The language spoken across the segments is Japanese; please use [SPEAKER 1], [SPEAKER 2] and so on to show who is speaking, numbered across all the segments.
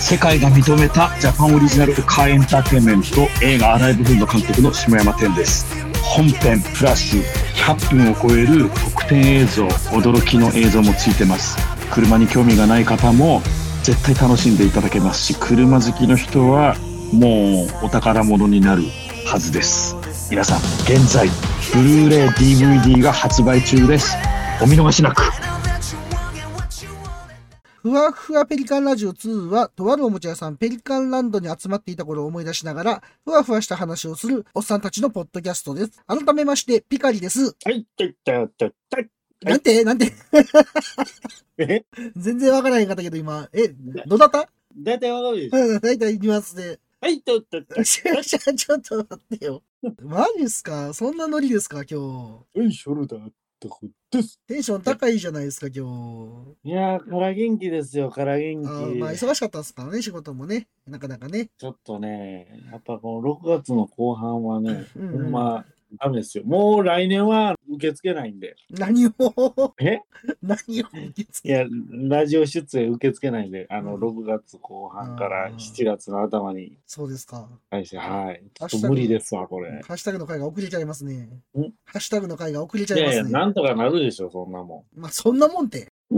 [SPEAKER 1] 世界が認めたジャパンオリジナルカーエンターテインメント映画「アライブ・フード」監督の下山天です本編プラス100分を超える特典映像驚きの映像もついてます車に興味がない方も絶対楽しんでいただけますし車好きの人はもうお宝物になるはずです皆さん現在ブルーレイ DVD が発売中ですお見逃しなく
[SPEAKER 2] ふわふわペリカンラジオ2は、とあるおもちゃ屋さんペリカンランドに集まっていた頃を思い出しながら、ふわふわした話をするおっさんたちのポッドキャストです。改めまして、ピカリです。
[SPEAKER 3] はい、といったとったはい
[SPEAKER 2] なんてなんて
[SPEAKER 3] え
[SPEAKER 2] 全然わからへんかったけど今、え、どうだった
[SPEAKER 3] だいたいわかるでしょ。
[SPEAKER 2] うん大体いきますね。
[SPEAKER 3] はい、とったった。
[SPEAKER 2] ちょちょちょっと待ってよ。マジっすかそんなノリですか今日。
[SPEAKER 3] はい、ショルダーってことです。
[SPEAKER 2] テンション高いじゃないですか今日。
[SPEAKER 3] いやー、から元気ですよ、から元
[SPEAKER 2] あー
[SPEAKER 3] 気。
[SPEAKER 2] まあ、忙しかったですからね、仕事もね。なかなかね。
[SPEAKER 3] ちょっとね、やっぱこの6月の後半はね、
[SPEAKER 2] うん
[SPEAKER 3] ほんま、ダメですよ。もう来年は受け付けないんで。
[SPEAKER 2] 何を、
[SPEAKER 3] え
[SPEAKER 2] 何を受け
[SPEAKER 3] い
[SPEAKER 2] 付
[SPEAKER 3] や、ラジオ出演受け付けないんで、あの、
[SPEAKER 2] うん
[SPEAKER 3] 6月後半から
[SPEAKER 2] あー
[SPEAKER 3] 7月の頭に
[SPEAKER 2] そうですか。
[SPEAKER 3] 対して、はい。ちょ
[SPEAKER 2] 明
[SPEAKER 3] っ
[SPEAKER 2] 日
[SPEAKER 3] と
[SPEAKER 2] の
[SPEAKER 3] 無理ですわ、これ。
[SPEAKER 2] ハッシュタグの回が遅れちゃいますね。
[SPEAKER 3] ん
[SPEAKER 2] ハッシュタグの回が遅れちゃ
[SPEAKER 3] い
[SPEAKER 2] い
[SPEAKER 3] や
[SPEAKER 2] ま
[SPEAKER 3] い
[SPEAKER 2] す
[SPEAKER 3] や、
[SPEAKER 2] ね。
[SPEAKER 3] なんとかなるでしょ、そんなもん。
[SPEAKER 2] まあ、そんなもんって。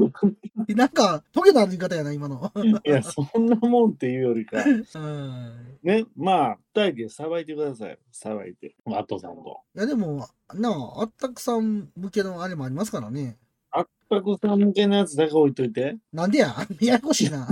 [SPEAKER 2] えなんか、トゲのある言い方やな、今の。
[SPEAKER 3] いや、そんなもんっていうよりか、
[SPEAKER 2] うん
[SPEAKER 3] ね、まあ、二人でさばいてください。さばいて。マットさんと。
[SPEAKER 2] いや、でも、なあ、あったくさん向けのあれもありますからね。
[SPEAKER 3] あったくさん向けのやつだけ置いといて。
[SPEAKER 2] なんでや ややこしい な。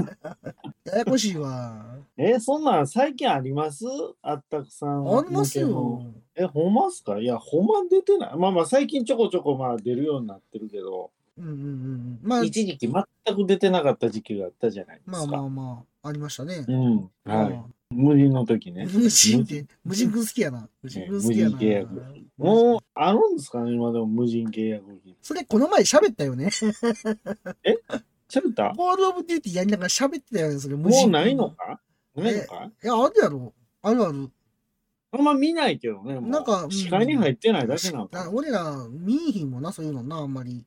[SPEAKER 2] ややこしいわ。
[SPEAKER 3] え、そんなん最近ありますあったくさん向
[SPEAKER 2] あ
[SPEAKER 3] けの。
[SPEAKER 2] りますよ。
[SPEAKER 3] え、ほんまっすかいや、ほんま出てない。まあまあ、最近ちょこちょこまあ出るようになってるけど、
[SPEAKER 2] うんうんうん。まあ、
[SPEAKER 3] 一時期全く出てなかった時期があったじゃないです
[SPEAKER 2] まあ
[SPEAKER 3] か。
[SPEAKER 2] まあまあ、ありましたね
[SPEAKER 3] う。ん。はい。
[SPEAKER 2] い。
[SPEAKER 3] 無理の時ね。
[SPEAKER 2] 無人って、無人君好きやな。無人君好きやな
[SPEAKER 3] 無人契。約もう、あるんですかね今でも無人契約金。
[SPEAKER 2] それ、この前喋ったよね。
[SPEAKER 3] シェルタ ー
[SPEAKER 2] コールオブデューティーやりながら喋ってたよね、それ。無
[SPEAKER 3] も
[SPEAKER 2] 人
[SPEAKER 3] う
[SPEAKER 2] 君
[SPEAKER 3] ないのかないのか
[SPEAKER 2] いや、あるやろ。あるある。
[SPEAKER 3] あんま見ないけどね。もう
[SPEAKER 2] なんかうん
[SPEAKER 3] 視界に入ってないだけなのか
[SPEAKER 2] あ
[SPEAKER 3] な。
[SPEAKER 2] 俺ら、見んひんもんな、そういうのな、あんまり。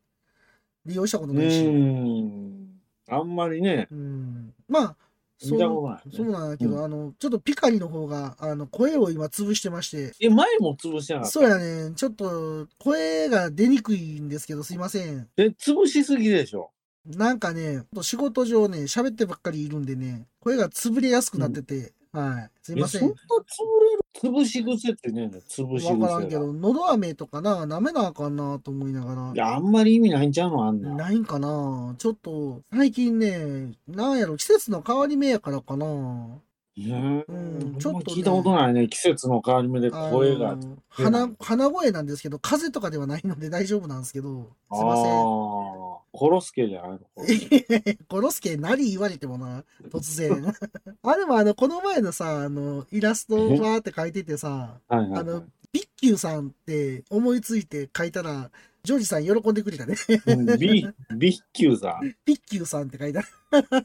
[SPEAKER 2] 利用したこと
[SPEAKER 3] う
[SPEAKER 2] ないし。
[SPEAKER 3] ーん。あんまりね、
[SPEAKER 2] うんまあ、そ
[SPEAKER 3] 見た
[SPEAKER 2] う
[SPEAKER 3] ことないね、
[SPEAKER 2] そうなんだけど、
[SPEAKER 3] う
[SPEAKER 2] あの、ちょっとピカリの方が、あの、声を今潰してまして、
[SPEAKER 3] え、前も潰してなかった。
[SPEAKER 2] そうやね、ちょっと、声が出にくいんですけど、すいません。
[SPEAKER 3] で、潰しすぎでしょ。
[SPEAKER 2] なんかね、仕事上ね、喋ってばっかりいるんでね、声が潰れやすくなってて、はい、すい
[SPEAKER 3] え、
[SPEAKER 2] ま
[SPEAKER 3] そ
[SPEAKER 2] せ。
[SPEAKER 3] んなん潰れる潰し癖ってねえんだよ潰し癖
[SPEAKER 2] わからんけ
[SPEAKER 3] が。
[SPEAKER 2] ど、喉飴とかな、舐めなあかんなと思いなが
[SPEAKER 3] い
[SPEAKER 2] ら、
[SPEAKER 3] や、あんまり意味ないんちゃうのあんな。
[SPEAKER 2] ないんかなちょっと、最近ね、なんやろ、季節の変わり目やからかな
[SPEAKER 3] うー
[SPEAKER 2] うん
[SPEAKER 3] ん。
[SPEAKER 2] ち
[SPEAKER 3] ち
[SPEAKER 2] ょ
[SPEAKER 3] ょ
[SPEAKER 2] っ
[SPEAKER 3] っ
[SPEAKER 2] と
[SPEAKER 3] と
[SPEAKER 2] ね
[SPEAKER 3] 聞いたことないね。季節の変わり目で
[SPEAKER 2] あ
[SPEAKER 3] 声が。
[SPEAKER 2] の鼻、鼻声なんですけど、風邪とかではないので大丈夫なんですけど、すいませ
[SPEAKER 3] あ
[SPEAKER 2] ん。
[SPEAKER 3] ー。コロスケじゃないのコロスケ
[SPEAKER 2] コロスケ何言われてもな、突 然。あ、でもあの、この前のさ、あの、イラストをわーって書いててさ、
[SPEAKER 3] はいは
[SPEAKER 2] あ
[SPEAKER 3] いはい
[SPEAKER 2] の、ビッキューさんって思いついて書いたら、ジョージさん喜んでくれたね。
[SPEAKER 3] うんビビッキューさん。
[SPEAKER 2] ビッキューさんって書いたら、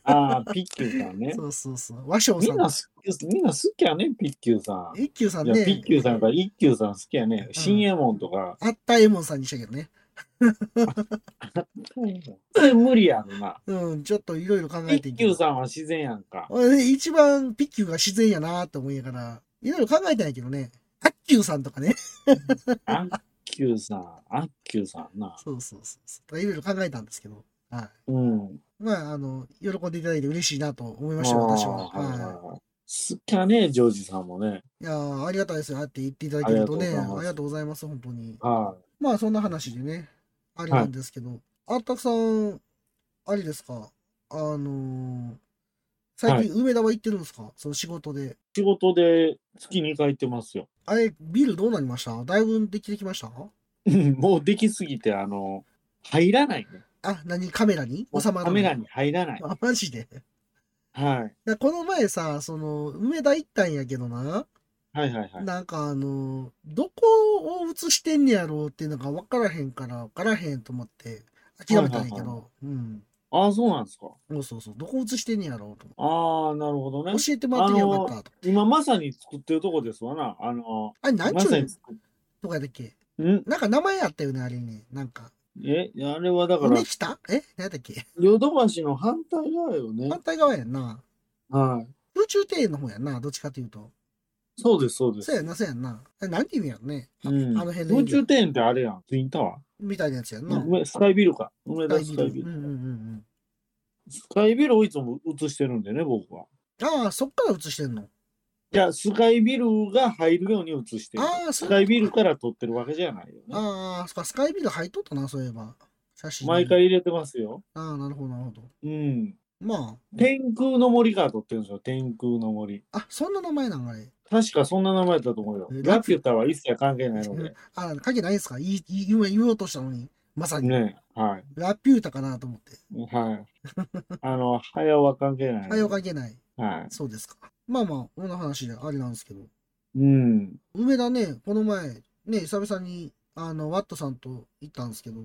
[SPEAKER 3] ああ、ピッキューさんね。
[SPEAKER 2] そうそうそう。和尚
[SPEAKER 3] み
[SPEAKER 2] さ。
[SPEAKER 3] んなん好き、みんな好きやね、ピッキューさん。
[SPEAKER 2] 一休さん
[SPEAKER 3] いや、
[SPEAKER 2] ね。
[SPEAKER 3] ピッキューさんから一休さん好きやね。新右衛門とか。
[SPEAKER 2] あったえもんさんにしたけどね。
[SPEAKER 3] それ無理やろな。
[SPEAKER 2] うん、ちょっといろいろ考
[SPEAKER 3] ピ
[SPEAKER 2] えてい
[SPEAKER 3] ッキューさんは自然やんか。
[SPEAKER 2] 俺ね一番ピッキューが自然やなと思いながら、いろいろ考えたんやけどね。アッキューさんとかね。
[SPEAKER 3] アッキューさん、アッキューさんな。
[SPEAKER 2] そうそうそうそう。いろいろ考えたんですけど。は
[SPEAKER 3] うん。
[SPEAKER 2] い。まあ、あの、喜んでいただいて嬉しいなと思いま
[SPEAKER 3] あー
[SPEAKER 2] したよ、私は。
[SPEAKER 3] はいはい
[SPEAKER 2] は
[SPEAKER 3] はい好きやね、ジョージさんもね。
[SPEAKER 2] い。いやーありがたいですよ。ああやって言っていただけるとね。あ
[SPEAKER 3] あ
[SPEAKER 2] り
[SPEAKER 3] り
[SPEAKER 2] が
[SPEAKER 3] が
[SPEAKER 2] とうございます、本当に。
[SPEAKER 3] は
[SPEAKER 2] まあそんな話でね、あれなんですけど、あったくさん、あれですか、あのー最近梅田は行ってるんですか、その仕事で。
[SPEAKER 3] い。仕事で月2回行ってますよ。
[SPEAKER 2] あれ、ビルどうなりましただいぶできてきました
[SPEAKER 3] うんもうできすぎて、あの、入らないね。
[SPEAKER 2] あ、何カメラに収まらない。
[SPEAKER 3] カメラに入らない。
[SPEAKER 2] あ、マジで。
[SPEAKER 3] はい。
[SPEAKER 2] だこの前さ、その、梅田行ったんやけどな、
[SPEAKER 3] はいはいはい。
[SPEAKER 2] なんかあのーどこを映してんねやろうっていうのが分からへんから、分からへんと思って、諦めたんやけ
[SPEAKER 3] はいはい
[SPEAKER 2] ど、うん。
[SPEAKER 3] ああ、そうなんですか。
[SPEAKER 2] そうそうそう、どこ映してんねやろうと思
[SPEAKER 3] ああ、なるほどね
[SPEAKER 2] って。。教えてもらってりゃよかったと。
[SPEAKER 3] 今まさに作ってるとこですわな。あの、
[SPEAKER 2] あれ、なん
[SPEAKER 3] ま
[SPEAKER 2] ちゅう
[SPEAKER 3] さ
[SPEAKER 2] の
[SPEAKER 3] に作っ
[SPEAKER 2] とかだっけ
[SPEAKER 3] ん
[SPEAKER 2] なんか名前あったよね、あれに。なんか。
[SPEAKER 3] え、あれはだから
[SPEAKER 2] 梅、北え何だっけ
[SPEAKER 3] ヨドバシの反対側よね。
[SPEAKER 2] 反対側やんな。
[SPEAKER 3] は
[SPEAKER 2] 空中庭園の方やんな、どっちかというと。
[SPEAKER 3] い。そうです、そうで
[SPEAKER 2] そう
[SPEAKER 3] す。
[SPEAKER 2] やんな、そうやんな。えなんて意味やろね。
[SPEAKER 3] うん、
[SPEAKER 2] あの辺の
[SPEAKER 3] 空中庭園ってあれやん、ツインタワ
[SPEAKER 2] みたいなやつやん
[SPEAKER 3] ー、
[SPEAKER 2] な。
[SPEAKER 3] 梅スカイビルか。梅田
[SPEAKER 2] 大
[SPEAKER 3] ス
[SPEAKER 2] ビ
[SPEAKER 3] カ
[SPEAKER 2] ル
[SPEAKER 3] イ
[SPEAKER 2] うん
[SPEAKER 3] ビ
[SPEAKER 2] う
[SPEAKER 3] ル。
[SPEAKER 2] んうんうん。
[SPEAKER 3] スカイビルをいつも映してるんでね、僕は。
[SPEAKER 2] ああ、そっから映してんの。
[SPEAKER 3] いや、スカイビルが入るように映してる。
[SPEAKER 2] ああ、そ
[SPEAKER 3] ス
[SPEAKER 2] っか
[SPEAKER 3] カイビルから撮ってるわけじゃないよね。
[SPEAKER 2] ああ、そっか、スカイビル入っとったな、そういえば。写真。
[SPEAKER 3] 毎。回入れてますよ。
[SPEAKER 2] ああ、なるほど、なるほど。
[SPEAKER 3] うん。
[SPEAKER 2] ま
[SPEAKER 3] 天空の森から撮ってるんですよ、天空の森。
[SPEAKER 2] あ、あ、そんな名前なんあれ。
[SPEAKER 3] 確かそんな名前だったと思うよ。
[SPEAKER 2] え
[SPEAKER 3] ラピュタは一切関係ないので。
[SPEAKER 2] あ、関係ないですか言い言い言おう言おうとしたのに。まさに、
[SPEAKER 3] ねはい。
[SPEAKER 2] ラピュータかなと思って。
[SPEAKER 3] はい。あの、早は関係ない。
[SPEAKER 2] あ、よ関係ない。
[SPEAKER 3] は
[SPEAKER 2] そうですか。まあまあ、こんな話であれなんですけど。
[SPEAKER 3] い。うん。
[SPEAKER 2] 梅田ね、この前、ね、久々に、あの、ワットさんと行ったんですけど、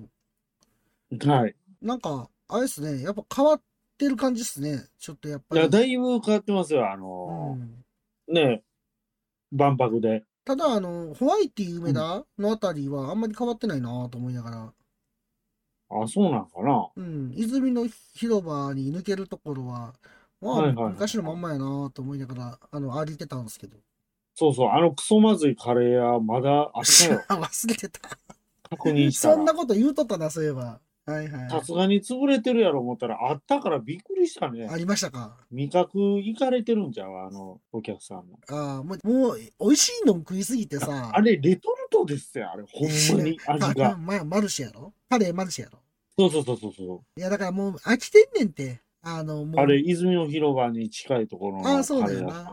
[SPEAKER 3] はい。
[SPEAKER 2] なんか、あれですね、やっぱ変わってる感じですね。ちょっとやっぱ
[SPEAKER 3] い
[SPEAKER 2] り。
[SPEAKER 3] や、だいぶ変わってますよ、あ
[SPEAKER 2] う
[SPEAKER 3] の、
[SPEAKER 2] ん、
[SPEAKER 3] ね万博で。
[SPEAKER 2] ただ、あの、ホワイティ梅田のあたりはあんまり変わってないなと思いながら、
[SPEAKER 3] あ、そうなんかな。
[SPEAKER 2] うん、泉の広場に抜けるところは、まあ、
[SPEAKER 3] はいはいはい
[SPEAKER 2] 昔のまんまやなと思いながら、あの、歩いてたんですけど。。
[SPEAKER 3] そうそう、あのクソまずいカレー屋、まだあったよ
[SPEAKER 2] 忘れてた。
[SPEAKER 3] 確認した
[SPEAKER 2] そん
[SPEAKER 3] ら
[SPEAKER 2] な。こと言うとったな、そういえば。はいは
[SPEAKER 3] さすがに潰れてるやろ思ったら、あったからびっくりした
[SPEAKER 2] い。
[SPEAKER 3] ね
[SPEAKER 2] あ。りましたか。
[SPEAKER 3] 味覚いかれてるんじゃうあの、お客さんも。
[SPEAKER 2] ああ、もう、もう、美味しいの食いすぎてさ。
[SPEAKER 3] あれ、レトルトですよ、あれ、ほん まに味
[SPEAKER 2] まあ
[SPEAKER 3] が。
[SPEAKER 2] まあ、マルシェやろカレーマルシェやろ
[SPEAKER 3] そうそうそうそうそ
[SPEAKER 2] いや、だからもう飽きてんねんって。あの、も
[SPEAKER 3] う。
[SPEAKER 2] う、
[SPEAKER 3] あれ、泉の広場に近いところのカレ
[SPEAKER 2] ああそうだ
[SPEAKER 3] ー
[SPEAKER 2] よ
[SPEAKER 3] 屋
[SPEAKER 2] な
[SPEAKER 3] さ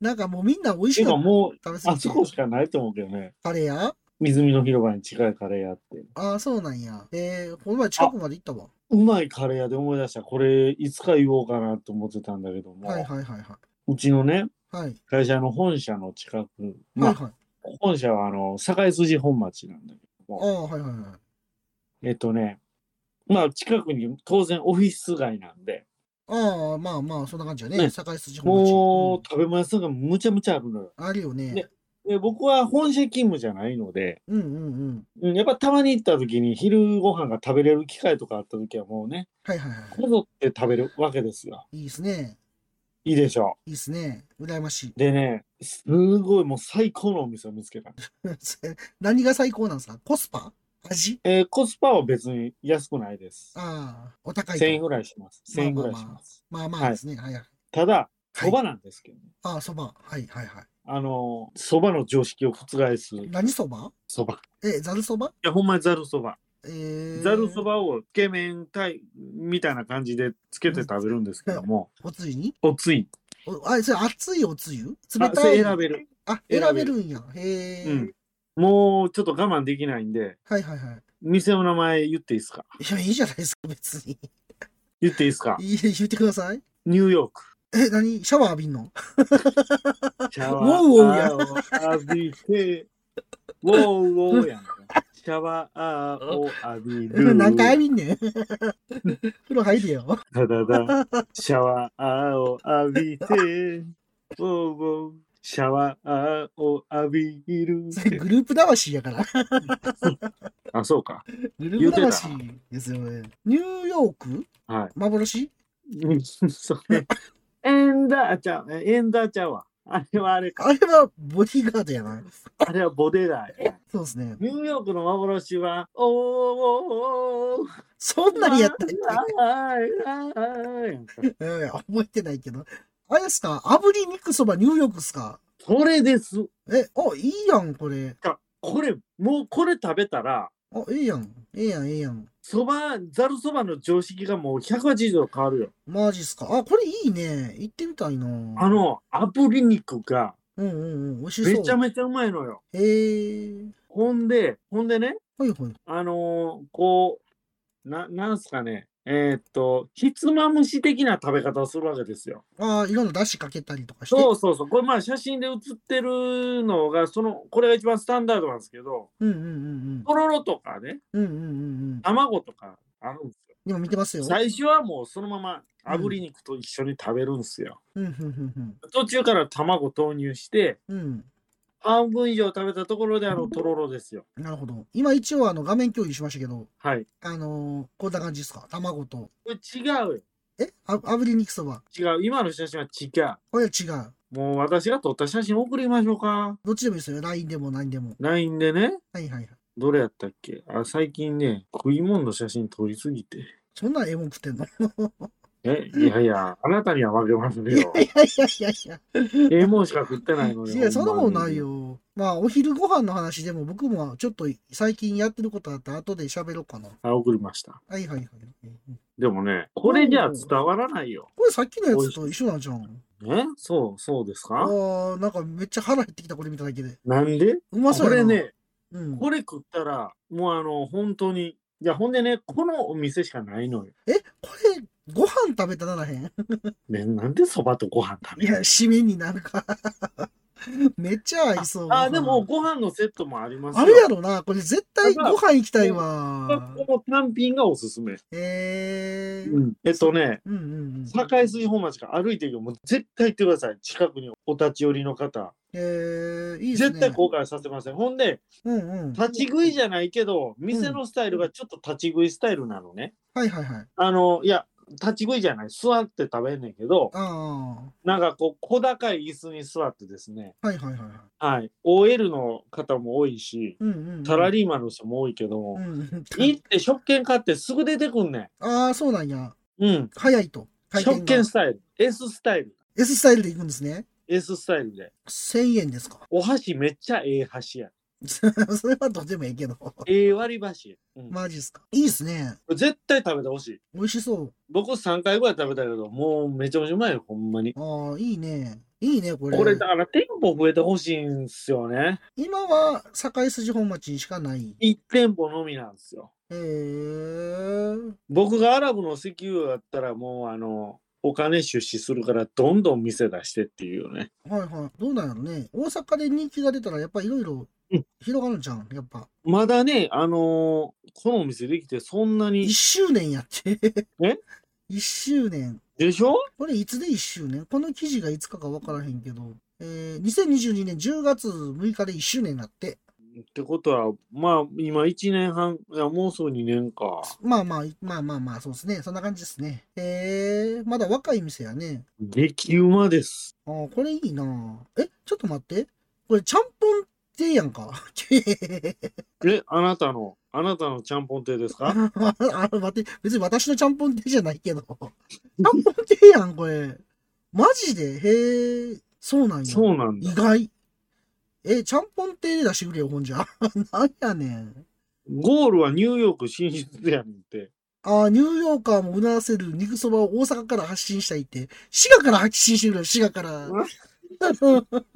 [SPEAKER 3] ん。
[SPEAKER 2] なんかもうみんな美味しい
[SPEAKER 3] てか
[SPEAKER 2] の
[SPEAKER 3] もう、
[SPEAKER 2] 食べ過
[SPEAKER 3] あ
[SPEAKER 2] ぎて
[SPEAKER 3] そこしかないと思うけどね。
[SPEAKER 2] カレー屋
[SPEAKER 3] 泉の広場に近いカレー屋って。
[SPEAKER 2] ああ、そうなんや。えー、この前近くまで行ったわ。
[SPEAKER 3] うまいカレー屋で思い出した。これ、いつか言おうかなと思ってたんだけども、
[SPEAKER 2] はいはいはいは
[SPEAKER 3] うちのね、
[SPEAKER 2] い。はい。
[SPEAKER 3] 会社の本社の近く、ま
[SPEAKER 2] はい
[SPEAKER 3] あ、
[SPEAKER 2] はい。
[SPEAKER 3] 本社はあの、堺筋本町なんだけど
[SPEAKER 2] あ
[SPEAKER 3] も、
[SPEAKER 2] あ、はいはいはい。
[SPEAKER 3] えっとね、まあ、近くに当然オフィス街なんで、
[SPEAKER 2] ああ、まあまあ、そんな感じやね。
[SPEAKER 3] ね
[SPEAKER 2] 堺筋本町。
[SPEAKER 3] もう食べ物屋さんがむちゃむちゃあるのよ。
[SPEAKER 2] うんあるよね
[SPEAKER 3] ね。で僕は本社勤務じゃないので、
[SPEAKER 2] うんうんうん。
[SPEAKER 3] うんやっぱたまに行った時に昼ご飯が食べれる機会とかあった時はもうね、
[SPEAKER 2] はいはいは
[SPEAKER 3] こぞって食べるわけですよ。
[SPEAKER 2] い。いいですね。
[SPEAKER 3] いいでしょ
[SPEAKER 2] いいですね。羨ましい。
[SPEAKER 3] う。でね、すごいもう最高のお店を見つけた。
[SPEAKER 2] 何が最高なんですかコスパ味
[SPEAKER 3] えーコスパは別に安くないです。
[SPEAKER 2] ああ、お高いと。
[SPEAKER 3] 1000円ぐらいします。1000円ぐらいします。
[SPEAKER 2] まあま
[SPEAKER 3] は
[SPEAKER 2] あ
[SPEAKER 3] い
[SPEAKER 2] ですね。はいはい。
[SPEAKER 3] ただ、
[SPEAKER 2] はい
[SPEAKER 3] そばなんですけどね。
[SPEAKER 2] ああ、そば。はいはいはい。
[SPEAKER 3] あの、そばの常識を覆す
[SPEAKER 2] 何そば
[SPEAKER 3] そば。い
[SPEAKER 2] え、ざるそば
[SPEAKER 3] や、ほんまにざるそば。
[SPEAKER 2] えー、
[SPEAKER 3] ざるそばをつけ麺体みたいな感じでつけて食べるんですけども、
[SPEAKER 2] おつゆに
[SPEAKER 3] おつい。
[SPEAKER 2] おあ、それ熱いおつゆ冷
[SPEAKER 3] あそ
[SPEAKER 2] たい。
[SPEAKER 3] れ選べる。
[SPEAKER 2] あ、
[SPEAKER 3] 選べる
[SPEAKER 2] 選べるんや。へえ、
[SPEAKER 3] うん。もうちょっと我慢できないんで、
[SPEAKER 2] はいはいはい。
[SPEAKER 3] 店の名前言っていいですか
[SPEAKER 2] いや、いいじゃないですか、別に。
[SPEAKER 3] 言っていいですか
[SPEAKER 2] いい言ってください。
[SPEAKER 3] ニューヨーク。
[SPEAKER 2] え、何シャワー浴びんの
[SPEAKER 3] シャ
[SPEAKER 2] ワーウォー
[SPEAKER 3] ー浴び て、ウォーウォーやんか。シャワーを浴びる。
[SPEAKER 2] 何回浴びんねん。 風呂入れよ。
[SPEAKER 3] ただだ、シャワーを浴びて、ウォーウォー、シャワーを浴びる。
[SPEAKER 2] それグループ魂やから。
[SPEAKER 3] あ、そうか。
[SPEAKER 2] グループ魂ですよね。ニューヨーク
[SPEAKER 3] はい。
[SPEAKER 2] 幻
[SPEAKER 3] うんそれ。 エンダーちゃう、エンダーちゃうわ。あれはあれか。
[SPEAKER 2] あれはボディーガードやな。
[SPEAKER 3] あれはボデラーや。
[SPEAKER 2] そうですね。
[SPEAKER 3] ニューヨークの幻は、おーおーおー
[SPEAKER 2] そんなにやったっけ
[SPEAKER 3] あーあーあーやんか
[SPEAKER 2] うん覚えてないけど。あれっすか炙り肉そばニューヨークっすか
[SPEAKER 3] これです。
[SPEAKER 2] え、あ、いいやん、これ。
[SPEAKER 3] かこれ、もうこれ食べたら、
[SPEAKER 2] あ、ええやん。ええやん、ええやん。
[SPEAKER 3] そば、ざるそばの常識がもう180度変わるよ。
[SPEAKER 2] マジっすかあ、これいいね。行ってみたいな。
[SPEAKER 3] あの、炙り肉が
[SPEAKER 2] うんうんうん。美味しそう。
[SPEAKER 3] めちゃめちゃうまいのよ。
[SPEAKER 2] へえ。
[SPEAKER 3] ほんで、ほんでね、
[SPEAKER 2] はいはい。
[SPEAKER 3] あのーこう、な、なんすかね、えーっと、ひつまむし的な食べ方をするわけですよ。
[SPEAKER 2] ああ、いろんな出汁かけたりとかして。。
[SPEAKER 3] そううそうそう。これまあ写真で写ってるのが、その、これが一番スタンダードなんですけど、
[SPEAKER 2] んうんうん
[SPEAKER 3] とろろとかね、
[SPEAKER 2] うん。うんうんうんうん。
[SPEAKER 3] 卵とかあるんですよ。
[SPEAKER 2] 今見てますよ。
[SPEAKER 3] 最初はもうそのまま炙り肉と一緒に食べるんですよ。
[SPEAKER 2] うんうんうん
[SPEAKER 3] 途中から卵投入して、
[SPEAKER 2] うん。うん。
[SPEAKER 3] 半分以上食べたところであのとろろですよ。
[SPEAKER 2] なるほど。今一応あの画面共有しましたけど、
[SPEAKER 3] はい。
[SPEAKER 2] あのーこんな感じですか卵と。
[SPEAKER 3] これ違うよ。
[SPEAKER 2] えあ炙り肉そば。
[SPEAKER 3] 違う、今の写真は違う。
[SPEAKER 2] これは違う。
[SPEAKER 3] もう私が撮った写真送りましょうか。
[SPEAKER 2] どっちでもいいですよ。LINE でも何でも。
[SPEAKER 3] LINE でね、
[SPEAKER 2] はいはいはい。
[SPEAKER 3] どれやったっけあ、最近ね、食い物の写真撮りすぎて。
[SPEAKER 2] そんな絵も食ってんのい
[SPEAKER 3] え、いやいや、あなたには負けます よ。
[SPEAKER 2] やいやいやいや。
[SPEAKER 3] ええもんしか食ってないのよ。
[SPEAKER 2] いや、そんなもんない
[SPEAKER 3] ほん
[SPEAKER 2] よ。まあ、お昼ご飯の話でも僕もちょっと最近やってることあって、後で喋ろうかな。
[SPEAKER 3] まに。あ、送りました。
[SPEAKER 2] はいはいはい。うん
[SPEAKER 3] でもね、これじゃ伝わらないよ。
[SPEAKER 2] これさっきのやつと一緒なんじゃん。
[SPEAKER 3] えそう、そうです
[SPEAKER 2] ああ
[SPEAKER 3] か
[SPEAKER 2] ー、なんかめっちゃ腹減ってきた、これ見ただけで。
[SPEAKER 3] なんで
[SPEAKER 2] うまそう
[SPEAKER 3] これ
[SPEAKER 2] やな。
[SPEAKER 3] ね、
[SPEAKER 2] うん、
[SPEAKER 3] これ食ったら、もうあの、本当に。いや、ほんでね、このお店しかないのよ。
[SPEAKER 2] え、これ、ご飯食べたらならへん
[SPEAKER 3] ね、なんでそばとご飯食べ
[SPEAKER 2] い
[SPEAKER 3] る
[SPEAKER 2] や、締めになるから めっちゃ合いそう。
[SPEAKER 3] あ、でも、ご飯のセットもありますよ。
[SPEAKER 2] あるやろな、これ絶対ご飯行きたいわ。
[SPEAKER 3] ここの単品がおすすめ。
[SPEAKER 2] えー、
[SPEAKER 3] うんえっとね、
[SPEAKER 2] うんうんうん。
[SPEAKER 3] 堺水本町から歩いてるけど、もう絶対行ってください。近くにお立ち寄りの方。
[SPEAKER 2] えー、いいですね。
[SPEAKER 3] 絶対後悔させません。ほんで、
[SPEAKER 2] うんうん。
[SPEAKER 3] 立ち食いじゃないけど、店のスタイルがちょっと立ち食いスタイルなのね。
[SPEAKER 2] はいはいはい。
[SPEAKER 3] あの、いや、立ち食いじゃない。座って食べんねんけど、
[SPEAKER 2] あ
[SPEAKER 3] なんかこう、小高い椅子に座ってですね、
[SPEAKER 2] あ、はいはいはい。
[SPEAKER 3] はい、OL の方も多いし、
[SPEAKER 2] うんうんうん。
[SPEAKER 3] サラリーマンの人も多いけど
[SPEAKER 2] う
[SPEAKER 3] も、
[SPEAKER 2] んうん。
[SPEAKER 3] 行って食券買ってすぐ出てくんね
[SPEAKER 2] ああ、そうなんや。
[SPEAKER 3] ん。うん。
[SPEAKER 2] 早いと。回転
[SPEAKER 3] 食
[SPEAKER 2] が
[SPEAKER 3] 券スタイル。S スタイル。
[SPEAKER 2] S スタイルで行くんですね。
[SPEAKER 3] S スタイルで。
[SPEAKER 2] 1000円ですか。
[SPEAKER 3] お箸めっちゃええ箸や。
[SPEAKER 2] それはどうでもいいけど。
[SPEAKER 3] ええ割り箸や、うん
[SPEAKER 2] マジっすか。いいですね。
[SPEAKER 3] 絶対食べてほしい。
[SPEAKER 2] 美味しそう。
[SPEAKER 3] 僕3回ぐらい食べたけど、もうめちゃめちゃうまいよ、ほんまに。
[SPEAKER 2] ああ、いいね。いいね、これ。
[SPEAKER 3] これだから店舗増えてほしいんすよね。
[SPEAKER 2] 今は、堺筋本町にしかない。
[SPEAKER 3] 1店舗のみなんですよ。
[SPEAKER 2] へえ。
[SPEAKER 3] 僕がアラブの石油だったらもうあの、お金出資するからどんどん店出してっていうよね。
[SPEAKER 2] はいはい。どうなんやろね。大阪で人気が出たら、やっぱいろいろ
[SPEAKER 3] うん
[SPEAKER 2] 広がるじゃん。やっぱ。
[SPEAKER 3] まだね、あのーこのお店できてそんなに
[SPEAKER 2] 1、周年やって。
[SPEAKER 3] え
[SPEAKER 2] ?1 周年。
[SPEAKER 3] でしょ
[SPEAKER 2] これいつで1周年この記事がいつかか分からへんけど、えー、2022年10月6日で1周年になって、
[SPEAKER 3] ってことは、まあ今1年半、いやもうすぐ2年か。
[SPEAKER 2] まあまあ、まあまあまあ、そうですね。そんな感じですね。えー、まだ若い店やね。
[SPEAKER 3] 激うまです。
[SPEAKER 2] あーこれいいなぁえ、ちょっと待って。これ、ちゃんぽん亭やんか。
[SPEAKER 3] え、あなたの、あなたのちゃんぽん亭ですか
[SPEAKER 2] ああ待って、別に私のちゃんぽん亭じゃないけど。ちゃんぽん亭やん、これ。マジでへえ、そうなんや。
[SPEAKER 3] そうなんだ
[SPEAKER 2] 意。外。え、ちゃんぽん亭で出してくれよ、ほんじゃ。 なんやねん。
[SPEAKER 3] ゴールはニューヨーク進出やねんって。
[SPEAKER 2] ああ、ニューヨーカーもうならせる肉そばを大阪から発信したいって、滋賀から発信してるよ、滋賀 から。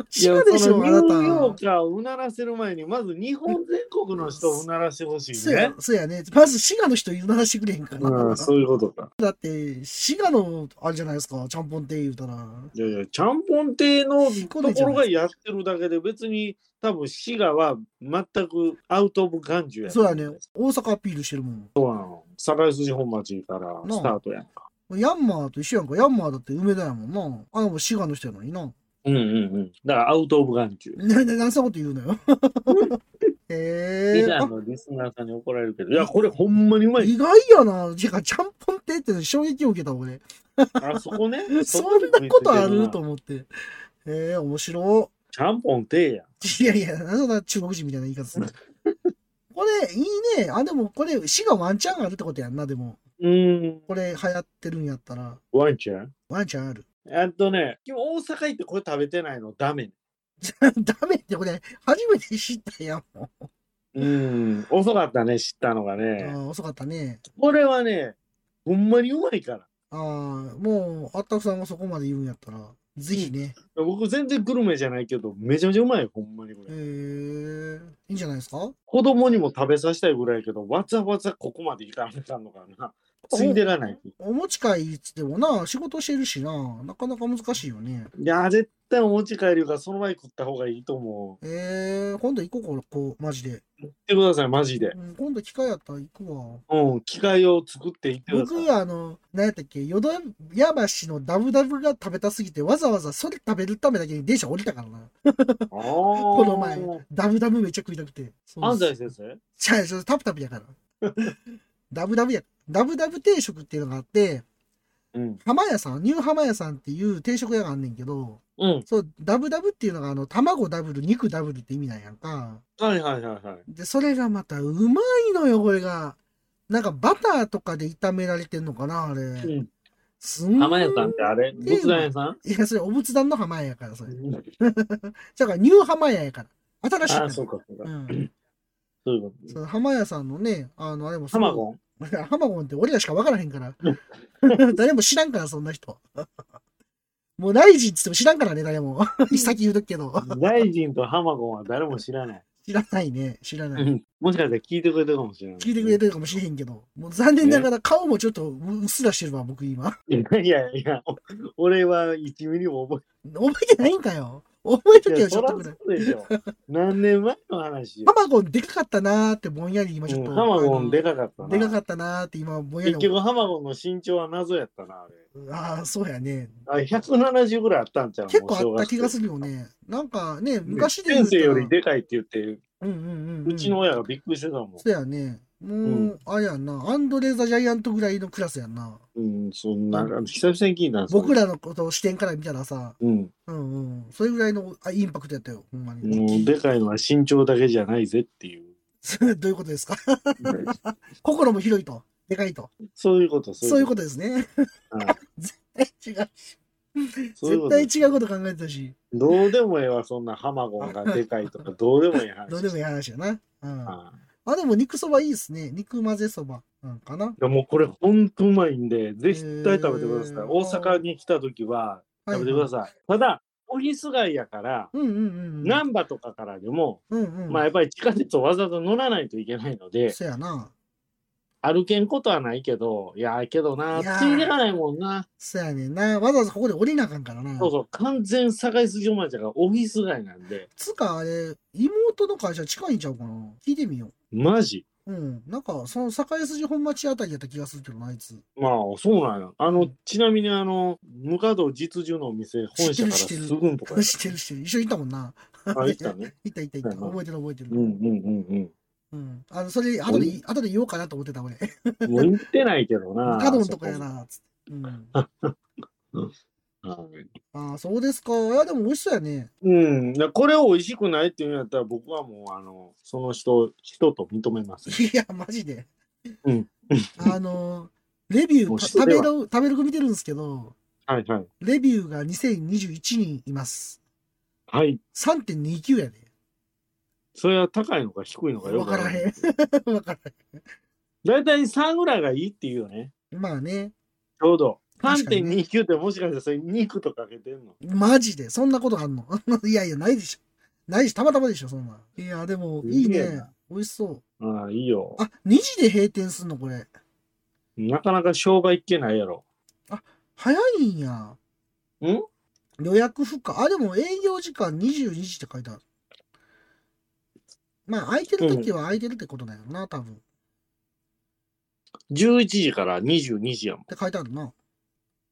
[SPEAKER 2] 滋賀でしょ、
[SPEAKER 3] い
[SPEAKER 2] あ
[SPEAKER 3] や
[SPEAKER 2] な
[SPEAKER 3] そ
[SPEAKER 2] た
[SPEAKER 3] のニューヨーカーをうならせる前に、まず日本全国の人をうならしてほしい
[SPEAKER 2] そう
[SPEAKER 3] ね
[SPEAKER 2] や。そうやね。まず滋賀の人言うならしてくれへんかな。
[SPEAKER 3] うん、そういうことか。
[SPEAKER 2] だって、滋賀の、あれじゃないですか、ちゃんぽんって言うたら。
[SPEAKER 3] いやいや、ちゃんぽん亭のところがやってるだけで、別に多分滋賀は全くアウト・オブ・眼中やと
[SPEAKER 2] そう
[SPEAKER 3] 思
[SPEAKER 2] やね。大阪アピールしてるもん。
[SPEAKER 3] そうなの。堺筋本町からスタートやんか。
[SPEAKER 2] ヤンマーと一緒やんか。ヤンマーだって梅田やもんな。あのも滋賀の人やのにな。
[SPEAKER 3] うんうんうん。だからアウト・オブ・眼中。
[SPEAKER 2] な、な、なんそんなこと言うのよ。
[SPEAKER 3] 以
[SPEAKER 2] ええー。
[SPEAKER 3] 外のリスナーさんに怒られるけど、いや、これほんまにうまい。
[SPEAKER 2] 意外やな。じゃあ、ちゃんぽん亭って衝撃を受けた俺。
[SPEAKER 3] あそこね。
[SPEAKER 2] そ
[SPEAKER 3] こ
[SPEAKER 2] んなことあ
[SPEAKER 3] 食いついて
[SPEAKER 2] る
[SPEAKER 3] な
[SPEAKER 2] と思って。えー、面白
[SPEAKER 3] ちゃんぽん亭や。
[SPEAKER 2] い。いやいや、なんでそんな中国人みたいな言い方するこれ、いいね。あ、でもこれ、死がワンチャンあるってことやんな、でも。
[SPEAKER 3] うーん。
[SPEAKER 2] これ、流行ってるんやったら、
[SPEAKER 3] ワンちゃん
[SPEAKER 2] ワンチャンある。
[SPEAKER 3] あとね、今大阪行ってこれ食べてないのダメ。
[SPEAKER 2] ダメって、これ、初めて知ったやんも
[SPEAKER 3] うん。遅かったね、知ったのが
[SPEAKER 2] う。あ
[SPEAKER 3] ね。
[SPEAKER 2] ー遅かったね。
[SPEAKER 3] これはね、ほんまにうまいから。
[SPEAKER 2] ああ、もう、あったくさんがそこまで言うんやったら、ぜひね。
[SPEAKER 3] 僕全然グルメじゃないけど、めちゃめちゃうまいよ、ほんまにこ
[SPEAKER 2] え
[SPEAKER 3] れ。
[SPEAKER 2] ー、いいんじゃないですか
[SPEAKER 3] 子供にも食べさせたいぐらいやけど、わざわざここまで行かなあかんのかな。ついでらない。
[SPEAKER 2] お持ち帰りっつってもな、仕事してるしな、なかなか難しいよね。
[SPEAKER 3] いやー、絶対お持ち帰るから、その前に食った方がいいと思う。
[SPEAKER 2] えー、今度行こうか、こう、マジで。
[SPEAKER 3] 行ってください、マジで。
[SPEAKER 2] うん、今度機会あったら行くわ。
[SPEAKER 3] うん、機会を作って行ってください。
[SPEAKER 2] 僕、あの、何やったっけ、淀山市のダブダブが食べたすぎて、わざわざそれ食べるためだけに電車降りたからな。
[SPEAKER 3] こ
[SPEAKER 2] この前、ダブダブめっちゃ食いたくて。
[SPEAKER 3] 安西
[SPEAKER 2] 生
[SPEAKER 3] 先生
[SPEAKER 2] ちゃうち ゃう、タプタプやから。ダブダブや。ダブダブ定食っていうのがあって、
[SPEAKER 3] うん。
[SPEAKER 2] 浜屋さん、ニュー浜屋さんっていう定食屋があんねんけど、
[SPEAKER 3] うん。
[SPEAKER 2] そう、ダブダブっていうのが、あの、卵ダブル、肉ダブルって意味なんやんか。
[SPEAKER 3] はいはいはいはい。
[SPEAKER 2] で、それがまたうまいのよ、これが。なんかバターとかで炒められてんのかな、あれ。
[SPEAKER 3] ん
[SPEAKER 2] すん
[SPEAKER 3] 浜屋さんってあれ
[SPEAKER 2] ん
[SPEAKER 3] 仏壇屋さん
[SPEAKER 2] いや、それ、お仏壇の浜屋やから、それ。だから、ニュー浜屋やから。新しい
[SPEAKER 3] あ
[SPEAKER 2] から。
[SPEAKER 3] あ、そうかそうか。
[SPEAKER 2] うん。
[SPEAKER 3] そういうこと。
[SPEAKER 2] そう浜屋さんのね、あの、あれもすごい
[SPEAKER 3] 浜 ゴン
[SPEAKER 2] ハマゴンって俺らしか分からへん から。誰も知らんから、そんな人。もう大臣っつっても知らんからね、誰も。 先言うとくけど。
[SPEAKER 3] 大臣とハマゴンは誰も知らない。
[SPEAKER 2] 知らないね、知らな
[SPEAKER 3] う
[SPEAKER 2] い。
[SPEAKER 3] んもしかしたら聞いてくれてるかもしれない。
[SPEAKER 2] 聞いてくれてるかもしれへんけど、もう残念ながら顔もちょっとうっすらしてるわ、僕今。
[SPEAKER 3] る。 いやいや、お俺は1ミリも覚
[SPEAKER 2] 覚えてないんかよ。覚え
[SPEAKER 3] え
[SPEAKER 2] と
[SPEAKER 3] て
[SPEAKER 2] け
[SPEAKER 3] ない。
[SPEAKER 2] よ、ち
[SPEAKER 3] そ
[SPEAKER 2] ょっ
[SPEAKER 3] ら
[SPEAKER 2] と
[SPEAKER 3] そ
[SPEAKER 2] ぐらい。
[SPEAKER 3] うでしょ。何年前の話よ
[SPEAKER 2] ハ。マゴンでかかったなーってぼんやり今ちょっと。
[SPEAKER 3] ハマゴンで
[SPEAKER 2] か
[SPEAKER 3] かかったな。
[SPEAKER 2] でかかったなーって今ぼんや
[SPEAKER 3] 結
[SPEAKER 2] り。
[SPEAKER 3] 局ハマゴンの身長は謎やったな、あれ。
[SPEAKER 2] ああ、そうやね。
[SPEAKER 3] あ170ぐらいあったんちゃう
[SPEAKER 2] 結構あった気が
[SPEAKER 3] る。
[SPEAKER 2] するよね。なんかね、昔
[SPEAKER 3] 昔
[SPEAKER 2] で言う
[SPEAKER 3] 先
[SPEAKER 2] た
[SPEAKER 3] 生
[SPEAKER 2] ら
[SPEAKER 3] よりでかいって言って、
[SPEAKER 2] うんうんうんうん
[SPEAKER 3] うちの親がびっくりしてたもん。
[SPEAKER 2] そうやね。もう、
[SPEAKER 3] うん
[SPEAKER 2] あれやんな。アンドレ・ザ・ジャイアントぐらいのクラスやんな。
[SPEAKER 3] うん、そんな、久々に聞いたんです
[SPEAKER 2] 僕。らのことを視点から見たらさ、
[SPEAKER 3] うん、
[SPEAKER 2] うんうん。それぐらいのあインパクトやったよ。ほんまに。
[SPEAKER 3] もうでかいのは身長だけじゃないぜっ ていう。
[SPEAKER 2] どういうことですか 心も広いと。でかいと。
[SPEAKER 3] そういうこと、
[SPEAKER 2] そういう
[SPEAKER 3] こ
[SPEAKER 2] ことですね。
[SPEAKER 3] と。うん
[SPEAKER 2] 絶対違う。
[SPEAKER 3] そういうこ
[SPEAKER 2] 絶
[SPEAKER 3] と
[SPEAKER 2] 対違うこと考えてたし、
[SPEAKER 3] どうでもええわ、そんなハマゴンがでかいとか、どうでもええ話。
[SPEAKER 2] どうでもいい話やな。うん、あ、
[SPEAKER 3] ああ
[SPEAKER 2] でも肉そばいいですね。肉混ぜそばなんかな。
[SPEAKER 3] いやもうこれほんとうまいんで、ぜひ絶対食べてください。
[SPEAKER 2] へー
[SPEAKER 3] 大阪に来た時は食べてくだ
[SPEAKER 2] い。
[SPEAKER 3] さい。ただ、オフィス街やから、
[SPEAKER 2] うんうんうん。
[SPEAKER 3] 難波とかからでも、
[SPEAKER 2] うんうん。
[SPEAKER 3] まあやっぱり地下鉄をわざわざ乗らないといけないので、
[SPEAKER 2] そやな。
[SPEAKER 3] 歩けんことはないけど、いやーけどな、
[SPEAKER 2] いやー
[SPEAKER 3] ついてかないもんな。
[SPEAKER 2] そやねんな。わざわざここで降りなあかんからな。
[SPEAKER 3] そうそう、完全堺筋おまちゃんがオフィス街なんで、
[SPEAKER 2] つうかあれ、妹の会社近いんちゃうかな聞いてみよ
[SPEAKER 3] マジ。
[SPEAKER 2] う。うん。なんか、その堺筋本町あたりやった気がするけどな、あいつ。
[SPEAKER 3] まあ、そうなんや。あの、ちなみにあの、ムカド実需のお店、本社から
[SPEAKER 2] 知って
[SPEAKER 3] す
[SPEAKER 2] る知ってる
[SPEAKER 3] ぐんとかやっ
[SPEAKER 2] 知ってる知ってる。一緒に行ったもんな。
[SPEAKER 3] た。あ、行ったね。
[SPEAKER 2] 行った行った行った。
[SPEAKER 3] はいはい
[SPEAKER 2] 覚えてる覚えて
[SPEAKER 3] うん
[SPEAKER 2] る。
[SPEAKER 3] うんうん
[SPEAKER 2] うん。あの、それ、後で、後で言おうかなと思ってた俺。
[SPEAKER 3] うん。もう行ってないけ どな。
[SPEAKER 2] カドンとかやな、つって。う ん。あ
[SPEAKER 3] そこ。はい
[SPEAKER 2] あ、そうですか。いや、でも美味しそうやね。
[SPEAKER 3] うん。だからこれを美味しくないっていうんやったら、僕はもう、あの、その人、人と認 めます。
[SPEAKER 2] いや、マジで。
[SPEAKER 3] うん。
[SPEAKER 2] あの、レビュ
[SPEAKER 3] も
[SPEAKER 2] ー、
[SPEAKER 3] う
[SPEAKER 2] た
[SPEAKER 3] 人
[SPEAKER 2] 食べ
[SPEAKER 3] で
[SPEAKER 2] ログ、
[SPEAKER 3] は
[SPEAKER 2] 食べログ見てるんですけど、
[SPEAKER 3] はいはい。
[SPEAKER 2] レビューが2021人います。
[SPEAKER 3] はい。
[SPEAKER 2] 3.29やで。
[SPEAKER 3] それは高いのか低いのかよ
[SPEAKER 2] わ
[SPEAKER 3] く
[SPEAKER 2] からへん。 わから
[SPEAKER 3] 大体3ぐらいがいいっていうよね。
[SPEAKER 2] へん。まあね。
[SPEAKER 3] ちょうど。
[SPEAKER 2] 確かにね
[SPEAKER 3] 3.29ってもしかしてそれ肉とかけてんの
[SPEAKER 2] マジで、そんなことあんの いやいや、ないでしょ。ないし、たまたまでしょ、そんな。いや、でも、いい
[SPEAKER 3] すげえ
[SPEAKER 2] ね
[SPEAKER 3] な。
[SPEAKER 2] 美味しそう。
[SPEAKER 3] ああ、いいよ。
[SPEAKER 2] あ、2時で閉店すんの、これ。
[SPEAKER 3] なかなか商売いけないやろ。
[SPEAKER 2] 早いんや。
[SPEAKER 3] ん
[SPEAKER 2] 予約不可。あ、でも営業時間22時って書いてある。まあ、空いてる時は空いてるってことだよな、多分。っ
[SPEAKER 3] 11時から22時やもん。
[SPEAKER 2] て書いてあるな。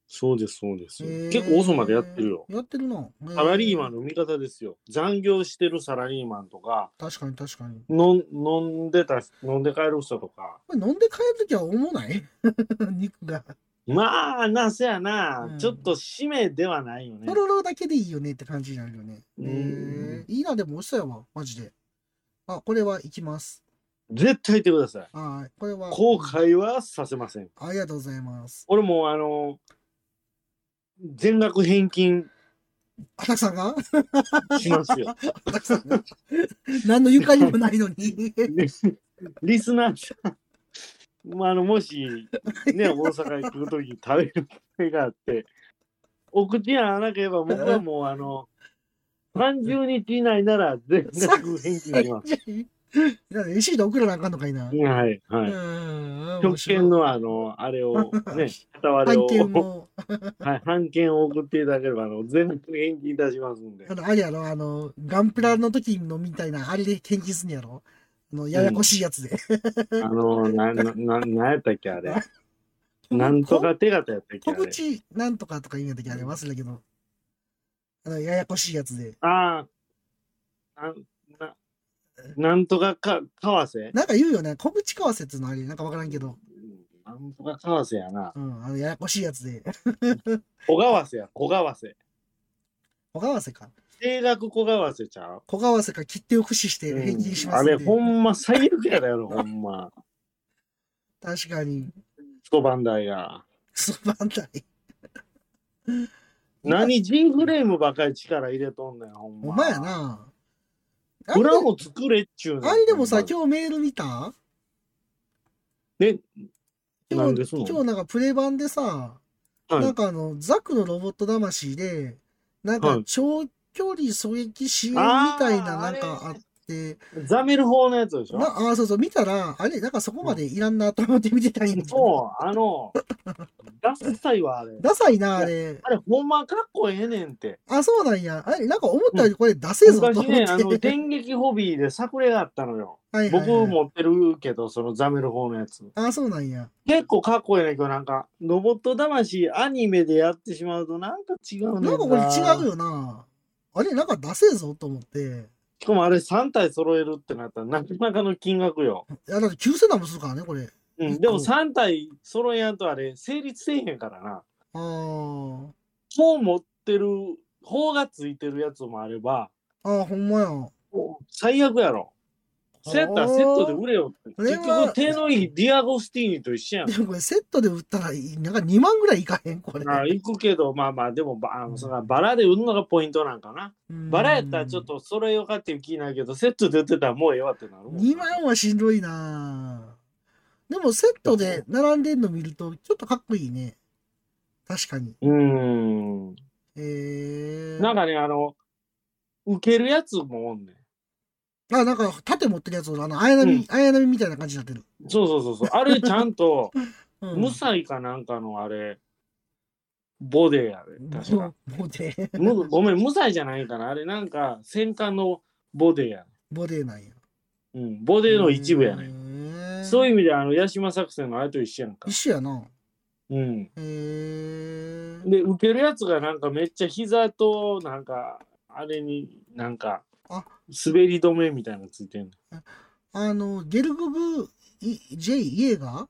[SPEAKER 3] そうです、そうです。
[SPEAKER 2] へー
[SPEAKER 3] 結構遅までやってるよ。
[SPEAKER 2] やってるな。
[SPEAKER 3] サラリーマン
[SPEAKER 2] ン。
[SPEAKER 3] の味方ですよ。残業してるサラリーマンとか、
[SPEAKER 2] 確かに確かに。
[SPEAKER 3] のん飲んでた、飲んで帰る人とか。
[SPEAKER 2] これ飲んで帰る時は重ない 肉が。
[SPEAKER 3] まあ、なせやな、
[SPEAKER 2] うん
[SPEAKER 3] ちょっと使命ではないよね
[SPEAKER 2] と。ろろだけでいいよねって感じになるよね。
[SPEAKER 3] うん
[SPEAKER 2] えーいいな、でも美味しそうやわ、マジで。あ、これは行きます。
[SPEAKER 3] 絶対行ってください。
[SPEAKER 2] はい、これは。
[SPEAKER 3] 後悔はさせません。
[SPEAKER 2] ありがとうございます。
[SPEAKER 3] 俺もうあの、全額返金
[SPEAKER 2] あたくさんが
[SPEAKER 3] しますよ。
[SPEAKER 2] あたくさんが 何のゆかりもないのに。
[SPEAKER 3] でリスナーさん、まあ、あのもし、ね、大阪に来るとき食べる機会があって、お口に合わなければ僕はもうあの、30日以内なら全額返金します。
[SPEAKER 2] だからレシート送らなあかんのかいな。
[SPEAKER 3] はいはい。
[SPEAKER 2] 直
[SPEAKER 3] 直見のあの、あれを、ね、片割れ
[SPEAKER 2] 背景
[SPEAKER 3] を、
[SPEAKER 2] も、
[SPEAKER 3] はい、判件を送っていただければ、あの、全額返金いたしますん で
[SPEAKER 2] あ。のあれやろ、あの、ガンプラの時のみたいな、あれで献金すんやろ。あのややこしいやつで。
[SPEAKER 3] あの、な、な、な、なんやったっけ、あれ。なんとか手形やったっけ、
[SPEAKER 2] 小
[SPEAKER 3] あれ。
[SPEAKER 2] 口なんとかとか言うんやったっけあれ忘れたけど。あの、ややこしいやつで。
[SPEAKER 3] ああ、なん、な、なんとかか、かわせ
[SPEAKER 2] なんか言うよね。小口為替っていうのあれ、なんかわからんけど。
[SPEAKER 3] あなんとかかわせやな。
[SPEAKER 2] うん、あのややこしいやつで。
[SPEAKER 3] 小川瀬や、小川瀬。
[SPEAKER 2] 小川瀬か。
[SPEAKER 3] 定額小川瀬ちゃう
[SPEAKER 2] 小川瀬か切手を駆使して返金しますって
[SPEAKER 3] あれ、ほんま最悪やだよ、ほんま。
[SPEAKER 2] 確かに。
[SPEAKER 3] 一晩台が。
[SPEAKER 2] クソバンダイ。
[SPEAKER 3] 何、ジンフレームばかり力入れとんねん、ほんま。
[SPEAKER 2] ほんまや。な。あれで
[SPEAKER 3] 裏も作れっちゅうねん
[SPEAKER 2] あれでもさ、
[SPEAKER 3] ほんま
[SPEAKER 2] 今日メール見た
[SPEAKER 3] え
[SPEAKER 2] 今
[SPEAKER 3] なん
[SPEAKER 2] 日
[SPEAKER 3] でそんな
[SPEAKER 2] 今日なんかプレ版でさ、
[SPEAKER 3] はい
[SPEAKER 2] なんかあの、ザクのロボット魂で、なん
[SPEAKER 3] は
[SPEAKER 2] か
[SPEAKER 3] い
[SPEAKER 2] 長距離狙撃支援みたいな
[SPEAKER 3] あ
[SPEAKER 2] な
[SPEAKER 3] ー
[SPEAKER 2] んかあって、
[SPEAKER 3] ザメル法のやつでしょ、
[SPEAKER 2] まああー、そうそう、見たら、あれ、なんかそこまでいらんなと思って見てたんやけど、
[SPEAKER 3] そう、あの、ダッサいわ、あれ。
[SPEAKER 2] ダサいな、あれ。
[SPEAKER 3] あれ、ほんまかっこええねんって。
[SPEAKER 2] あ、そうなんや。あれ、なんか思ったよりこれ出せぞと
[SPEAKER 3] 昔
[SPEAKER 2] 思
[SPEAKER 3] ね、あ
[SPEAKER 2] っ
[SPEAKER 3] の、
[SPEAKER 2] て。
[SPEAKER 3] 電撃ホビーで作例があったのよ。
[SPEAKER 2] はいはい
[SPEAKER 3] 僕
[SPEAKER 2] はい
[SPEAKER 3] 持ってるけど、そのザメル法のやつ。
[SPEAKER 2] あ、そうなんや。
[SPEAKER 3] 結構かっこええねんけど、なんか、ロボット魂アニメでやってしまうと、なんか違うねん
[SPEAKER 2] なんかこれ違うよな。あれ、なんか出せぞと思って。
[SPEAKER 3] しかもあれ3体揃えるってなったらなかなかの金額よ。
[SPEAKER 2] いや、だって9000段もするからね、これ。
[SPEAKER 3] う
[SPEAKER 2] うん
[SPEAKER 3] ん、でも3体揃えやんとあれ成立せえへんからな。
[SPEAKER 2] あー。
[SPEAKER 3] 4持ってる、4がついてるやつもあれば、
[SPEAKER 2] あー、ほんまや。
[SPEAKER 3] 最悪やろ。そうやったらセットで売れよって。
[SPEAKER 2] これ
[SPEAKER 3] 結
[SPEAKER 2] は
[SPEAKER 3] 局手のいいディアゴスティーニと一緒やん
[SPEAKER 2] で。もこれセットで売ったらいい、なんか2万ぐらいいかへん、これ。
[SPEAKER 3] あ行くけど、まあまあ、でもば、あのそのバラで売るのがポイントなんかな。
[SPEAKER 2] うん
[SPEAKER 3] バラやったらちょっ。とそれよかっていう気ないけど、セットで売ってたらもうええわってなるもんな。
[SPEAKER 2] 2万はしんどいなでもセットで並んでんの見ると、ちょっとかっこいいね。確かに。
[SPEAKER 3] うーん。
[SPEAKER 2] えー。
[SPEAKER 3] なんかね、あの、受けるやつもおんねん。
[SPEAKER 2] あ、なんか盾持ってるやつを、あの、綾波、綾波みたいな感じになってる。
[SPEAKER 3] そうそ うそうそう。あれちゃんと、
[SPEAKER 2] うん
[SPEAKER 3] 無罪かなんかのあれ、ボデやで、確か。
[SPEAKER 2] ボデ、
[SPEAKER 3] むごめん、無罪じゃないかな。あれなんか、戦艦のボデや
[SPEAKER 2] ボデなんや。
[SPEAKER 3] ねん。うん、ボデの一部やねん。
[SPEAKER 2] ね
[SPEAKER 3] そういう
[SPEAKER 2] う。
[SPEAKER 3] 意味で、あの、八島作戦のあれと一緒やんか
[SPEAKER 2] 一。緒やな。
[SPEAKER 3] うん。
[SPEAKER 2] へえ。
[SPEAKER 3] で、受けるやつがなんかめっちゃ膝と、なんか、あれに、なんか
[SPEAKER 2] あ、
[SPEAKER 3] 滑り止めみたいなのついてんの。
[SPEAKER 2] あの、ゲルググイ J イエーガ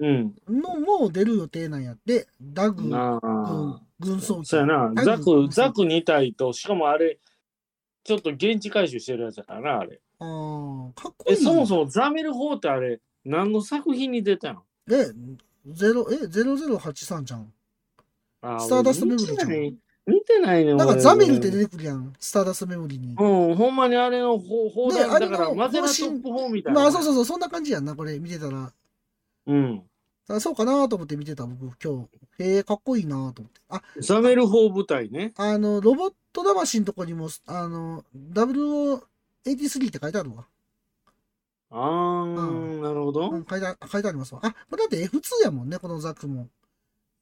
[SPEAKER 3] うん。
[SPEAKER 2] ーのも出る予定なんやって、ダグ
[SPEAKER 3] なあ。
[SPEAKER 2] 軍装機
[SPEAKER 3] そうやな。
[SPEAKER 2] 多分
[SPEAKER 3] ザク、ザク2体と、しかもあれ、ちょっと現地回収してるやつやからな、あれ。
[SPEAKER 2] あーかっこいい。
[SPEAKER 3] え、そもそもザメル4ってあれ、何の作品に出たの
[SPEAKER 2] え、ゼロ、え、0083じゃん。
[SPEAKER 3] あ
[SPEAKER 2] スターダストメモリー
[SPEAKER 3] 俺
[SPEAKER 2] じゃん
[SPEAKER 3] 見てない見てないね。
[SPEAKER 2] なんか
[SPEAKER 3] 俺
[SPEAKER 2] ザメルって出てくるやん、スターダストメモリーに。
[SPEAKER 3] うん、ほんまにあれの砲砲
[SPEAKER 2] ね
[SPEAKER 3] 弾
[SPEAKER 2] あれ
[SPEAKER 3] だ
[SPEAKER 2] の
[SPEAKER 3] から、マゼラト
[SPEAKER 2] 方針
[SPEAKER 3] ップ4みたいな。
[SPEAKER 2] まあ、そうそうそう、そんな感じやんな、これ見てたら。
[SPEAKER 3] う。うん。
[SPEAKER 2] あそうかなと思って見てた、僕、今日。へえ、かっこいいなと思って。あ、
[SPEAKER 3] ザメル4部隊ね。
[SPEAKER 2] あの、ロボット魂のとこにも、あの、0083って書いてあるわ。
[SPEAKER 3] あー、
[SPEAKER 2] うん
[SPEAKER 3] なるほど。
[SPEAKER 2] うん、書いてあ書いてありますわ。あ、これだって F2 やもんね、このザクも。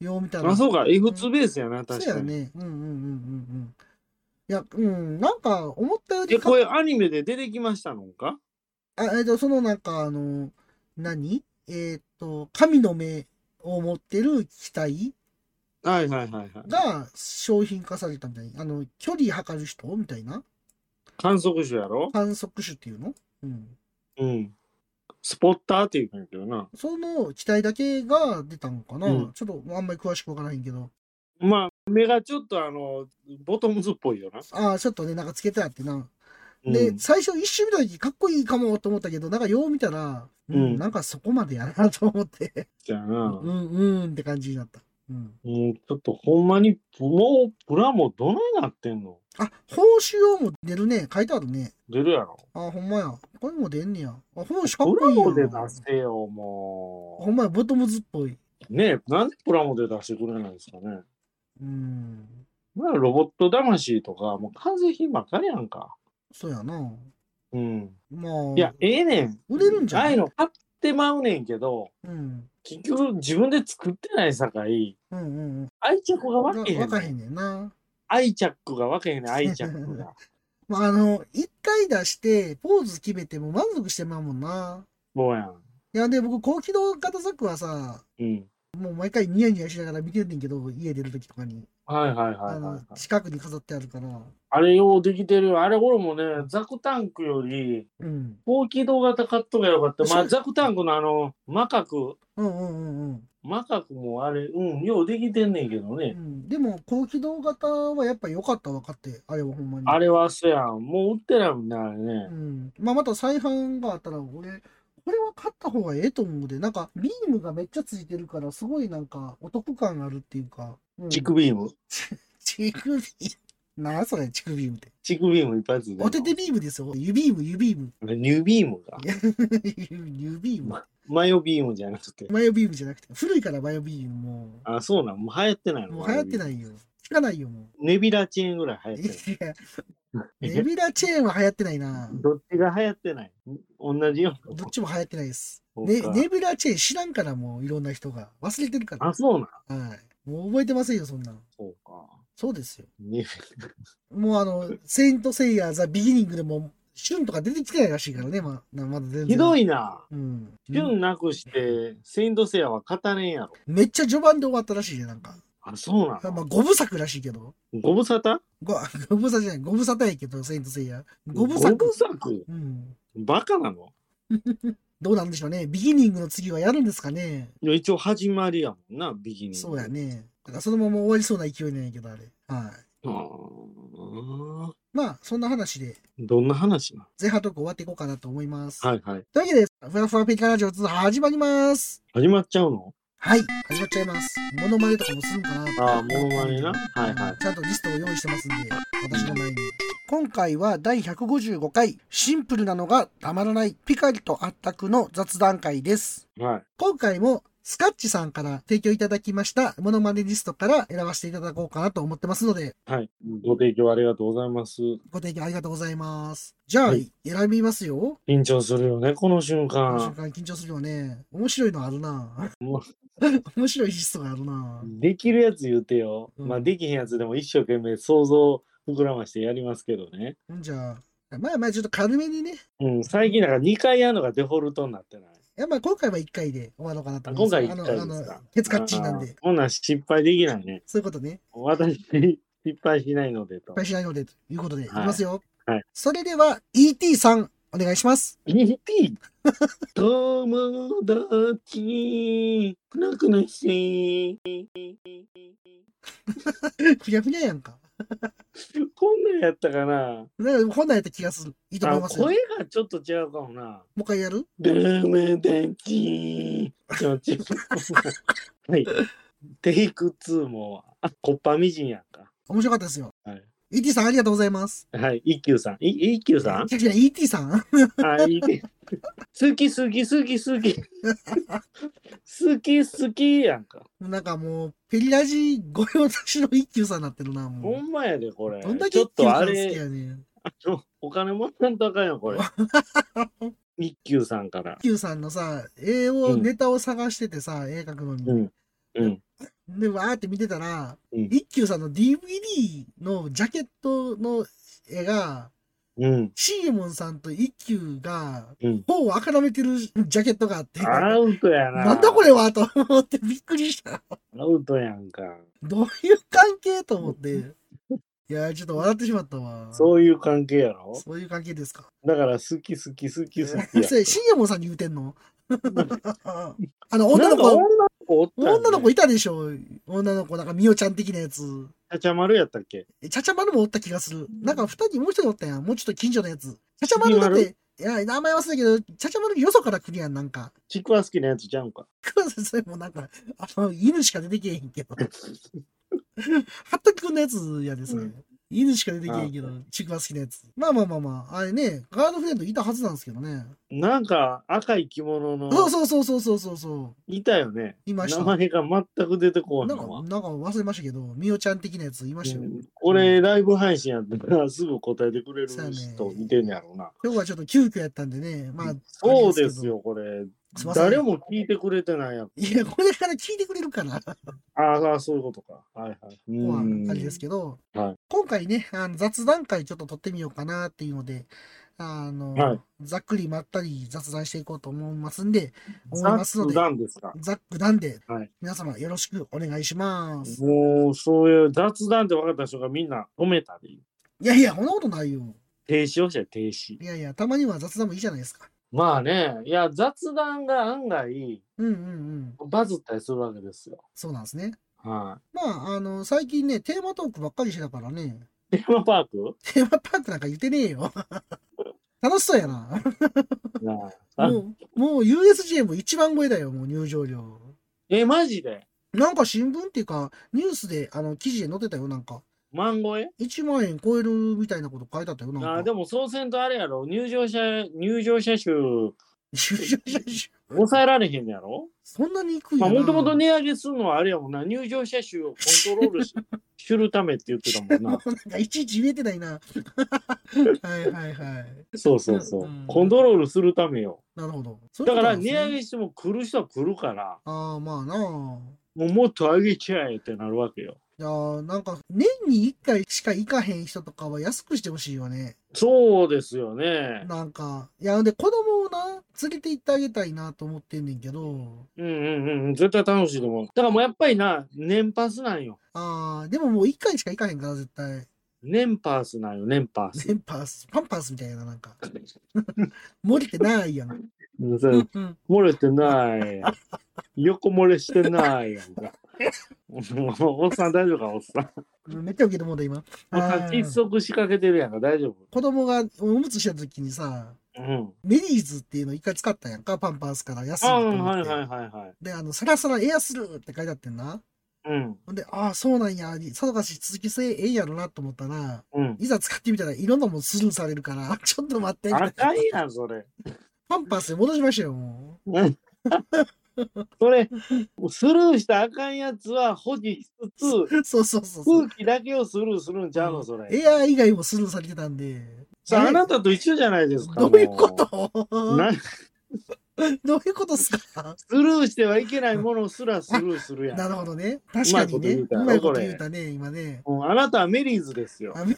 [SPEAKER 2] よう見たら。
[SPEAKER 3] あ、そうか、F2 ベースやな、
[SPEAKER 2] そう
[SPEAKER 3] 確か
[SPEAKER 2] や
[SPEAKER 3] に。
[SPEAKER 2] ね。うんうんうんうんうん。いや、うん、なんか、思ったより
[SPEAKER 3] え、
[SPEAKER 2] か
[SPEAKER 3] これアニメで出てきましたのか
[SPEAKER 2] あ、えっと、そのなんか、あの、何えっと、神の目を持ってる機体
[SPEAKER 3] はいはいはいはい。
[SPEAKER 2] が商品化されたみたいな。あの、距離測る人みたいな。
[SPEAKER 3] 観測手やろ
[SPEAKER 2] 観測手っていうのうん。
[SPEAKER 3] うん。スポッターって言うんやけどな。
[SPEAKER 2] その機体だけが出たのかな、
[SPEAKER 3] うん
[SPEAKER 2] ちょっとあんまり詳しくわからへんけど。
[SPEAKER 3] まあ、目がちょっとあの、ボトムズっぽいよな。
[SPEAKER 2] ああ、ちょっとね、なんかつけてあってな。
[SPEAKER 3] うん
[SPEAKER 2] で、最初一瞬見た時かっこいいかもと思ったけど、なんかよう見たら、うん、
[SPEAKER 3] うん
[SPEAKER 2] なんかそこまでやなと思って、
[SPEAKER 3] じゃあ
[SPEAKER 2] う
[SPEAKER 3] な。
[SPEAKER 2] ん、うんって感じになった。うん。
[SPEAKER 3] もうちょっとほんまに、もうプラモどないなってんの
[SPEAKER 2] あ、報酬をも出るね。書いてあるね。
[SPEAKER 3] 出るやろ。
[SPEAKER 2] あ、ほんまや。これも出んねや。あ、報酬
[SPEAKER 3] プ
[SPEAKER 2] かっこ
[SPEAKER 3] ラ
[SPEAKER 2] いい
[SPEAKER 3] モで
[SPEAKER 2] よ
[SPEAKER 3] 出
[SPEAKER 2] な。
[SPEAKER 3] せよ、
[SPEAKER 2] ほ
[SPEAKER 3] も
[SPEAKER 2] んまや、ボトムズっぽい。
[SPEAKER 3] う。ねえ、なんでプラモで出してくれないんですかね。
[SPEAKER 2] うん。
[SPEAKER 3] まあ、ロボット魂とか、もう完成品ばっかりやんか。
[SPEAKER 2] そうやな。
[SPEAKER 3] うん。
[SPEAKER 2] まあ。
[SPEAKER 3] いや、ええねん。
[SPEAKER 2] 売れるんじゃない
[SPEAKER 3] ああいうの買ってまうねんけど、
[SPEAKER 2] うん。
[SPEAKER 3] 結局自分で作ってないさかい、
[SPEAKER 2] うんうんうん。
[SPEAKER 3] 愛着がわけへ
[SPEAKER 2] わ
[SPEAKER 3] ん
[SPEAKER 2] か
[SPEAKER 3] ね
[SPEAKER 2] へ
[SPEAKER 3] ん。
[SPEAKER 2] んねんな。
[SPEAKER 3] 愛着がわけへんねん、愛着 が。
[SPEAKER 2] まあ、あの、一回出して、ポーズ決めても満足してまうもんな。
[SPEAKER 3] もうやん。
[SPEAKER 2] いや、で、僕、高機動型ザクはさ、
[SPEAKER 3] うん。
[SPEAKER 2] もう毎回ニヤニヤしながら見てんねんけど、家出るときとかに、
[SPEAKER 3] はいはいはい
[SPEAKER 2] あ
[SPEAKER 3] はい、は
[SPEAKER 2] の
[SPEAKER 3] い。
[SPEAKER 2] 近くに飾ってあるから、
[SPEAKER 3] あれようできてるよ。あれ俺もね、ザクタンクより、
[SPEAKER 2] うん。
[SPEAKER 3] 高機動型買っとけばよかった。ま
[SPEAKER 2] そう
[SPEAKER 3] あ、ザクタンクのあの、マカク、
[SPEAKER 2] うんうんうんうん。
[SPEAKER 3] マカクもあれ、うん、ようできてんねんけど
[SPEAKER 2] う
[SPEAKER 3] ね。
[SPEAKER 2] ん、でも、高機動型はやっぱ良かったわかって、あれはほんまに。
[SPEAKER 3] あれはそやん。もう売ってないもんね、あれ
[SPEAKER 2] う
[SPEAKER 3] ね。
[SPEAKER 2] ん。まあ、また再販があったら、俺、これは買った方がええと思うで、なんか、ビームがめっちゃついてるから、すごいなんか、お得感あるっていうか。うん、
[SPEAKER 3] チクビーム。
[SPEAKER 2] チクビーム。 なあ、それ、チクビームって。
[SPEAKER 3] チクビームいっぱいついてる
[SPEAKER 2] おててビームですよ。湯ビーム、湯ビーム。
[SPEAKER 3] ニュービームか。
[SPEAKER 2] 湯ビーム。
[SPEAKER 3] マヨビームじゃなくて。
[SPEAKER 2] マヨビームじゃなくて、古いからマヨビームも、
[SPEAKER 3] あ、そうなん。もう流行ってないうの
[SPEAKER 2] もう流行って
[SPEAKER 3] い。
[SPEAKER 2] ないよ。聞かないよ、も。
[SPEAKER 3] ネビラチェーンぐらいう流
[SPEAKER 2] い
[SPEAKER 3] 行って
[SPEAKER 2] や、
[SPEAKER 3] ない。
[SPEAKER 2] ネビラチェーンは流行ってないな。
[SPEAKER 3] どっちが流行ってない同じような
[SPEAKER 2] どっちも流行ってないです。
[SPEAKER 3] もん
[SPEAKER 2] ね、
[SPEAKER 3] か
[SPEAKER 2] ネビラチェーン知らんからもういろんな人が忘れてるから。
[SPEAKER 3] あ、そうなん。
[SPEAKER 2] はい。もう覚えてませんよ、そんなん。
[SPEAKER 3] そうか。
[SPEAKER 2] そうですよ。
[SPEAKER 3] ネビ
[SPEAKER 2] もうあの、セイント・セイヤー・ザ・ビギニングでも、シュンとか出てきてないらしいからね、まなまだ全然。
[SPEAKER 3] ひど
[SPEAKER 2] い。
[SPEAKER 3] いな。
[SPEAKER 2] うん。
[SPEAKER 3] 順なくして、セイントセイヤは勝たねえやろ。
[SPEAKER 2] めっちゃ序盤で終わったらしいね、なんか。
[SPEAKER 3] あ、そうな
[SPEAKER 2] まあ、
[SPEAKER 3] の
[SPEAKER 2] 五部作らしいけど。
[SPEAKER 3] ご無沙汰
[SPEAKER 2] ご、 ご無沙汰じゃない、ご無沙汰やけど、セイント・セイヤー。五部作
[SPEAKER 3] ご無沙汰
[SPEAKER 2] うん。
[SPEAKER 3] バカなの
[SPEAKER 2] どうなんでしょうね。ビギニングの次はやるんですかね。
[SPEAKER 3] いや一応始まりやもんな、ビギニング。
[SPEAKER 2] そうや。ね。だからそのまま終わりそうな勢いなんやけど、あれ。はい。
[SPEAKER 3] あー
[SPEAKER 2] まあ、そんな話で、
[SPEAKER 3] どんな話な
[SPEAKER 2] 前半トーク終わっていこうかなと思います。
[SPEAKER 3] のはいはい。
[SPEAKER 2] というわけで、ふわふわペリカラジオ2始まります。
[SPEAKER 3] 始まっちゃうの
[SPEAKER 2] はい、始まっちゃいます。モノマネとかもするんかな
[SPEAKER 3] ああ、モノマネな。はいはい。
[SPEAKER 2] ちゃんとリストを用意してますんで、私の前に。今回は第155回、シンプルなのがたまらない、ピカリとアッタクの雑談会です。
[SPEAKER 3] はい。
[SPEAKER 2] 今回も、スカッチさんから提供いただきましたモノマネリストから選ばせていただこうかなと思ってますので、
[SPEAKER 3] はい。ご提供ありがとうございます。
[SPEAKER 2] ご提供ありがとうございます。じゃあ、
[SPEAKER 3] はい
[SPEAKER 2] 選びますよ。
[SPEAKER 3] 緊張するよね、この瞬
[SPEAKER 2] この瞬
[SPEAKER 3] 間。
[SPEAKER 2] 間緊張するよね。面白いのあるな。
[SPEAKER 3] も
[SPEAKER 2] 面白いリストがあるな。
[SPEAKER 3] できるやつ言うてよ。
[SPEAKER 2] うん
[SPEAKER 3] まあ、できへんやつでも一生懸命想像膨らましてやりますけどね。
[SPEAKER 2] ほんじゃあ、まあまあちょっと軽めにね。い
[SPEAKER 3] うん、最近なんか2回やるのがデフォルトになってない。
[SPEAKER 2] やまあ今回は1回で終わろうかなと
[SPEAKER 3] あ
[SPEAKER 2] 思い
[SPEAKER 3] 今
[SPEAKER 2] ます。
[SPEAKER 3] 回1回です
[SPEAKER 2] あの、あ
[SPEAKER 3] か
[SPEAKER 2] の、。ケツカッチンなんで、
[SPEAKER 3] あー。こんなん失敗できないね。
[SPEAKER 2] そういうことね。いっ
[SPEAKER 3] 私、失敗しないのでと
[SPEAKER 2] ぱ。いしないので、ということで、いき
[SPEAKER 3] はい
[SPEAKER 2] ますよ。
[SPEAKER 3] はい
[SPEAKER 2] それでは、ET さん、お願いします。
[SPEAKER 3] ET! 友達、くなくなし。
[SPEAKER 2] ふにゃふにゃやんか。
[SPEAKER 3] こんなんやったかな
[SPEAKER 2] なんか本来やった気がする。いいと思い
[SPEAKER 3] あ
[SPEAKER 2] ますよ。もう
[SPEAKER 3] 声がちょっと違うかもな。
[SPEAKER 2] 一回やる
[SPEAKER 3] 友達、ちょ、ちょ、はい。テイク2も、あ、コッパみじんやんか。
[SPEAKER 2] 面白かったですよ。
[SPEAKER 3] はい
[SPEAKER 2] ET さん、ありがとうございます。
[SPEAKER 3] はい、一休さん。い一休さん
[SPEAKER 2] いやいや ?ET さん
[SPEAKER 3] あ、いいね。好き好き好き好き。好き好きやんか。
[SPEAKER 2] なんかもう、ペリラジ御用達の一休さんになってるな、
[SPEAKER 3] ほ
[SPEAKER 2] も
[SPEAKER 3] んまやで、これ。
[SPEAKER 2] う。どんだ
[SPEAKER 3] ち
[SPEAKER 2] け
[SPEAKER 3] ょ
[SPEAKER 2] 一
[SPEAKER 3] っ
[SPEAKER 2] 休
[SPEAKER 3] と
[SPEAKER 2] さ
[SPEAKER 3] あ
[SPEAKER 2] ん好き
[SPEAKER 3] れ、
[SPEAKER 2] やねん。
[SPEAKER 3] あのお金もなんとあかんよ、 これ。一休さんから。
[SPEAKER 2] 一休さんのさ、絵を、
[SPEAKER 3] うん
[SPEAKER 2] ネタを探しててさ、絵描くのに。
[SPEAKER 3] うん。うん。
[SPEAKER 2] で、わーって見てたら、
[SPEAKER 3] うん
[SPEAKER 2] 一休さんの DVD のジャケットの絵が、
[SPEAKER 3] うん。
[SPEAKER 2] シーゲモンさんと一休が
[SPEAKER 3] うん、
[SPEAKER 2] 頬をあからめてるジャケットがあって、
[SPEAKER 3] アウトやな。
[SPEAKER 2] なんだこれはと思ってびっくりした。
[SPEAKER 3] アウトやんか。
[SPEAKER 2] どういう関係と思って。いやー、ちょっと笑ってしまったわ。
[SPEAKER 3] そういう関係やろ
[SPEAKER 2] そういう関係ですか。
[SPEAKER 3] だから好き好き好き好きや
[SPEAKER 2] それ、シーゲモンさんに言うてん のあの、
[SPEAKER 3] ん。
[SPEAKER 2] 女
[SPEAKER 3] な
[SPEAKER 2] の
[SPEAKER 3] んか女
[SPEAKER 2] 子、
[SPEAKER 3] の子おったよね
[SPEAKER 2] 女の子いたでしょ女の子、なんかミオちゃん的なやつ。
[SPEAKER 3] ちゃちゃ丸やったっけ
[SPEAKER 2] えちゃちゃまるもおった気がする。なんか二人もう一人おったやん。もうちょっと近所のやつ。ちゃちゃまるだって、いや、名前忘れたけど、ちゃちゃまるよそから来るやん、なんか。
[SPEAKER 3] ちくわ好きなやつちゃうんか。
[SPEAKER 2] 黒瀬それもなんか、あの、犬しか出てけえへんけ ど。はったきくんのやつやですね。
[SPEAKER 3] うん
[SPEAKER 2] 犬しか出てけえへんけど、ちくわ好きなやつ。まあまあまあまあ、あれね、ガードフレンドいたはずなんですけどね。
[SPEAKER 3] なんか赤い着物の
[SPEAKER 2] そうそうそうそうそうそうそ
[SPEAKER 3] いたよね。
[SPEAKER 2] いました
[SPEAKER 3] 名前が全く出てこ
[SPEAKER 2] う。
[SPEAKER 3] な
[SPEAKER 2] ないんか、な
[SPEAKER 3] わ
[SPEAKER 2] ん。か忘れましたけど、みおちゃん的なやついましたよ。
[SPEAKER 3] 俺、ライブ配信やったら すぐ答えてくれる人見てんやろうな。
[SPEAKER 2] 今日はちょっと急遽やったんでね、まあ、
[SPEAKER 3] そ
[SPEAKER 2] あれ
[SPEAKER 3] うで
[SPEAKER 2] け
[SPEAKER 3] す
[SPEAKER 2] ど。
[SPEAKER 3] よ、これ。
[SPEAKER 2] すいません。
[SPEAKER 3] 誰も聞いてくれてないやん。
[SPEAKER 2] いや、これから聞いてくれるかな。
[SPEAKER 3] ああ、そういうことか。はいはい。う
[SPEAKER 2] まあ
[SPEAKER 3] ん
[SPEAKER 2] あれですけど、
[SPEAKER 3] はい
[SPEAKER 2] 今回ね、あの雑談会ちょっと撮ってみようかなっていうので、あの、
[SPEAKER 3] はい
[SPEAKER 2] ざっくりまったり雑談していこうと思いますんで、思い
[SPEAKER 3] ザ
[SPEAKER 2] ますの
[SPEAKER 3] ッ
[SPEAKER 2] で
[SPEAKER 3] クダンですか。
[SPEAKER 2] ざっくなんで、
[SPEAKER 3] はい
[SPEAKER 2] 皆様よろしくお願いします。
[SPEAKER 3] もう、そういう雑談って分かった人がみんな止めたり、
[SPEAKER 2] いやいや、こんなことないよ。
[SPEAKER 3] 停止をして停止。
[SPEAKER 2] いやいや、たまには雑談もいいじゃないですか。
[SPEAKER 3] まあね、いや、雑談が案外、
[SPEAKER 2] うんうんうん。
[SPEAKER 3] バズったりするわけですよ。
[SPEAKER 2] そうなんですね。
[SPEAKER 3] は
[SPEAKER 2] まあ、あの、最近ね、テーマトークばっかりしてたからね、
[SPEAKER 3] い。テーマパーク
[SPEAKER 2] テーマパークなんか言ってねえよ。 楽しそうやな。
[SPEAKER 3] いや
[SPEAKER 2] もう、もう USJ も1万超えだよ、もう入場料。
[SPEAKER 3] え、マジで
[SPEAKER 2] なんか新聞っていうか、ニュースで、あの、記事で載ってたよ、なんか。
[SPEAKER 3] マンゴーえ
[SPEAKER 2] 1万円超えるみたいなこと書いてあったよ、なんか。
[SPEAKER 3] あーでもそうせんとあれやろ、入場者、入場者数、
[SPEAKER 2] 入場者
[SPEAKER 3] 抑えられへんやろ
[SPEAKER 2] そんなにいくよ
[SPEAKER 3] ま
[SPEAKER 2] な。
[SPEAKER 3] あ、もともと値上げするのはあれやもんな、入場者数をコントロー ルしするためって言ってたもん
[SPEAKER 2] も
[SPEAKER 3] な。
[SPEAKER 2] う なんかいちいち言えてない な。はいはいはい。。
[SPEAKER 3] そうそうそううんコントロールするためよ。
[SPEAKER 2] なるほど。
[SPEAKER 3] だから値上
[SPEAKER 2] げ。
[SPEAKER 3] げしても来る人は来るから、
[SPEAKER 2] ああ、まあなあ。
[SPEAKER 3] もうもっと上げちゃえってなるわけよ。
[SPEAKER 2] いやーなんか年に1回しか行かへん人とかは安くしてほしいよね。
[SPEAKER 3] そうですよね。
[SPEAKER 2] なんか、いや、で、子供をな、連れて行ってあげたいなと思ってんねんけど、
[SPEAKER 3] うんうんうん。絶対楽しいと思う。だからもうやっぱりな、年パスなんよ。
[SPEAKER 2] ああ、でももう1回しか行かへんから、絶対。
[SPEAKER 3] 年パスなんよ、年パス。
[SPEAKER 2] 年パス、パンパスみたいな、なん か。漏れてないやん。
[SPEAKER 3] うん
[SPEAKER 2] う
[SPEAKER 3] そうん
[SPEAKER 2] うん
[SPEAKER 3] 漏れてない。横漏れしてないやんか。 おっさん大丈夫か、おっさん。
[SPEAKER 2] めっちゃ受けてもうた、今。
[SPEAKER 3] おっさ
[SPEAKER 2] あ
[SPEAKER 3] ん、
[SPEAKER 2] ー
[SPEAKER 3] 窒息しかけてるやんか、大丈夫。
[SPEAKER 2] 子供がおむつした時にさ、
[SPEAKER 3] うん。
[SPEAKER 2] メリーズっていうの一回使ったやんか、パンパースから安い
[SPEAKER 3] あ
[SPEAKER 2] と
[SPEAKER 3] あ、
[SPEAKER 2] 思って
[SPEAKER 3] はいはいはいはい。
[SPEAKER 2] で、あの、サラサラエアスルーって書いてあってんな。
[SPEAKER 3] うん。
[SPEAKER 2] ほんで、ああ、そうなんや、さぞかし続き性ええんやろなと思ったら、
[SPEAKER 3] うん。
[SPEAKER 2] いざ使ってみたらいろんなもんスルーされるから、 ちょっと待って、
[SPEAKER 3] あかんやん、それ。
[SPEAKER 2] パンパースに戻しましたよ、も
[SPEAKER 3] それ、スルーしたらあかんやつは保持しつつ、
[SPEAKER 2] う。そうそうそうそう。
[SPEAKER 3] 空気だけをスルーするんちゃうの、それ。
[SPEAKER 2] エア以外もスルーされてたんで。
[SPEAKER 3] さあ、
[SPEAKER 2] え
[SPEAKER 3] あなたと一緒じゃないですか。
[SPEAKER 2] どういうこ
[SPEAKER 3] も
[SPEAKER 2] と
[SPEAKER 3] うな
[SPEAKER 2] どういうことっすか
[SPEAKER 3] スルーしてはいけないものすらスルーするやん。
[SPEAKER 2] なるほどね。確かにね。う
[SPEAKER 3] うま
[SPEAKER 2] まい
[SPEAKER 3] い
[SPEAKER 2] こ
[SPEAKER 3] ことと
[SPEAKER 2] 言
[SPEAKER 3] 言
[SPEAKER 2] う
[SPEAKER 3] う
[SPEAKER 2] たね、今ね。
[SPEAKER 3] うんあなたはメリーズですよ。
[SPEAKER 2] あめ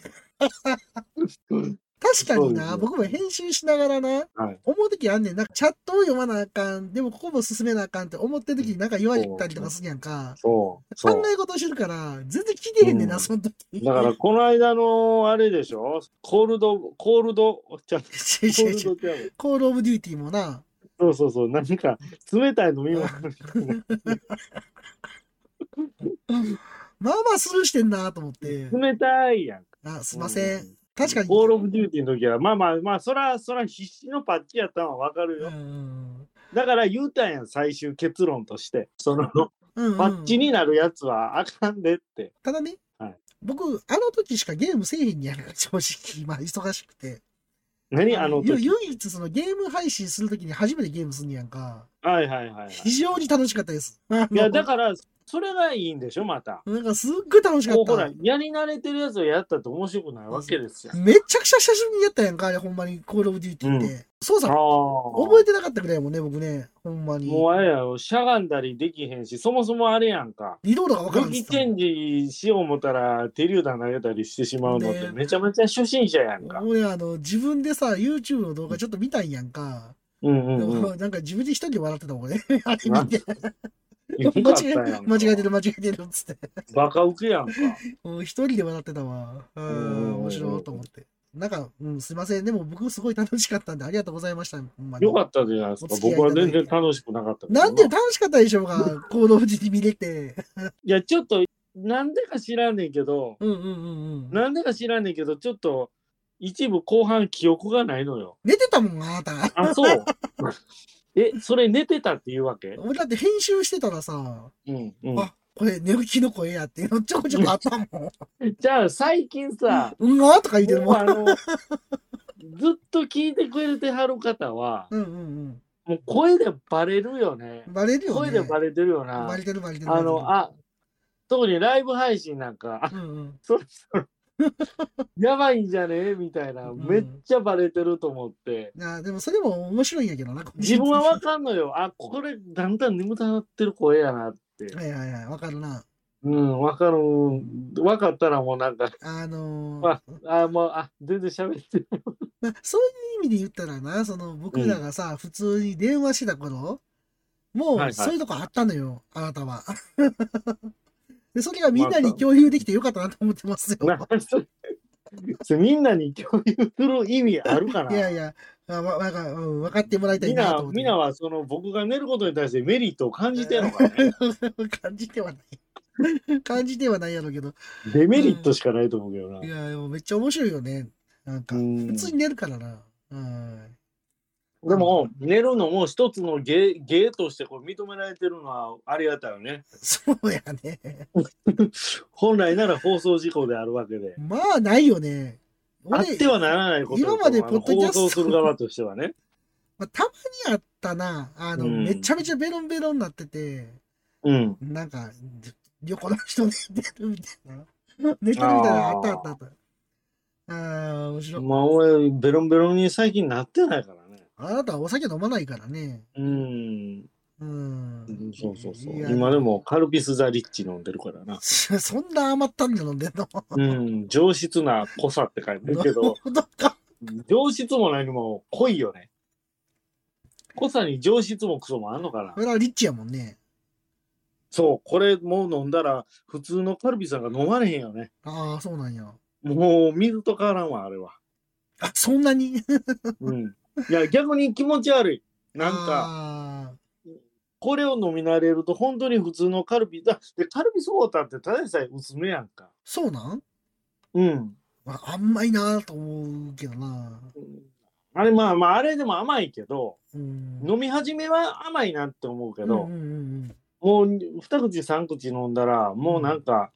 [SPEAKER 2] 確かにな、
[SPEAKER 3] そうですね
[SPEAKER 2] 僕も編集しながらな、
[SPEAKER 3] はい
[SPEAKER 2] 思うときあんねん。なんかチャットを読まなあかん、でもここも進めなあかんって思ってるときになんか言われたりとかするやんか。
[SPEAKER 3] そう。
[SPEAKER 2] 考
[SPEAKER 3] そう。
[SPEAKER 2] え事してるから、全然聞いてへんねんな、
[SPEAKER 3] うん
[SPEAKER 2] その時。
[SPEAKER 3] だから、この間のあれでしょコールド、コールド、ちゃう
[SPEAKER 2] 違う
[SPEAKER 3] コ
[SPEAKER 2] 違う
[SPEAKER 3] ール
[SPEAKER 2] 違う
[SPEAKER 3] ドちゃう
[SPEAKER 2] コールオブデューティーもな、
[SPEAKER 3] そうそうそう、何か冷たい飲み物。
[SPEAKER 2] まあまあスルーしてんなと思って。
[SPEAKER 3] 冷たいやんか。
[SPEAKER 2] あ、すいませ。。
[SPEAKER 3] うん
[SPEAKER 2] 確かに。
[SPEAKER 3] コールオブデューティーの時は、まあまあまあ、そら、そら必死のパッチやったのはわかる
[SPEAKER 2] うん
[SPEAKER 3] よ。
[SPEAKER 2] うん
[SPEAKER 3] だから言うたんやん、最終結論として。その、
[SPEAKER 2] うんうん。
[SPEAKER 3] パッチになるやつはあかんでって。
[SPEAKER 2] ただね、
[SPEAKER 3] はい
[SPEAKER 2] 僕、あの時しかゲームせえへんやんか、正直。まあ、忙しくて。
[SPEAKER 3] 何あの
[SPEAKER 2] ゆ
[SPEAKER 3] 時。
[SPEAKER 2] 唯一、そのゲーム配信するときに初めてゲームすんねやんか。
[SPEAKER 3] はいはいはいはい。
[SPEAKER 2] 非常に楽しかったです。あの
[SPEAKER 3] いや、だから、それがいいんでしょ、また。
[SPEAKER 2] なんかすっごい楽しか
[SPEAKER 3] こ
[SPEAKER 2] っ
[SPEAKER 3] うほら
[SPEAKER 2] た。、
[SPEAKER 3] やり慣れてるやつをやったって面白くないわけですよ。
[SPEAKER 2] めちゃくちゃ久しぶりにやったやんか、あれ、ほんまに、コールオブデューティーって。操
[SPEAKER 3] ああ
[SPEAKER 2] 作、。覚えてなかったぐらいもんね、僕ね。ほんまに。
[SPEAKER 3] もうあれやろ、しゃがんだりできへんし、そもそもあれやんか。
[SPEAKER 2] リロードが分から
[SPEAKER 3] 武
[SPEAKER 2] ん
[SPEAKER 3] 器
[SPEAKER 2] し
[SPEAKER 3] チェンジしよう思ったら、手榴弾投げたりしてしまうのっ
[SPEAKER 2] ね
[SPEAKER 3] て、めちゃめちゃ初心者やんか。
[SPEAKER 2] 俺、あの、自分でさ、YouTube の動画ちょっと見たんやんか。
[SPEAKER 3] うんうんうん。
[SPEAKER 2] なんか自分で一人で笑ってたも んね。あれ見て。
[SPEAKER 3] よ か
[SPEAKER 2] 間
[SPEAKER 3] っ
[SPEAKER 2] 違
[SPEAKER 3] た
[SPEAKER 2] え
[SPEAKER 3] やんか
[SPEAKER 2] 間違えてる間違えてるっつって。
[SPEAKER 3] バカウ ケやんか。
[SPEAKER 2] うん一人で笑ってたわ。うん、
[SPEAKER 3] ん
[SPEAKER 2] 面白いと思って。なんか、うん、すいません。でも僕すごい楽しかったんで、ありがとうございました。ほんまに
[SPEAKER 3] よかったじゃないですか
[SPEAKER 2] お。付き合い
[SPEAKER 3] 僕はい
[SPEAKER 2] ただい
[SPEAKER 3] 全
[SPEAKER 2] て
[SPEAKER 3] 然楽しくなかったけど
[SPEAKER 2] なんで楽しかったでしょうか、行動時に見れて。
[SPEAKER 3] いや、ちょっと、なんでか知らんねんけど、
[SPEAKER 2] うんうんうんうん。
[SPEAKER 3] なんでか知らんねんけど、ちょっと、一部後半記憶がないのよ。
[SPEAKER 2] 寝てたもん、あなた。
[SPEAKER 3] あ、 そう。え、それ寝てたっていうわけ
[SPEAKER 2] 俺だって編集してたらさ、
[SPEAKER 3] うんうん。
[SPEAKER 2] あ、これ寝起きの声やっていうのちょこちょこあったもん。
[SPEAKER 3] じゃあ、最近さ、
[SPEAKER 2] うんあーとか言ってる
[SPEAKER 3] も
[SPEAKER 2] も
[SPEAKER 3] う
[SPEAKER 2] ん。
[SPEAKER 3] あの、ずっと聞いてくれてはる方は、
[SPEAKER 2] うんうん
[SPEAKER 3] もう声でバレるよね
[SPEAKER 2] う。ん。バレるよね。
[SPEAKER 3] 声でバレてるよな
[SPEAKER 2] バ。レてるバレてる。
[SPEAKER 3] あの、あ、特にライブ配信なんか、あ
[SPEAKER 2] うんうん。
[SPEAKER 3] そろそろやばいんじゃねみたいな、
[SPEAKER 2] うん
[SPEAKER 3] めっちゃバレてると思って。
[SPEAKER 2] あーでもそれも面白いんやけどな。
[SPEAKER 3] 自分はわかんのよ。あ、これ、だんだん眠たなってる声やなって。
[SPEAKER 2] はいはいはい、わかるな。
[SPEAKER 3] うん、わかる。わかったらもうなんか、
[SPEAKER 2] あのー
[SPEAKER 3] まあ、もう、あ、全然喋ってない。
[SPEAKER 2] まあ、そういう意味で言ったらな、その僕らがさ、普通に電話してた頃、も
[SPEAKER 3] はいは
[SPEAKER 2] う
[SPEAKER 3] い
[SPEAKER 2] そういうとこあったのよ、あなたは。 で、それがみんなに共有できてよかったなと思ってますよ。
[SPEAKER 3] なそれ それみんなに共有する意味あるかない
[SPEAKER 2] やいや、あわわかうん分かってもらいた
[SPEAKER 3] み
[SPEAKER 2] い
[SPEAKER 3] ん
[SPEAKER 2] な
[SPEAKER 3] な
[SPEAKER 2] と、思っ
[SPEAKER 3] み
[SPEAKER 2] て
[SPEAKER 3] ん。なはその僕が寝ることに対してメリットを感じてるのかね。
[SPEAKER 2] 感じてはない。 感じてはないやろうけど。
[SPEAKER 3] デメリットしかないと思うけどな。
[SPEAKER 2] いや、でもめっちゃ面白いよね。なんか、
[SPEAKER 3] うん
[SPEAKER 2] 普通に寝るからな。うん。
[SPEAKER 3] でも、寝るのも一つの芸芸としてこれ認められてるのはありがたいよね。
[SPEAKER 2] そうやね。
[SPEAKER 3] 本来なら放送事故であるわけで。
[SPEAKER 2] まあ、ないよね。
[SPEAKER 3] あっ
[SPEAKER 2] 俺
[SPEAKER 3] てはならないこと
[SPEAKER 2] 今までポッドキャスト
[SPEAKER 3] あの放送する側としてはね。
[SPEAKER 2] まあ、たまにあったな、あの、
[SPEAKER 3] うん
[SPEAKER 2] めちゃめちゃベロンベロンになってて、
[SPEAKER 3] うん。
[SPEAKER 2] なんか、横の人寝てるみたいな。寝てるみたいな、
[SPEAKER 3] あー
[SPEAKER 2] あったあったあった。あー、面白い。
[SPEAKER 3] まあ、俺、ベロンベロンに最近なってないからね。
[SPEAKER 2] あなたはお酒飲まないからね。
[SPEAKER 3] うん。
[SPEAKER 2] うん。
[SPEAKER 3] そうそうそう。
[SPEAKER 2] いや。
[SPEAKER 3] 今でもカルピス・ザ・リッチ飲んでるからな
[SPEAKER 2] そんな余ったんだ飲んでんの。
[SPEAKER 3] うん。上質な濃さって書いてるけど。
[SPEAKER 2] どっか。
[SPEAKER 3] 上質も何も濃いよね。濃さに上質もクソもあんのかな
[SPEAKER 2] これはリッチやもんね。
[SPEAKER 3] そう、これもう飲んだら普通のカルビさんが飲まれへんよね。
[SPEAKER 2] ああ、そうなんや。
[SPEAKER 3] もう水と変わらんわ、あれは。
[SPEAKER 2] あ、そんなに
[SPEAKER 3] うん。いや、逆に気持ち悪い。なんか、
[SPEAKER 2] か。
[SPEAKER 3] これを飲み慣れると本当に普通のカルビだ。で、カルビソータってただでさえ薄めやんか。
[SPEAKER 2] そうなん
[SPEAKER 3] うん。
[SPEAKER 2] ああんまいなと思うけどな。
[SPEAKER 3] あれ、まあまあ、あれでも甘いけど、
[SPEAKER 2] うん。
[SPEAKER 3] 飲み始めは甘いなって思うけ
[SPEAKER 2] け
[SPEAKER 3] ど、
[SPEAKER 2] うんうんうん
[SPEAKER 3] もう二口三口飲んだら、もうなんか、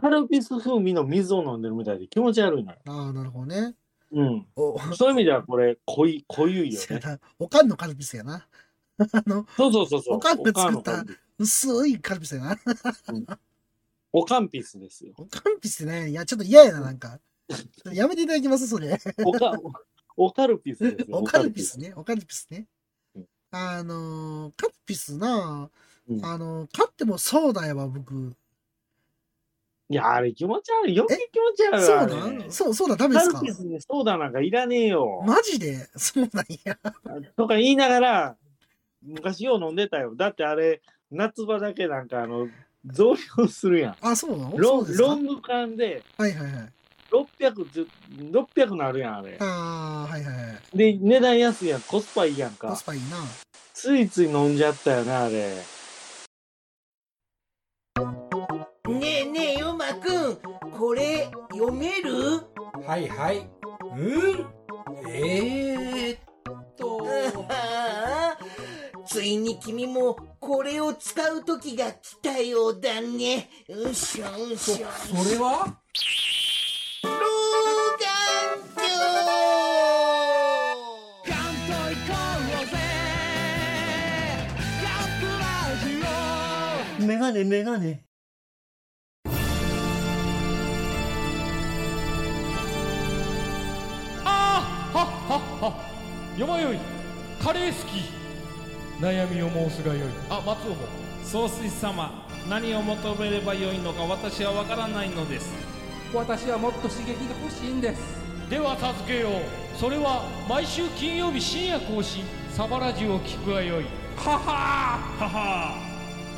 [SPEAKER 3] カルピス風味の水を飲んでるみたいで気持ち悪いのよ。
[SPEAKER 2] うん、ああ、なるほどね。
[SPEAKER 3] うん。
[SPEAKER 2] お、
[SPEAKER 3] そういう意味ではこれ、濃い、濃ゆいよ
[SPEAKER 2] せや
[SPEAKER 3] ね。
[SPEAKER 2] なおかんのカルピスやな。あの、
[SPEAKER 3] そうそうそうそう。
[SPEAKER 2] おかんが作った
[SPEAKER 3] おかんのカルピス
[SPEAKER 2] 薄いカルピスやな。
[SPEAKER 3] おかんピスですよ。
[SPEAKER 2] おかんピスってね、いや、ちょっと嫌やな、なんか。やめていただきます、それ。
[SPEAKER 3] おか、おカルピスですよ。
[SPEAKER 2] おカルピスね、おカルピスね
[SPEAKER 3] うん。
[SPEAKER 2] あのー、カルピスな、
[SPEAKER 3] うん
[SPEAKER 2] あのー、買ってもそうだよ、僕。
[SPEAKER 3] いや、あれ気持ち悪い。余計気持ち悪い
[SPEAKER 2] そう
[SPEAKER 3] わ
[SPEAKER 2] な
[SPEAKER 3] ね。
[SPEAKER 2] んそう、そうだ、ダメで
[SPEAKER 3] カ
[SPEAKER 2] す
[SPEAKER 3] ル
[SPEAKER 2] か
[SPEAKER 3] ピスにソーダなんかいらねえよ。
[SPEAKER 2] マジでそうなんや。
[SPEAKER 3] とか言いながら、昔よう飲んでたよ。だってあれ、夏場だけなんかあの、増量するやん。
[SPEAKER 2] あ、そうなの
[SPEAKER 3] ロ
[SPEAKER 2] そう
[SPEAKER 3] ン
[SPEAKER 2] ですか
[SPEAKER 3] ロング缶で
[SPEAKER 2] はいはいはい。
[SPEAKER 3] 600ず、600なるやん、あれ。
[SPEAKER 2] ああ、はいはいはい。
[SPEAKER 3] で、値段安いやん、コスパいいやん
[SPEAKER 2] コ
[SPEAKER 3] か
[SPEAKER 2] ス。パいいな。
[SPEAKER 3] ついつい飲んじゃったよな、あれ。
[SPEAKER 4] ねえねえヨマくんこれ読める
[SPEAKER 5] はいはい。うんえー、っと。
[SPEAKER 4] ああついに君もこれを使う時が来たようだねうしょう
[SPEAKER 5] そ、
[SPEAKER 4] しょ
[SPEAKER 5] それは
[SPEAKER 4] 老眼鏡
[SPEAKER 6] メガネメガネ
[SPEAKER 7] あーはっはっはよまよいカレー好き悩みを申すがよいあ松尾も
[SPEAKER 8] 総帥様何を求めればよいのか私は分からないのです
[SPEAKER 9] 私はもっと刺激が欲しいんです
[SPEAKER 7] では助けようそれは毎週金曜日深夜更新サバラジュを聞くがよいはははは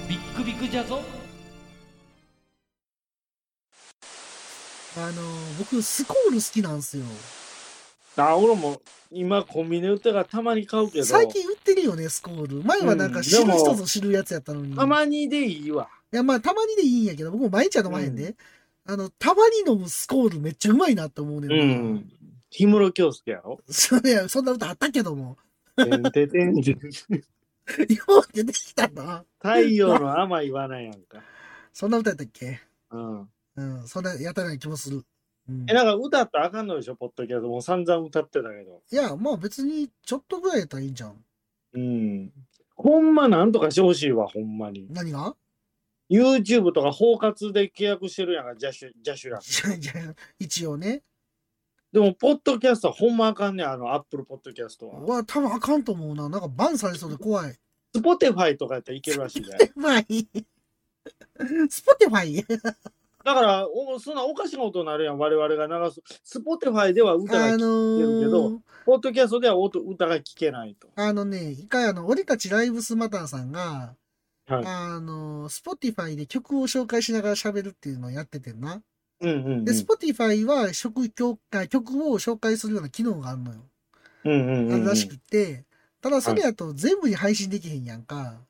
[SPEAKER 7] ビックビックじゃぞ
[SPEAKER 2] あのー、僕、スコール好きなんですよ。
[SPEAKER 3] あ、俺も今コンビニで売ってるからたまに買うけど、
[SPEAKER 2] 最近売ってるよね、スコール。前はなん
[SPEAKER 3] う
[SPEAKER 2] か
[SPEAKER 3] ん
[SPEAKER 2] 知る
[SPEAKER 3] でも
[SPEAKER 2] 人ぞ知るやつやったのに。
[SPEAKER 3] たまにでいいわ。
[SPEAKER 2] いや、まあ、たまにでいいんやけど、僕も毎日は飲まへんで。あの、たまに飲むスコールめっちゃうまいなって思うねん
[SPEAKER 3] う
[SPEAKER 2] な。
[SPEAKER 3] ん。氷室京介やろ
[SPEAKER 2] そういや、そんな歌あったけども。
[SPEAKER 3] てんててんてん
[SPEAKER 2] 日本出てきたな。
[SPEAKER 3] 太陽の甘い罠やんか。
[SPEAKER 2] そんな歌やったっけ
[SPEAKER 3] うん。
[SPEAKER 2] うん、そんなやったような気もする。うん、
[SPEAKER 3] え、なんか歌ったらあかんのでしょ、ポッドキャスト。もう散々歌ってたけど。
[SPEAKER 2] いや、まあ別にちょっとぐらいやったらいいんじゃん。
[SPEAKER 3] うん。ほんまなんとかしてほしいわ、ほんまに。
[SPEAKER 2] 何が
[SPEAKER 3] YouTube とか包括で契約してるやんか、ジャシュジャシュラ。
[SPEAKER 2] いやいや一応ね。
[SPEAKER 3] でも、ポッドキャストはほんまあかんねん、あの、Apple ポッドキャストは。
[SPEAKER 2] わ、多分あかんと思うな。なんかバンされそうで怖い。
[SPEAKER 3] Spotify とかやったらいけるらしいで。
[SPEAKER 2] まあいい。スポティファイ
[SPEAKER 3] だから、おそんなおかしなことになるやん、我々が流す。Spotify では歌が
[SPEAKER 2] あ
[SPEAKER 3] 聞け、るけ
[SPEAKER 2] の
[SPEAKER 3] ど
[SPEAKER 2] ー、
[SPEAKER 3] ポッドキャストでは音歌が聞けないと。
[SPEAKER 2] あのね、一回あの、俺たちライブスマターさんが、
[SPEAKER 3] はい
[SPEAKER 2] あの、スポティファイで曲を紹介しながら喋るっていうのをやっててんな。
[SPEAKER 3] うんうんうん。
[SPEAKER 2] で、スポティファイは曲曲あ曲を紹介するような機能があるのよ。
[SPEAKER 3] うんうんうん
[SPEAKER 2] ある
[SPEAKER 3] うん
[SPEAKER 2] らしくて、ただそれやと全部に配信できへんやんか。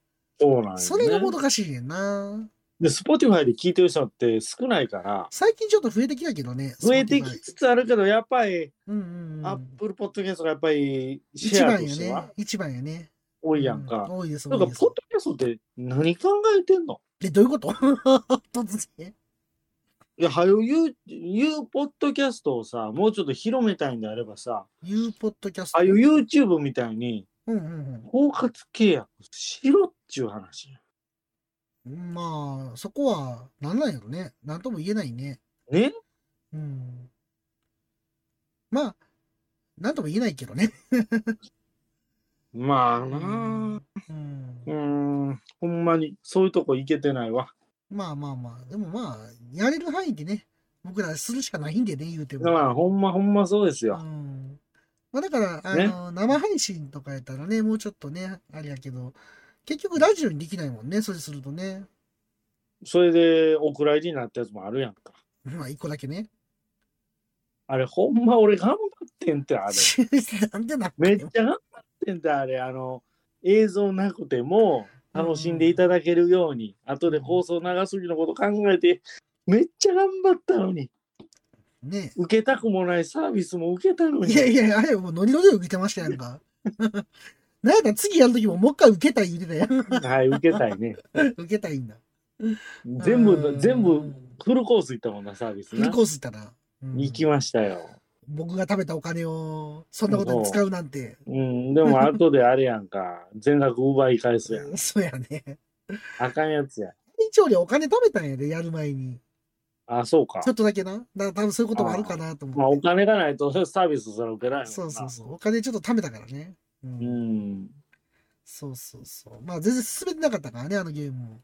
[SPEAKER 3] そうなん
[SPEAKER 2] それが
[SPEAKER 3] よ
[SPEAKER 2] も
[SPEAKER 3] ね。
[SPEAKER 2] どかしいねんな。
[SPEAKER 3] で、Spotify で聞いてる人って少ないから、
[SPEAKER 2] 最近ちょっと増えてきたけどね。
[SPEAKER 3] 増えて
[SPEAKER 2] Spotify
[SPEAKER 3] きつつあるけど、やっぱり、
[SPEAKER 2] うんうんうん。
[SPEAKER 3] Apple Podcast がやっぱりシ
[SPEAKER 2] 一
[SPEAKER 3] ェア
[SPEAKER 2] 番
[SPEAKER 3] とし
[SPEAKER 2] よ
[SPEAKER 3] て
[SPEAKER 2] ね
[SPEAKER 3] は。
[SPEAKER 2] 一番よね。
[SPEAKER 3] 多いやんか
[SPEAKER 2] う。多いです、
[SPEAKER 3] な
[SPEAKER 2] 多
[SPEAKER 3] ん
[SPEAKER 2] い
[SPEAKER 3] か、
[SPEAKER 2] で
[SPEAKER 3] ポッ
[SPEAKER 2] す
[SPEAKER 3] ドキャストって何考えてんの
[SPEAKER 2] え、どういうこと 突然。
[SPEAKER 3] いや、はよ、ゆ、ゆうポッドキャストをさ、もうちょっと広めたいんであればさ、
[SPEAKER 2] ゆうポッドキャスト。
[SPEAKER 3] ああいう YouTube みたいに、
[SPEAKER 2] うんうん
[SPEAKER 3] 包括契約しろっちゅう話や。
[SPEAKER 2] うん。まあ、そこは、なんなんやろね。なんとも言えないね。
[SPEAKER 3] ね
[SPEAKER 2] うん。まあ、なんとも言えないけどね。
[SPEAKER 3] まあ
[SPEAKER 2] う
[SPEAKER 3] なあ
[SPEAKER 2] ん。うん
[SPEAKER 3] うーん、ほんまに、そういうとこ行けてないわ。
[SPEAKER 2] まあまあまあ、でもまあ、やれる範囲でね、僕らするしかないんでね、言うても。
[SPEAKER 3] だから、ほんま、ほんまそうです
[SPEAKER 2] う
[SPEAKER 3] よ。
[SPEAKER 2] ん。まあだから、あ
[SPEAKER 3] ね
[SPEAKER 2] の、生配信とかやったらね、もうちょっとね、あれやけど、結局ラジオにできないもんね、それするとね。
[SPEAKER 3] それで、お蔵入りになったやつもあるやんか。
[SPEAKER 2] まあ、一個だけね。
[SPEAKER 3] あれ、ほんま、俺頑張ってんって、あれ。
[SPEAKER 2] なんでなん
[SPEAKER 3] めっちゃ頑張ってんだ、あれ。あの、映像なくても楽しんでいただけるように、後で放送流す時のこと考えて、めっちゃ頑張ったのに、
[SPEAKER 2] ね
[SPEAKER 3] 受けたくもないサービスも受けたのに。
[SPEAKER 2] いやいや、あれもうノリノリで受けてましたやん か。なんやったら次やるときももう一回受けたい言うてたやん。
[SPEAKER 3] はい、受けたいね。
[SPEAKER 2] 受けたいんだ。
[SPEAKER 3] 全
[SPEAKER 2] う
[SPEAKER 3] 部、
[SPEAKER 2] ん
[SPEAKER 3] 全部、フルコース行ったもんな、サービス
[SPEAKER 2] フル
[SPEAKER 3] な。
[SPEAKER 2] コースいったな。うん
[SPEAKER 3] 行きましたよ。
[SPEAKER 2] 僕が食べたお金をそんなことに使うなんて。
[SPEAKER 3] うん、でも後であれやんか、全額奪い返すやん。
[SPEAKER 2] そうやね。
[SPEAKER 3] あかんやつや。
[SPEAKER 2] 一応俺お金食べたんやで、やる前に。
[SPEAKER 3] あ、そうか
[SPEAKER 2] ちょ。っとだけな。だから多分そういうこともあるかなと
[SPEAKER 3] まあ、
[SPEAKER 2] 思っ
[SPEAKER 3] お金がないとサービスすら受けないも
[SPEAKER 2] て。
[SPEAKER 3] んな。
[SPEAKER 2] そうそうそう。お金ちょっと貯めたからね。う。
[SPEAKER 3] うんん。
[SPEAKER 2] そうそうそう。まあ全然進めてなかったからね、あのゲームも。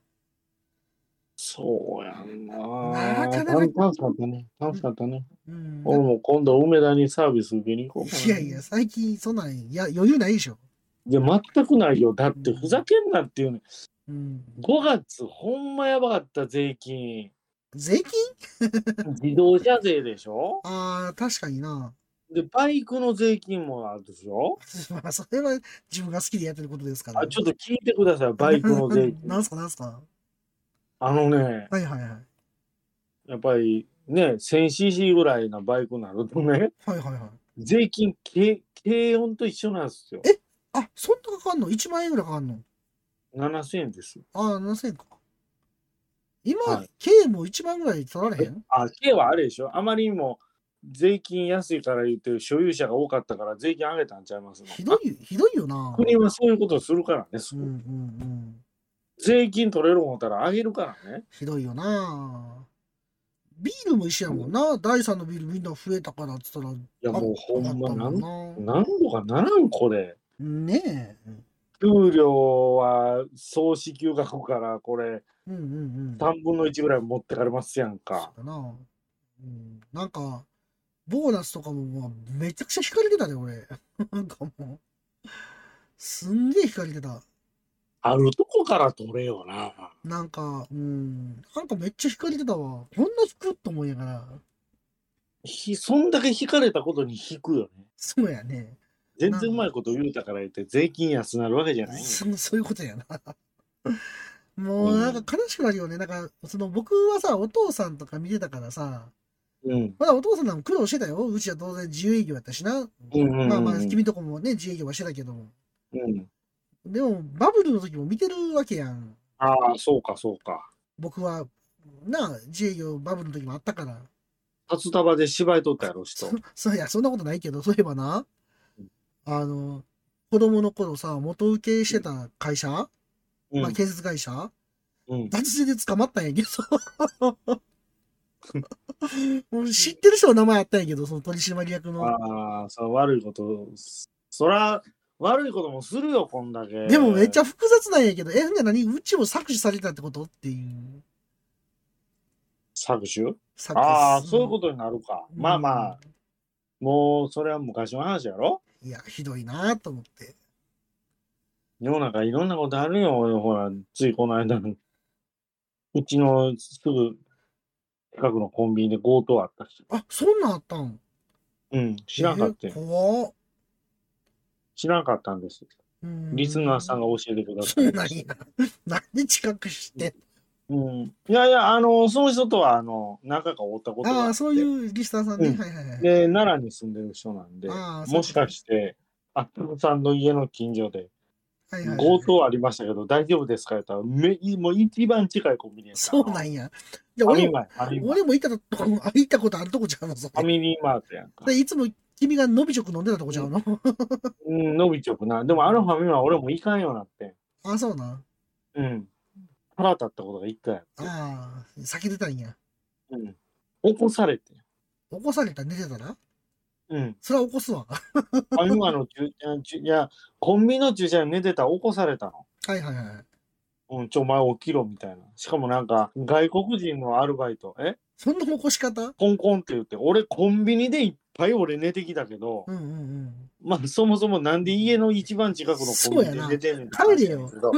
[SPEAKER 3] そうやんな。
[SPEAKER 2] なかなか
[SPEAKER 3] 楽楽しかったね。楽しかったね。
[SPEAKER 2] うん。
[SPEAKER 3] 俺も今度梅田にサービス受けに行こうかな。
[SPEAKER 2] いやいや、。最近そんなん、いや、余裕ないでしょ。
[SPEAKER 3] いや、全くないよ。だってふざけんなっていうね。
[SPEAKER 2] うん。
[SPEAKER 3] 5月ほんまやばかった、税金。
[SPEAKER 2] 税金
[SPEAKER 3] 自動車税でしょ
[SPEAKER 2] ああ、確かにな。
[SPEAKER 3] で、バイクの税金もあるでしょ
[SPEAKER 2] まあ、それは自分が好きでやってることですから。
[SPEAKER 3] あ、ちょっと聞いてください、バイクの税
[SPEAKER 2] な
[SPEAKER 3] 金。
[SPEAKER 2] んすかなんすか
[SPEAKER 3] あのね、
[SPEAKER 2] はいはいはい。はい
[SPEAKER 3] やっぱりね、1000cc ぐらいのバイクになるとね、
[SPEAKER 2] はいはい。
[SPEAKER 3] 税金軽、軽音と一緒なんですよ。
[SPEAKER 2] あ、そんなかかんの ?1 万円ぐらいかかんの
[SPEAKER 3] 7000円ですよ。
[SPEAKER 2] ああ、7000か。今、
[SPEAKER 3] はい
[SPEAKER 2] 経営も1万ぐらい取られへん
[SPEAKER 3] あ、K はあれでしょあまりにも税金安いから言って所有者が多かったから税金上げたんちゃいますの
[SPEAKER 2] ひどい、ひどいよな。
[SPEAKER 3] 国はそういうことするからね。
[SPEAKER 2] うんうんうん。
[SPEAKER 3] 税金取れる思ったら上げるからね。
[SPEAKER 2] ひどいよな。ビールも一緒やもんな。第3のビールみんな増えたからっつったら。い
[SPEAKER 3] いやもうほんまなん
[SPEAKER 2] な。
[SPEAKER 3] 何度かならんこれ。
[SPEAKER 2] ねえ。
[SPEAKER 3] 給料は総支給額からこれ
[SPEAKER 2] うんうんうん。
[SPEAKER 3] 3分の1ぐらい持ってかれますやんか。
[SPEAKER 2] そうだな。うん、なんか、ボーナスとかももうめちゃくちゃ引かれてたね、俺。 なんかもう、すんげえ引かれてた。
[SPEAKER 3] あるとこから取れよな。
[SPEAKER 2] なんか、うん、なんかめっちゃ引かれてたわ。こんな引くと思いながら。
[SPEAKER 3] ひそんだけ引かれたことに引くよね。
[SPEAKER 2] そうやね。
[SPEAKER 3] 全然うまいこと言うたから言って税金安なるわけじゃないんよ
[SPEAKER 2] そそういうこと やな。もうなんか悲しくなるよね。なんか、その僕はさ、お父さんとか見てたからさ、
[SPEAKER 3] うん。
[SPEAKER 2] まだお父さんなんか苦労してたよ。うちは当然自由営業やったしな。
[SPEAKER 3] うんうんうん
[SPEAKER 2] まあまあ、君とこもね、自営業はしてたけども。
[SPEAKER 3] うん。
[SPEAKER 2] でも、バブルの時も見てるわけやん。
[SPEAKER 3] ああ、そうか、そうか。
[SPEAKER 2] 僕は、なあ、自営業バブルの時もあったから。
[SPEAKER 3] 初束で芝居とったやろ、人
[SPEAKER 2] そ。そういや、そんなことないけど、そういえばな、あの、子供の頃さ、元請けしてた会社、
[SPEAKER 3] うん
[SPEAKER 2] まあ、建設会社、
[SPEAKER 3] うん。
[SPEAKER 2] 脱税で捕まったんやけど。もう知ってる人の名前あったんやけど、その取締役の。
[SPEAKER 3] ああ、そう悪いこと、そら、悪いこともするよ、こんだけ。
[SPEAKER 2] でもめっち
[SPEAKER 3] ゃ。
[SPEAKER 2] ゃ複雑なんやけど、え、ほんじゃ何うちも搾取されたってことっていう。
[SPEAKER 3] 搾取
[SPEAKER 2] 搾取
[SPEAKER 3] ああ、そういうことになるか。まあまあ
[SPEAKER 2] う、
[SPEAKER 3] もう、それは昔の話やろ
[SPEAKER 2] ん。いや、ひどいなと思って。
[SPEAKER 3] 世の中いろんなことあるよ、ほら、ついこの間の。うちのすぐ近くのコンビニで強盗あったし。
[SPEAKER 2] あ、そんなんあったん
[SPEAKER 3] うん、知らんかった
[SPEAKER 2] え
[SPEAKER 3] よ。
[SPEAKER 2] 怖っ
[SPEAKER 3] 知らんかったんです。
[SPEAKER 2] うん
[SPEAKER 3] リスナーさんが教えてくださ
[SPEAKER 2] そうな
[SPEAKER 3] い
[SPEAKER 2] ん
[SPEAKER 3] ま
[SPEAKER 2] や
[SPEAKER 3] し。
[SPEAKER 2] なんで近くして
[SPEAKER 3] た。うん。いやいや、あの、その人とは、あの、何回かおったことがあっ
[SPEAKER 2] あ
[SPEAKER 3] て。
[SPEAKER 2] あー、そういうリスナーさんね。
[SPEAKER 3] うん
[SPEAKER 2] はいはいはい。
[SPEAKER 3] で、奈良に住んでる人なんで
[SPEAKER 2] ああ、そう
[SPEAKER 3] もしかして、あっこさんの家の近所で、
[SPEAKER 2] はいはいはい
[SPEAKER 3] 強盗ありましたけど、大丈夫ですか言ったら、めもう一番近いコンビニやった
[SPEAKER 2] そうなんや。いや、
[SPEAKER 3] ファミ
[SPEAKER 2] 俺も、
[SPEAKER 3] マファミマ
[SPEAKER 2] 俺も行ったと こ、行ったことあるとこちゃうのそ
[SPEAKER 3] ファ
[SPEAKER 2] れ
[SPEAKER 3] ミリーマートやんか。
[SPEAKER 2] でいつも君がのび食飲んでたとこちゃうの
[SPEAKER 3] うん、伸びちょくな。でも、あのファミマ俺も行かんようになって。
[SPEAKER 2] あ、そうなん。
[SPEAKER 3] うん。腹立ったことが一回あって。
[SPEAKER 2] ああ、先出たんや。
[SPEAKER 3] うん。起こされて。
[SPEAKER 2] 起こされた寝てたら
[SPEAKER 3] うん。
[SPEAKER 2] それは起こすわ。 は
[SPEAKER 3] ファミマの駐車、駐いや、コンビニの駐車場に寝てたら起こされたの。
[SPEAKER 2] いはいはい。
[SPEAKER 3] うん、ちょ、お前起きろみたいな。しかもなんか、外国人のアルバイト、え
[SPEAKER 2] そんな起こし方
[SPEAKER 3] コンコンって言って、俺コンビニでいっぱい俺寝てきたけど、
[SPEAKER 2] うんうんうん。
[SPEAKER 3] まあそもそもなんで家の一番近くのコンビニで寝てんねんって
[SPEAKER 2] そう
[SPEAKER 3] 話
[SPEAKER 2] や
[SPEAKER 3] や
[SPEAKER 2] な
[SPEAKER 3] けど。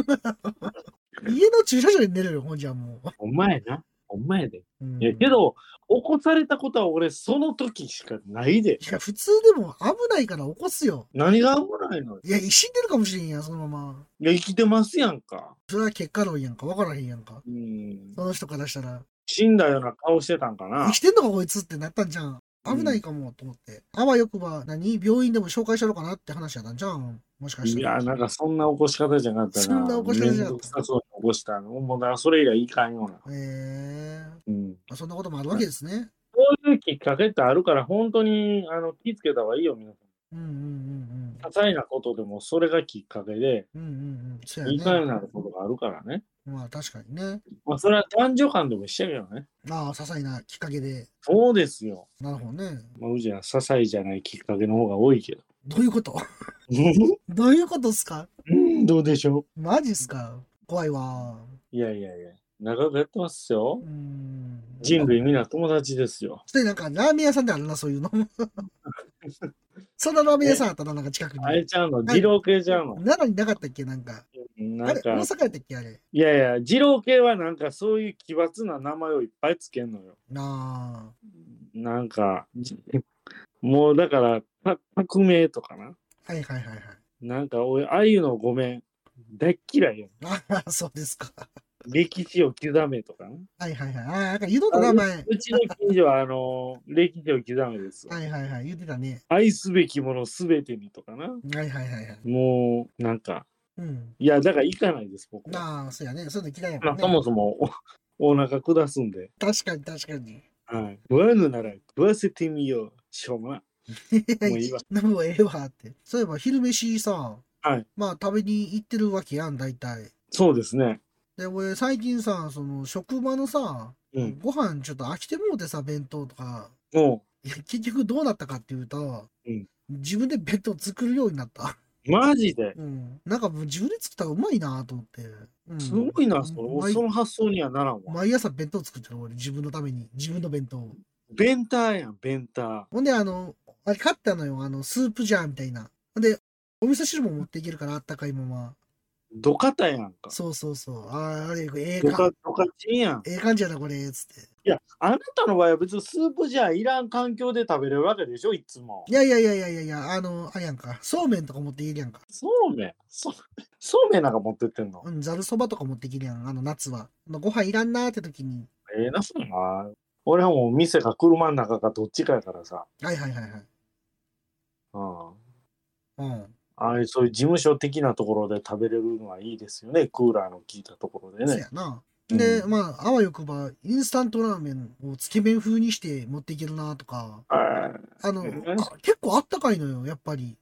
[SPEAKER 2] 家の駐車場で寝れるよ、ほんじゃも
[SPEAKER 3] お前な、お前で。
[SPEAKER 2] う。うん
[SPEAKER 3] いやけど、起こされたことは俺その時しかないで。
[SPEAKER 2] いや、普通でも危ないから起こすよ。
[SPEAKER 3] 何が危ないの
[SPEAKER 2] いや、死んでるかもしれんやん、そのまま。
[SPEAKER 3] いや、生きてますやんか。
[SPEAKER 2] それは結果論やんか、わからへんやんか。
[SPEAKER 3] うん。
[SPEAKER 2] その人からしたら。
[SPEAKER 3] 死んだような顔してたんか
[SPEAKER 2] 生
[SPEAKER 3] な
[SPEAKER 2] き。てんのかこいつってなったんじゃん。
[SPEAKER 3] うん
[SPEAKER 2] 危ないかもと思って。あわよくば何、病院でも紹介しろかなって話やったんじゃん。もしかし
[SPEAKER 3] い
[SPEAKER 2] て。
[SPEAKER 3] や、なんかそんな起こし方じゃなかったな。
[SPEAKER 2] そんな起こし方じゃなかった
[SPEAKER 3] めんどくさそうに起こしたの。もうだからそれ以来いかんような。
[SPEAKER 2] えーま
[SPEAKER 3] うん。
[SPEAKER 2] あ、そんなこともあるわけですね。
[SPEAKER 3] そういうきっかけってあるから、本当にあの気ぃつけた方がいいよ、皆さん。
[SPEAKER 2] うんうん
[SPEAKER 3] 些細なことでもそれがきっかけで、
[SPEAKER 2] うんうん。うんうんうん。そう
[SPEAKER 3] いいかよ
[SPEAKER 2] や
[SPEAKER 3] うに
[SPEAKER 2] ね。
[SPEAKER 3] なることがあるからね。
[SPEAKER 2] まあ確かにね。
[SPEAKER 3] まあ、それは男女間でも一緒やけどね。
[SPEAKER 2] まあ、些細なきっかけで。
[SPEAKER 3] そうですよ。
[SPEAKER 2] なるほどね。
[SPEAKER 3] まあ、うちは些細じゃないきっかけの方が多いけど。
[SPEAKER 2] どういうこと どういうことっすか
[SPEAKER 3] うん、 どうでしょ
[SPEAKER 2] マジっすか怖いわ。
[SPEAKER 3] ういやいやいや、長くやってますよ
[SPEAKER 2] う。ん。
[SPEAKER 3] 人類みんな友達ですよ。
[SPEAKER 2] それなんかラーメン屋さんであるな、そういうの。 そんなラーメン屋さんあったな、なんか近くに。
[SPEAKER 3] あれちゃうの、二郎系ちゃうの。
[SPEAKER 2] 奈良になかったっけなんか。
[SPEAKER 3] な
[SPEAKER 2] あ
[SPEAKER 3] ん
[SPEAKER 2] れ大
[SPEAKER 3] か、
[SPEAKER 2] 阪やったっけあれ。
[SPEAKER 3] いやいや、二郎系はなんかそういう奇抜な名前をいっぱいつけんのよ。
[SPEAKER 2] な
[SPEAKER 3] なんか、もうだから、た革命とかな。
[SPEAKER 2] あ。はいはいはいはい。
[SPEAKER 3] なんか俺、ああいうのごめん。大っ嫌いやん。
[SPEAKER 2] ああ、そうですか。
[SPEAKER 3] 歴史を刻めとかね。
[SPEAKER 2] はいはいはい。ああ、なんか言うとったな、前。
[SPEAKER 3] うちの近所は、あのー歴史を刻めですよ。
[SPEAKER 2] はいはいはい。言ってたね。
[SPEAKER 3] 愛すべきものすべてにとかな。
[SPEAKER 2] はいはいはいはい。
[SPEAKER 3] もう、なんか、
[SPEAKER 2] うん。
[SPEAKER 3] いや、だから行かないです、僕は。
[SPEAKER 2] なあ、そうやね。そういうの嫌いやも
[SPEAKER 3] ま
[SPEAKER 2] ん
[SPEAKER 3] あ、
[SPEAKER 2] ね。
[SPEAKER 3] そもそもお、お腹下すんで。
[SPEAKER 2] 確かに確かに。
[SPEAKER 3] はい。食わぬなら食わせてみよう。しょう がない。もういいわ
[SPEAKER 2] もうええわって。そういえば昼飯さ、
[SPEAKER 3] はい
[SPEAKER 2] まあ食べに行ってるわけやん、大体。
[SPEAKER 3] そうですね。
[SPEAKER 2] で、俺最近さ、その職場のさ、
[SPEAKER 3] うん。
[SPEAKER 2] ご飯ちょっと飽きてもうてさ、弁当とか。
[SPEAKER 3] も
[SPEAKER 2] いや結局どうなったかっていうと、
[SPEAKER 3] うん
[SPEAKER 2] 自分で弁当作るようになった。
[SPEAKER 3] う、マジで。
[SPEAKER 2] うん、なんかもう自分で作ったらうまいなと思って。うん、
[SPEAKER 3] すごいな、そ
[SPEAKER 2] 毎
[SPEAKER 3] のその発想にはならんわ。
[SPEAKER 2] 毎朝弁当作ってる俺、自分のために、自分の弁当。
[SPEAKER 3] ベンターやん、ベンター。
[SPEAKER 2] ほんで、あの、あれ買ったのよ、あの、スープジャーみたいな。ほんで、お味噌汁も持っていけるから、あったかいまま。
[SPEAKER 3] どかたやんか。
[SPEAKER 2] そうそうそう。あーあれ、ええ
[SPEAKER 3] ど
[SPEAKER 2] か
[SPEAKER 3] か、どかちんやん。
[SPEAKER 2] ええ感じやな、これ、つって。
[SPEAKER 3] いや、あなたの場合は別にスープじゃいらん環境で食べれるわけでしょ、いつも
[SPEAKER 2] い。やいやいやいやいやいや、あの、あれやんか。そうめんとか持っていけるやんか。
[SPEAKER 3] そうめんそそうめんなんか持ってってんの
[SPEAKER 2] うん、ざるそばとか持っていけるやん、あの、夏は。あのご飯いらんなーって時に。
[SPEAKER 3] ええな、そんな。俺はもう店か車の中かどっちかやからさ。
[SPEAKER 2] はいはいはいはい。
[SPEAKER 3] うん。
[SPEAKER 2] うん。
[SPEAKER 3] ああいうそういう事務所的なところで食べれるのはいいですよね。クーラーの効いたところで
[SPEAKER 2] そう
[SPEAKER 3] ね
[SPEAKER 2] や。な。
[SPEAKER 3] うん
[SPEAKER 2] で、まあ、あわよくば、インスタントラーメンをつけ麺風にして持っていけるなとか、
[SPEAKER 3] ああ
[SPEAKER 2] あの、
[SPEAKER 3] うん
[SPEAKER 2] あ結構あったかいのよ、やっぱり。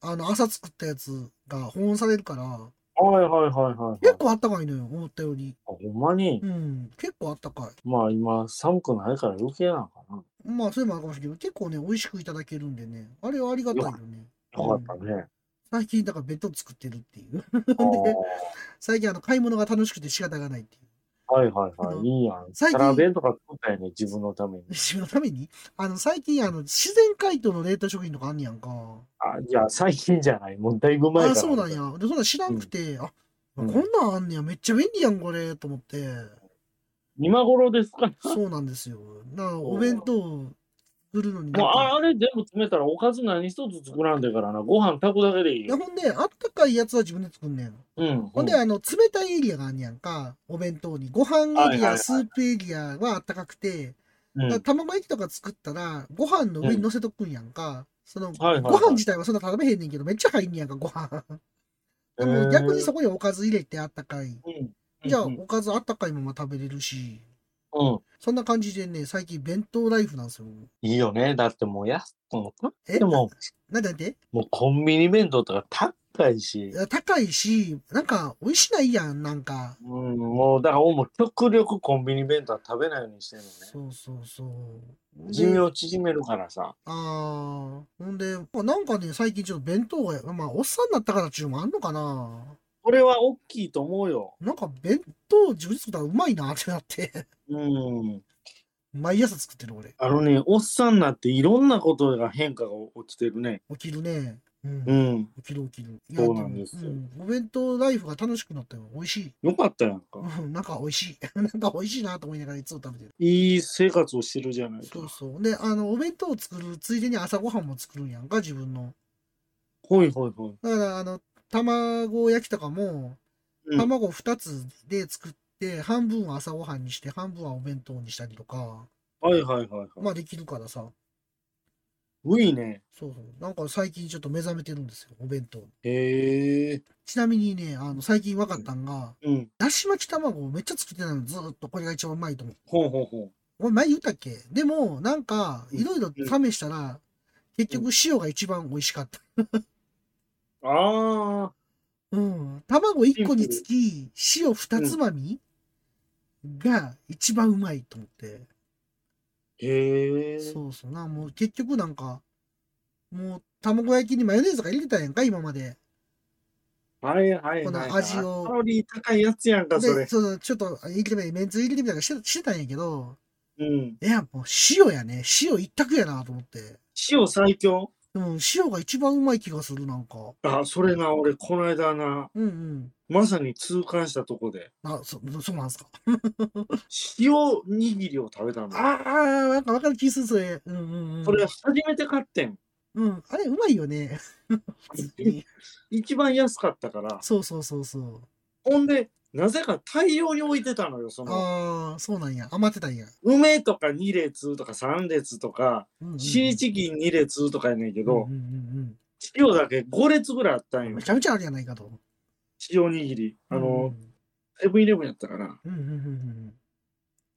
[SPEAKER 2] あの、朝作ったやつが保温されるから、
[SPEAKER 3] はいはいはいはい。
[SPEAKER 2] 結構あったかいのよ、思ったより。
[SPEAKER 3] あほんまに
[SPEAKER 2] う、ん、結構あったか
[SPEAKER 3] まあ今寒くないから余計なのかな。
[SPEAKER 2] い。まあ、そういうのもあるかもしれないけど、結構ね、美味しくいただけるんでね、あれはありがたいよね。
[SPEAKER 3] よかっ たね。
[SPEAKER 2] 最近、だから弁当作ってるっていう。
[SPEAKER 3] あー
[SPEAKER 2] 最近、あの、買い物が楽しくて仕方がないっていう。
[SPEAKER 3] はいはいはい。いいやん。
[SPEAKER 2] 最近
[SPEAKER 3] キャラ弁とか作ったよね、自分の ために。
[SPEAKER 2] 自分のためにあの、最近、あの、自然解凍の冷凍食品とかあんねやんか。
[SPEAKER 3] あ、いや、最近じゃない。もうだいぶ前から。
[SPEAKER 2] あ、そうなん。や。で、そんなん知らんくて、あ、こ
[SPEAKER 3] うん
[SPEAKER 2] んなんあんねや。めっちゃ便利やん、これ、と思って。
[SPEAKER 3] 今頃ですか
[SPEAKER 2] そうなんですよ。なあお弁当作るのになんか。
[SPEAKER 3] もうああれ全部詰めたらおかず何一つ作らんでからな。ご飯炊くだけでいい
[SPEAKER 2] いや、。ほんで、あったかいやつは自分で作んねん。
[SPEAKER 3] うん。
[SPEAKER 2] ほんで、あの、冷たいエリアがあんねやんか、お弁当に。ご飯
[SPEAKER 3] は
[SPEAKER 2] エリ
[SPEAKER 3] いはいは
[SPEAKER 2] ア、
[SPEAKER 3] い
[SPEAKER 2] スープエリアはあったかくて、
[SPEAKER 3] うん
[SPEAKER 2] だから卵焼きとか作ったら、ご飯の上に乗せとくんやんか。その、
[SPEAKER 3] はいはいはい
[SPEAKER 2] ご飯自体はそんな食べへんねんけど、めっちゃ入んねやんか、ご飯。でも逆にそこにおかず入れてあったかい。
[SPEAKER 3] うん。
[SPEAKER 2] じゃあ、
[SPEAKER 3] うん。
[SPEAKER 2] おかずあったかいまま食べれるし、
[SPEAKER 3] うん
[SPEAKER 2] そんな感じでね、最近弁当ライフなんですよ。
[SPEAKER 3] いいよね。だってもう安くも高くても、
[SPEAKER 2] なんでなんで
[SPEAKER 3] もうコンビニ弁当とか高いし
[SPEAKER 2] い。や高いし、なんか、美味しないやん、なんか。
[SPEAKER 3] うん、もうだからもう極力コンビニ弁当は食べないようにしてるのね。
[SPEAKER 2] そうそうそう。
[SPEAKER 3] 寿命縮めるからさ。
[SPEAKER 2] ああ、ほんで、まあ、なんかね、最近ちょっと弁当が、まあ、おっさんになったからっていうのもあんのかな。
[SPEAKER 3] これは大きいと思うよ。
[SPEAKER 2] なんか弁当自分で作ったらうまいなってなって、
[SPEAKER 3] うん。
[SPEAKER 2] 毎朝作ってる俺。
[SPEAKER 3] あのね、おっさんになっていろんなことが変化が起きてるね。
[SPEAKER 2] 起きるね。うん。
[SPEAKER 3] うん。
[SPEAKER 2] 起きる起きる。い
[SPEAKER 3] そうなんですよ
[SPEAKER 2] もうんお弁当ライフが楽しくなったよ。美味しい。
[SPEAKER 3] よかったやんか。
[SPEAKER 2] うん、なんか美味しい。 なんか美味しいなと思いながらいつも食べてる。
[SPEAKER 3] いい生活をしてるじゃないか
[SPEAKER 2] そう。そう。で、あの、お弁当を作るついでに朝ごはんも作るんやんか、自分の。
[SPEAKER 3] ほいほいほい。
[SPEAKER 2] だから、あの、卵焼きとかも、
[SPEAKER 3] うん
[SPEAKER 2] 卵2つで作って、半分は朝ごはんにして、半分はお弁当にしたりとか、
[SPEAKER 3] はいはいはい
[SPEAKER 2] ま
[SPEAKER 3] はい。
[SPEAKER 2] あできるからさ、
[SPEAKER 3] ういね。
[SPEAKER 2] そうそう。なんか最近ちょっと目覚めてるんですよ、お弁当に。
[SPEAKER 3] へえ。
[SPEAKER 2] ちなみにね、あの、最近分かったんが、
[SPEAKER 3] うん。
[SPEAKER 2] だし巻き卵をめっちゃ作ってないの、ずーっとこれが一番うまいと思う。
[SPEAKER 3] ほうほうほう。
[SPEAKER 2] 俺前言ったっけでも、なんか、いろいろ試したら、結局塩が一番美味しかった。
[SPEAKER 3] ああ。
[SPEAKER 2] うん。卵1個につき、塩2つまみが一番うまいと思って。
[SPEAKER 3] へえ。
[SPEAKER 2] そうそうな、もう結局なんか、もう卵焼きにマヨネーズが入れてたやんか、今まで。
[SPEAKER 3] はいはいはいはい。
[SPEAKER 2] この味を
[SPEAKER 3] カロリー高いやつやんか、そ
[SPEAKER 2] で、
[SPEAKER 3] れ。
[SPEAKER 2] そのちょっと入れてみたり、めんつゆ入れてみたりしてしてたんやけど、
[SPEAKER 3] うん。
[SPEAKER 2] いや、もう塩やね。塩一択やなと思って。
[SPEAKER 3] 塩最強
[SPEAKER 2] でも塩が一番うまい気がする、なんか。
[SPEAKER 3] あ、それな、俺、この間な、
[SPEAKER 2] うんうん。
[SPEAKER 3] まさに痛感したとこで、
[SPEAKER 2] あ、そ、そうなんすか。
[SPEAKER 3] 塩握りを食べたの。
[SPEAKER 2] ああ、なんかわかる気する、それ。うんうんうん。
[SPEAKER 3] それ、初めて買ってん。
[SPEAKER 2] うん。あれ、うまいよね。普通 に
[SPEAKER 3] 一番安かったから。
[SPEAKER 2] そうそうそうそう。
[SPEAKER 3] ほんで、なぜか大量に置いてたのよ、その、
[SPEAKER 2] ああ、そうなんや。余ってたんや。
[SPEAKER 3] 梅とか2列とか3列とか、
[SPEAKER 2] うんうんうん
[SPEAKER 3] シーチキン2列とかやねんけ
[SPEAKER 2] う
[SPEAKER 3] ど
[SPEAKER 2] ん、うん
[SPEAKER 3] 塩だけ5列ぐらいあったん
[SPEAKER 2] うん。
[SPEAKER 3] よ
[SPEAKER 2] め。ちゃめちゃあるやないかと。
[SPEAKER 3] 塩握り。あの、セブンイレブンやったかな。
[SPEAKER 2] うんうんうんうん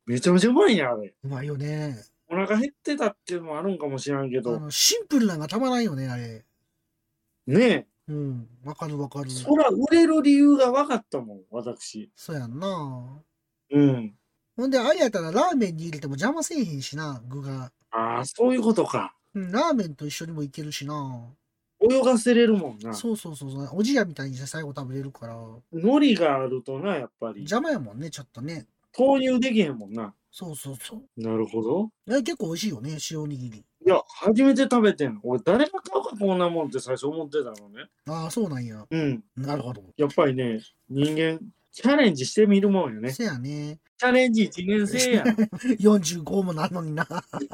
[SPEAKER 3] めちゃめちゃうまいんや、あれ。
[SPEAKER 2] うん。うまいよね。
[SPEAKER 3] お腹減ってたっていうのもあるんかもしらんけ
[SPEAKER 2] あ
[SPEAKER 3] ど、
[SPEAKER 2] のシンプルなんがたまらんよね、あれ。
[SPEAKER 3] ね
[SPEAKER 2] うん。わかるわかる
[SPEAKER 3] え、。そら売れる理由が分かったもん、私。
[SPEAKER 2] そうやんな。
[SPEAKER 3] うん。
[SPEAKER 2] ほんで、あれやったらラーメンに入れても邪魔せえへんしな、具が。
[SPEAKER 3] ああ、そういうことか。
[SPEAKER 2] うん、ラーメンと一緒にもいけるしな。
[SPEAKER 3] 泳がせれるもんな。
[SPEAKER 2] そうそうそうそう。おじやみたいにして最後食べれるから。
[SPEAKER 3] 海苔があるとな、やっぱり。
[SPEAKER 2] 邪魔やもんね、ちょっとね。
[SPEAKER 3] 投入できへんもんな。
[SPEAKER 2] そうそうそう。
[SPEAKER 3] なるほど。
[SPEAKER 2] え結構美味しいよね、塩おにぎり。
[SPEAKER 3] いや、初めて食べてんの。俺、誰が買うかこんなもんって最初思ってたのね。
[SPEAKER 2] ああ、そうなんや。
[SPEAKER 3] うん。
[SPEAKER 2] なるほど。
[SPEAKER 3] やっぱりね、人間、チャレンジしてみるもんよね。
[SPEAKER 2] せやね。
[SPEAKER 3] チャレンジ1年生やん。
[SPEAKER 2] 45もなんのにな。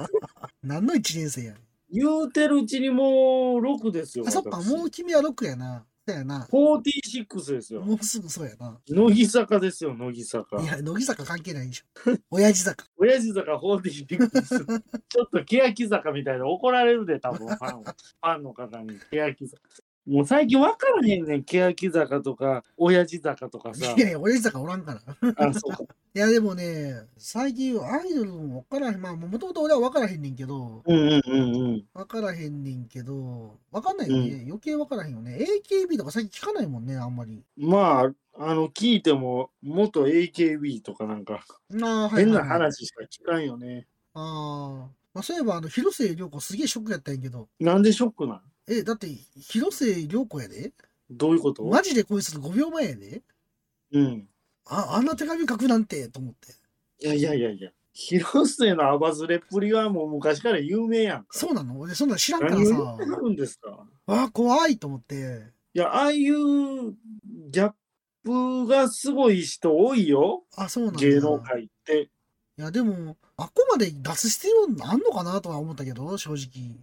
[SPEAKER 2] 何の1年生やん。
[SPEAKER 3] 言うてるうちにもう6ですよ。
[SPEAKER 2] あ、そっか、
[SPEAKER 3] 私
[SPEAKER 2] もう君は6やな。そやな。
[SPEAKER 3] 46ですよ。
[SPEAKER 2] もうすぐそうやな。
[SPEAKER 3] 乃木坂ですよ、乃木坂
[SPEAKER 2] い。や、乃木坂関係ないでしょ。親父 坂。
[SPEAKER 3] 親父坂46です。ちょっと欅坂みたいで怒られるで、多分ファンはファンの方に欅坂。もう最近分からへんねん、欅坂とか、親父坂とかさ。
[SPEAKER 2] いやいや、親父坂おらんから。
[SPEAKER 3] あ、そうか。
[SPEAKER 2] いや、でもね、最近アイドルも分からへん。まあ、もともと俺は分からへんねんけど、
[SPEAKER 3] うんうんうんうん。
[SPEAKER 2] 分からへんねんけど、分かんないよね。余計分からへんよね。AKB とか最近聞かないもんね、あんまり。
[SPEAKER 3] まあ、あの、聞いても、元 AKB とかなんか、
[SPEAKER 2] ああ、はい、は
[SPEAKER 3] 変
[SPEAKER 2] い
[SPEAKER 3] な
[SPEAKER 2] はい。
[SPEAKER 3] 話しか聞かんよね。
[SPEAKER 2] ああ。まあ、そういえば、あの、広末涼子すげえショックやったんやけど。
[SPEAKER 3] なんでショックなん
[SPEAKER 2] え、だって、広末涼子やで
[SPEAKER 3] どういうこと
[SPEAKER 2] マジで恋する5秒前やで
[SPEAKER 3] うん。
[SPEAKER 2] あ、あんな手紙書くなんて、と思って。
[SPEAKER 3] いやいやいやいや。広末のアバズレっぷりはもう昔から有名やんか。
[SPEAKER 2] そうなの俺、そんなん知らんから
[SPEAKER 3] 何
[SPEAKER 2] さ。
[SPEAKER 3] を言ってはるんですか
[SPEAKER 2] あー、怖いと思って。
[SPEAKER 3] いや、ああいうギャップがすごい人多いよ。
[SPEAKER 2] あ、そうなんだ。
[SPEAKER 3] 芸能界って。
[SPEAKER 2] いや、でも、あっこまで出す必要あんのかなとは思ったけど、正直。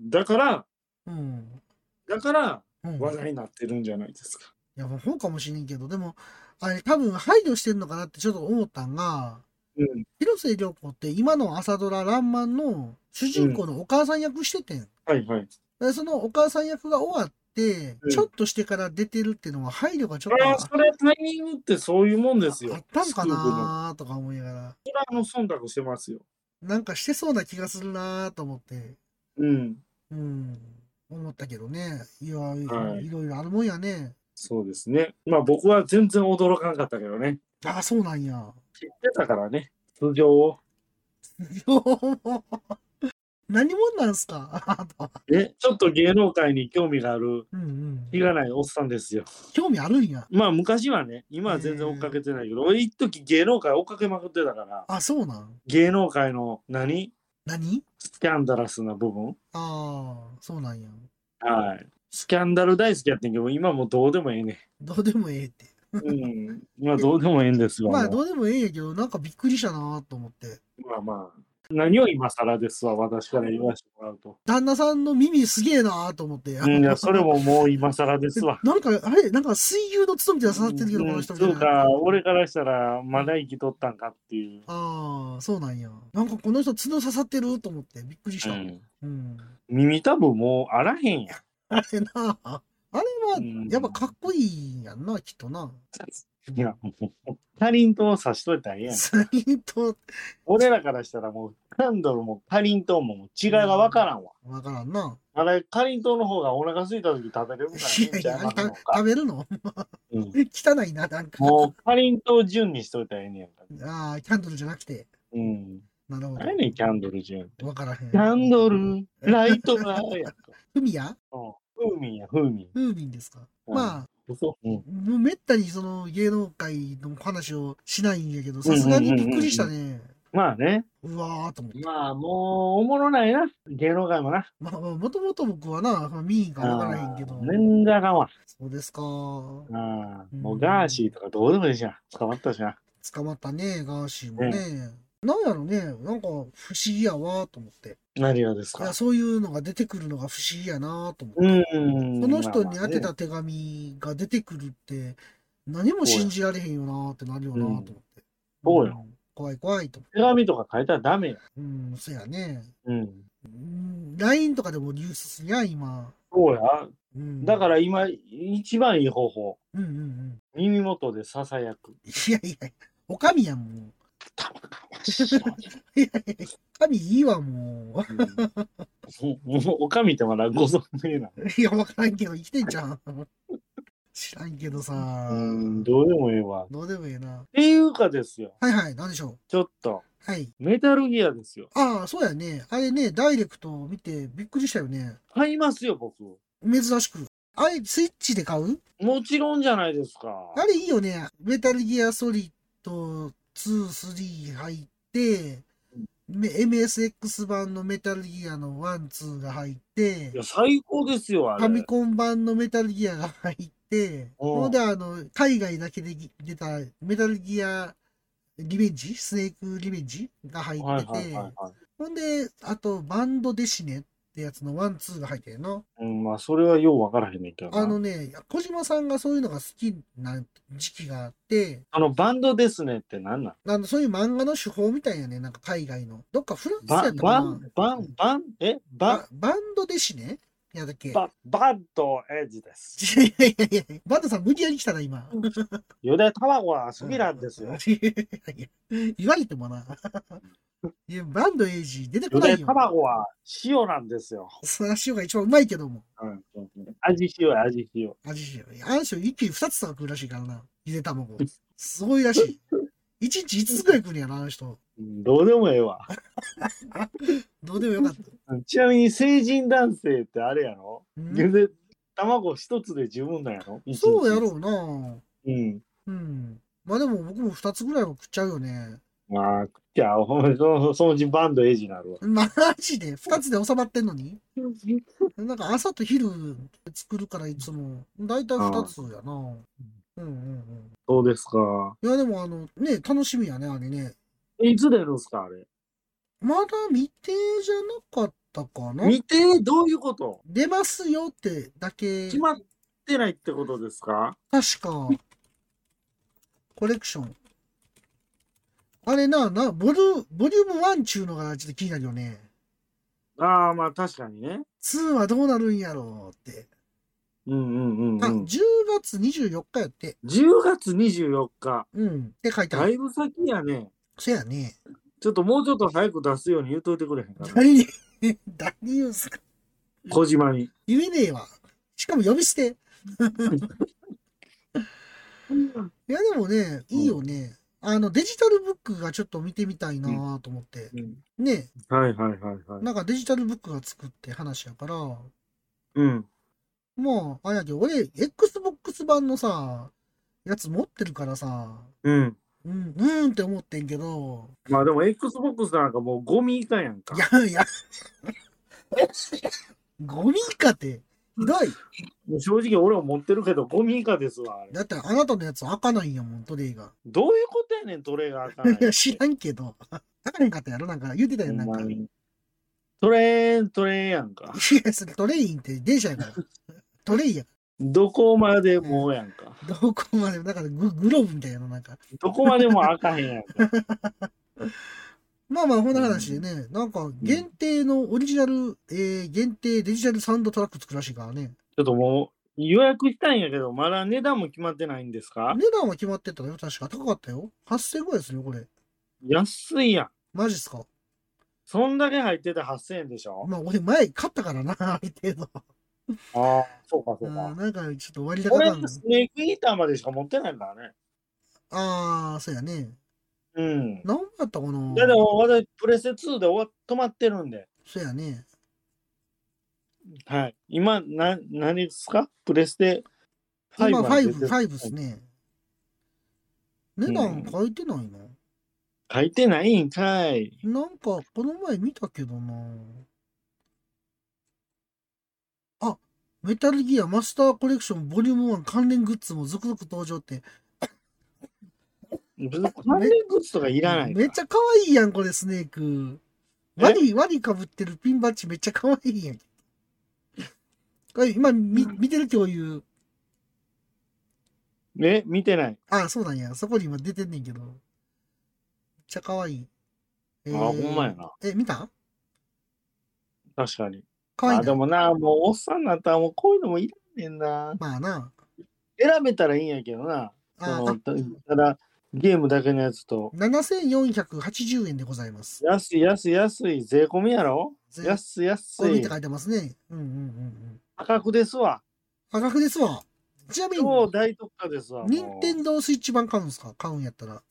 [SPEAKER 3] だから、
[SPEAKER 2] うん。
[SPEAKER 3] だから
[SPEAKER 2] うん、
[SPEAKER 3] 話題になってるんじゃないですか。
[SPEAKER 2] いや、もうそうかもしれんけど、でも、あれ、多分配慮してんのかなってちょっと思ったんが、
[SPEAKER 3] うん。
[SPEAKER 2] 広末涼子って今の朝ドラ「らんまん」の主人公のお母さん役しててん。
[SPEAKER 3] はいはい。
[SPEAKER 2] でそのお母さん役が終わって、
[SPEAKER 3] うん
[SPEAKER 2] ちょっとしてから出てるっていうのは配慮がちょっと
[SPEAKER 3] ああ、
[SPEAKER 2] あ
[SPEAKER 3] それタイミングってそういうもんですよ。
[SPEAKER 2] あったんか
[SPEAKER 3] スクープの
[SPEAKER 2] なーとか思いながら、
[SPEAKER 3] それはあの忖度してますよ。
[SPEAKER 2] なんかしてそうな気がするなーと思って、
[SPEAKER 3] うん。
[SPEAKER 2] うん、思ったけどね。いや、
[SPEAKER 3] はい
[SPEAKER 2] いろいろあるもんやね。
[SPEAKER 3] そうですね。まあ僕は全然驚かなかったけどね。
[SPEAKER 2] ああ、そうなんや。
[SPEAKER 3] 知ってたからね。通常を。
[SPEAKER 2] 何者なんすか
[SPEAKER 3] え、ちょっと芸能界に興味がある、
[SPEAKER 2] うんうん。
[SPEAKER 3] 気がないおっさんですよ。
[SPEAKER 2] 興味あるんや。
[SPEAKER 3] まあ昔はね、今は全然追っかけてないけど、俺一時芸能界追っかけまくってたから、
[SPEAKER 2] あ、そうなん。
[SPEAKER 3] 芸能界の何
[SPEAKER 2] 何
[SPEAKER 3] スキャンダラスな部分
[SPEAKER 2] ああ、そうなんや。
[SPEAKER 3] はい。スキャンダル大好きやってんけど、今もうどうでもええね。
[SPEAKER 2] どうでもええって。
[SPEAKER 3] うん。今どうでもええんですよ。
[SPEAKER 2] まあ、
[SPEAKER 3] も
[SPEAKER 2] どうでもええんやけど、なんかびっくりしたなーと思って。
[SPEAKER 3] うまあまあ。何を今更ですわ、私から言わせてもらうと。
[SPEAKER 2] 旦那さんの耳すげえなーと思って。
[SPEAKER 3] うん、いや、それももう今更ですわ。
[SPEAKER 2] なんか、あれなんか水牛の筒みたいな刺さってるけど、この人
[SPEAKER 3] う
[SPEAKER 2] み
[SPEAKER 3] ん
[SPEAKER 2] たい
[SPEAKER 3] そう
[SPEAKER 2] な。
[SPEAKER 3] か、俺からしたら、まだ生きとったんかっていう。
[SPEAKER 2] ああ、そうなんや。なんかこの人、角刺さってると思って、びっくりした。うん。
[SPEAKER 3] 耳たぶもうあらへんやん。
[SPEAKER 2] あれなあ、あれは
[SPEAKER 3] うん、
[SPEAKER 2] やっぱかっこいいんやんな、きっとな。
[SPEAKER 3] いや、もう、タリントンを刺しといたらええやん。
[SPEAKER 2] サインと、
[SPEAKER 3] 俺らからしたらもう、キャンドルもタリントンももう違いがわからんわ。
[SPEAKER 2] わからんな。
[SPEAKER 3] あれ、タリントンの方がお腹空いた時食べれるか
[SPEAKER 2] い
[SPEAKER 3] らいい
[SPEAKER 2] や
[SPEAKER 3] ん
[SPEAKER 2] い
[SPEAKER 3] ちゃ
[SPEAKER 2] や、
[SPEAKER 3] う
[SPEAKER 2] あれ
[SPEAKER 3] かな
[SPEAKER 2] た
[SPEAKER 3] とか
[SPEAKER 2] 食べるの
[SPEAKER 3] うん
[SPEAKER 2] 汚いな、なんか。
[SPEAKER 3] もう、タリントン順にしといたらええねやんか。
[SPEAKER 2] ああ、キャンドルじゃなくて。
[SPEAKER 3] うん。
[SPEAKER 2] なるほ
[SPEAKER 3] 何やねん、キャンドル順って
[SPEAKER 2] ど。。わからへん。
[SPEAKER 3] キャンドル、ライトがあるやんか。
[SPEAKER 2] ふみや
[SPEAKER 3] うん。風味や、風味。
[SPEAKER 2] ふーミンですか。
[SPEAKER 3] うん
[SPEAKER 2] まあ、
[SPEAKER 3] 嘘うん。
[SPEAKER 2] もうめったにその芸能界の話をしないんやけど、さすがにびっくりしたね。
[SPEAKER 3] まあね。
[SPEAKER 2] うわーと思って。
[SPEAKER 3] まあ、もう、おもろないな。芸能界もな。
[SPEAKER 2] まあ、まあ、もともと僕はな、まあ、見えんからわからへんけど。
[SPEAKER 3] 全然あかんわ。
[SPEAKER 2] そうですか。捕
[SPEAKER 3] ああ、
[SPEAKER 2] うん
[SPEAKER 3] もうガーシーとかどうでもいいじゃん。捕まったしな。
[SPEAKER 2] まったね、ガーシーもね。なんやろね、なんか不思議やわーと思って。
[SPEAKER 3] 何がです
[SPEAKER 2] い
[SPEAKER 3] か
[SPEAKER 2] や、そういうのが出てくるのが不思議やなーと思って。
[SPEAKER 3] うん。
[SPEAKER 2] その人に
[SPEAKER 3] まあ
[SPEAKER 2] 宛
[SPEAKER 3] まあ
[SPEAKER 2] て
[SPEAKER 3] ね
[SPEAKER 2] た手紙が出てくるって、何も信じられへんよなーってなるよなーと思って。
[SPEAKER 3] そうよ
[SPEAKER 2] ん怖い怖いと思って。
[SPEAKER 3] 手紙とか書いたらダメや。
[SPEAKER 2] うん、そやね。
[SPEAKER 3] うん。
[SPEAKER 2] うん、LINE とかでも流出すりゃ、今。
[SPEAKER 3] そうや。
[SPEAKER 2] うん、
[SPEAKER 3] だから今、一番いい方法。
[SPEAKER 2] うんうんうん。
[SPEAKER 3] 耳元でささやく。
[SPEAKER 2] いやいや、おかみやん、も
[SPEAKER 3] たまかましい
[SPEAKER 2] う。いやいや、おかみいいわ、も
[SPEAKER 3] うん もうもうおかみってまだご存命な
[SPEAKER 2] う。いや、わからんけど、生きてんじゃん。知らんけどさ。
[SPEAKER 3] の。うん、どうでもええわ。っ
[SPEAKER 2] どうでもええな。
[SPEAKER 3] ていうかですよ。
[SPEAKER 2] はいはい、なんでしょ
[SPEAKER 3] ちょっと、
[SPEAKER 2] う。はい。
[SPEAKER 3] メタルギアですよ。
[SPEAKER 2] ああ、そうやね。あれね、ダイレクト見てびっくりしたよね。
[SPEAKER 3] 買いますよ、僕。
[SPEAKER 2] 珍しく。あれ、スイッチで買う
[SPEAKER 3] もちろんじゃないですか。
[SPEAKER 2] あれいいよね。メタルギアソリッド2、3入って、め MSX 版のメタルギアの1、2が入って
[SPEAKER 3] いや、、最高ですよ、あ
[SPEAKER 2] ファミ
[SPEAKER 3] れ。
[SPEAKER 2] コン版のメタルギアが入って、
[SPEAKER 3] おう
[SPEAKER 2] ほんで、あの、海外だけで出たメタルギアリベンジスネークリベンジが入
[SPEAKER 3] は
[SPEAKER 2] っ
[SPEAKER 3] い
[SPEAKER 2] て
[SPEAKER 3] はい
[SPEAKER 2] て、
[SPEAKER 3] はいはい。
[SPEAKER 2] ほんで、あと、バンドデシネってやつの1、2が入ってるの。
[SPEAKER 3] うん、まあ、それはようわからへんねんけどな。
[SPEAKER 2] あのね、小島さんがそういうのが好きな時期があって、
[SPEAKER 3] あの、バンドですねって何なん
[SPEAKER 2] あのそういう漫画の手法みたいやね、なんか海外の。どっかフランスや
[SPEAKER 3] バ
[SPEAKER 2] っ
[SPEAKER 3] ン、
[SPEAKER 2] た
[SPEAKER 3] バ
[SPEAKER 2] かな
[SPEAKER 3] ン、バン、バン、え、バン
[SPEAKER 2] ババンドでしねやだっけい
[SPEAKER 3] ババッドエッジです。
[SPEAKER 2] やいやいや、バンドさん無理やり来たな、今。
[SPEAKER 3] ゆで卵は好きなんですよ。
[SPEAKER 2] いやい や言われてもな。 いや、バンドエイジ出てこ
[SPEAKER 3] ゆ
[SPEAKER 2] な
[SPEAKER 3] で
[SPEAKER 2] いよ。
[SPEAKER 3] 卵は塩なんですよ。
[SPEAKER 2] そら塩が一番うまいけども。
[SPEAKER 3] うん、味塩や味塩。
[SPEAKER 2] 味塩。あんしょ一気に2つとか食うらしいからな。ゆで卵。すごいらしい。一日5つぐらい食うんやな、あの人。
[SPEAKER 3] うんどうでもええわ。
[SPEAKER 2] どうでもよかった。
[SPEAKER 3] うんちなみに成人男性ってあれやろ
[SPEAKER 2] うん
[SPEAKER 3] ゆで卵一つで十分なんやろ一日
[SPEAKER 2] そうやろうな。
[SPEAKER 3] うん。
[SPEAKER 2] うん。まあでも僕も2つぐらいは食っちゃうよね。
[SPEAKER 3] まあ、じゃあ、ほんまにそのそのうちバンドエッジになるわ。
[SPEAKER 2] マジで ?2 つで収まってんのになんか朝と昼作るからいつも、だいたい2つやな。うんうんうん。
[SPEAKER 3] そうですか。
[SPEAKER 2] いやでもあの、ね、楽しみやね、あれね。
[SPEAKER 3] いつ出るんすか、あれ。
[SPEAKER 2] まだ未定じゃなかったかな
[SPEAKER 3] 未定どういうこと
[SPEAKER 2] 出ますよってだけ
[SPEAKER 3] 決、まってないってことですか
[SPEAKER 2] 確か、コレクション。あれな、な、ボリュボリューム1っちゅうのがちょっと気になるよね。
[SPEAKER 3] ああ、まあ確かにね。
[SPEAKER 2] 2はどうなるんやろうって。
[SPEAKER 3] うんうんうん、
[SPEAKER 2] あ、
[SPEAKER 3] うん。
[SPEAKER 2] 10月24日やって。
[SPEAKER 3] 10月24日。
[SPEAKER 2] うん。って書いてあ
[SPEAKER 3] だ
[SPEAKER 2] る。
[SPEAKER 3] いぶ先やね。
[SPEAKER 2] そやね。
[SPEAKER 3] ちょっともうちょっと早く出すように言うといてくれへんかな。
[SPEAKER 2] 何、 何言うんすか
[SPEAKER 3] 小島に。
[SPEAKER 2] 言えねえわ。しかも呼び捨て。 いやでもね、いいよね。あの、デジタルブックがちょっと見てみたいなぁと思って。ね、
[SPEAKER 3] はいはいはいはい。
[SPEAKER 2] なんかデジタルブックが作って話やから、
[SPEAKER 3] うん。
[SPEAKER 2] もう、あれやけど、俺、Xbox 版のさ、やつ持ってるからさ、
[SPEAKER 3] うん。
[SPEAKER 2] うん、うんって思ってんけど、
[SPEAKER 3] まあでも XBOX なんかもうゴミ以下やんか
[SPEAKER 2] い。やいや、ゴミかって、ひどい。
[SPEAKER 3] もう正直俺も持ってるけどゴミ以下ですわ。あれ
[SPEAKER 2] だってあなたのやつ開かないんやもん、トレイが。
[SPEAKER 3] どういうことやねん、トレーが開かない
[SPEAKER 2] いや、 知らんけど。開かへんかったやろなんか言ってたやん、なん
[SPEAKER 3] ほ
[SPEAKER 2] か。
[SPEAKER 3] んま
[SPEAKER 2] い
[SPEAKER 3] にトレーン、トレーンやんか。
[SPEAKER 2] や、それトレインって電車やから。 トレイや。
[SPEAKER 3] どこまでもやんか。
[SPEAKER 2] どこまでも、なんかググローブみたいな、なんか。
[SPEAKER 3] どこまでも開かへんやんか。
[SPEAKER 2] まあまあ、こんな話でね、なんか限定のオリジナル、えー、限定デジタルサウンドトラック作るらしいからね。
[SPEAKER 3] ちょっともう予約したんやけど、まだ値段も決まってないんですか
[SPEAKER 2] 値段は決まってたよ、確か。高かったよ。8000ぐらいですよ、これ。
[SPEAKER 3] 安いやん。
[SPEAKER 2] マジっすか。
[SPEAKER 3] そんだけ入ってて8000円でしょ
[SPEAKER 2] まあ、俺前買ったからな、 ある程度。
[SPEAKER 3] ああ、そうかそううんか。
[SPEAKER 2] なんかちょっと割高
[SPEAKER 3] 俺
[SPEAKER 2] 感が。
[SPEAKER 3] スネークヒーターまでしか持ってないからね。
[SPEAKER 2] ああ、そうやね。
[SPEAKER 3] うん。
[SPEAKER 2] 何本やったかな
[SPEAKER 3] だけど、私、プレステ2で終わ止まってるんで。
[SPEAKER 2] そうやね。
[SPEAKER 3] はい。今、な、何ですかプレステ5
[SPEAKER 2] 今、
[SPEAKER 3] まで出て
[SPEAKER 2] 5、5ですね。値段書いてないな。
[SPEAKER 3] 書いてないんかい。
[SPEAKER 2] なんか、この前見たけどな。あ、メタルギアマスターコレクションボリューム1関連グッズも続々登場って。
[SPEAKER 3] 別に関連グッズとかいらないか
[SPEAKER 2] め
[SPEAKER 3] ら。
[SPEAKER 2] っちゃ可愛いやん、これ、スネーク。
[SPEAKER 3] え
[SPEAKER 2] ワニ、ワニかぶってるピンバッジめっちゃ可愛いやん。 これ今見、見てる共有。
[SPEAKER 3] え、見てない。
[SPEAKER 2] あ、そうなんや。そこに今出てんねんけど。めっちゃ可愛い。え
[SPEAKER 3] あ、ほんまやな。
[SPEAKER 2] え、見た
[SPEAKER 3] 確かに。
[SPEAKER 2] 可愛い
[SPEAKER 3] あ、
[SPEAKER 2] な
[SPEAKER 3] でもな、もうおっさんになったらもうこういうのもいらんねんな。
[SPEAKER 2] まあな。
[SPEAKER 3] 選べたらいいんやけどな。そ
[SPEAKER 2] あ
[SPEAKER 3] のたただ、ゲームだけのやつと。
[SPEAKER 2] 7480円でございます。
[SPEAKER 3] 安い安い安い税込みやろ
[SPEAKER 2] 税
[SPEAKER 3] 安い
[SPEAKER 2] こ
[SPEAKER 3] 安
[SPEAKER 2] れ見
[SPEAKER 3] い
[SPEAKER 2] て書いてますね。うんうんうんうん。
[SPEAKER 3] 価格ですわ
[SPEAKER 2] 価格ですわ。ちなみに、
[SPEAKER 3] 超大特価ですわもう
[SPEAKER 2] 任天堂スイッチ版買うんですか買うんやったら。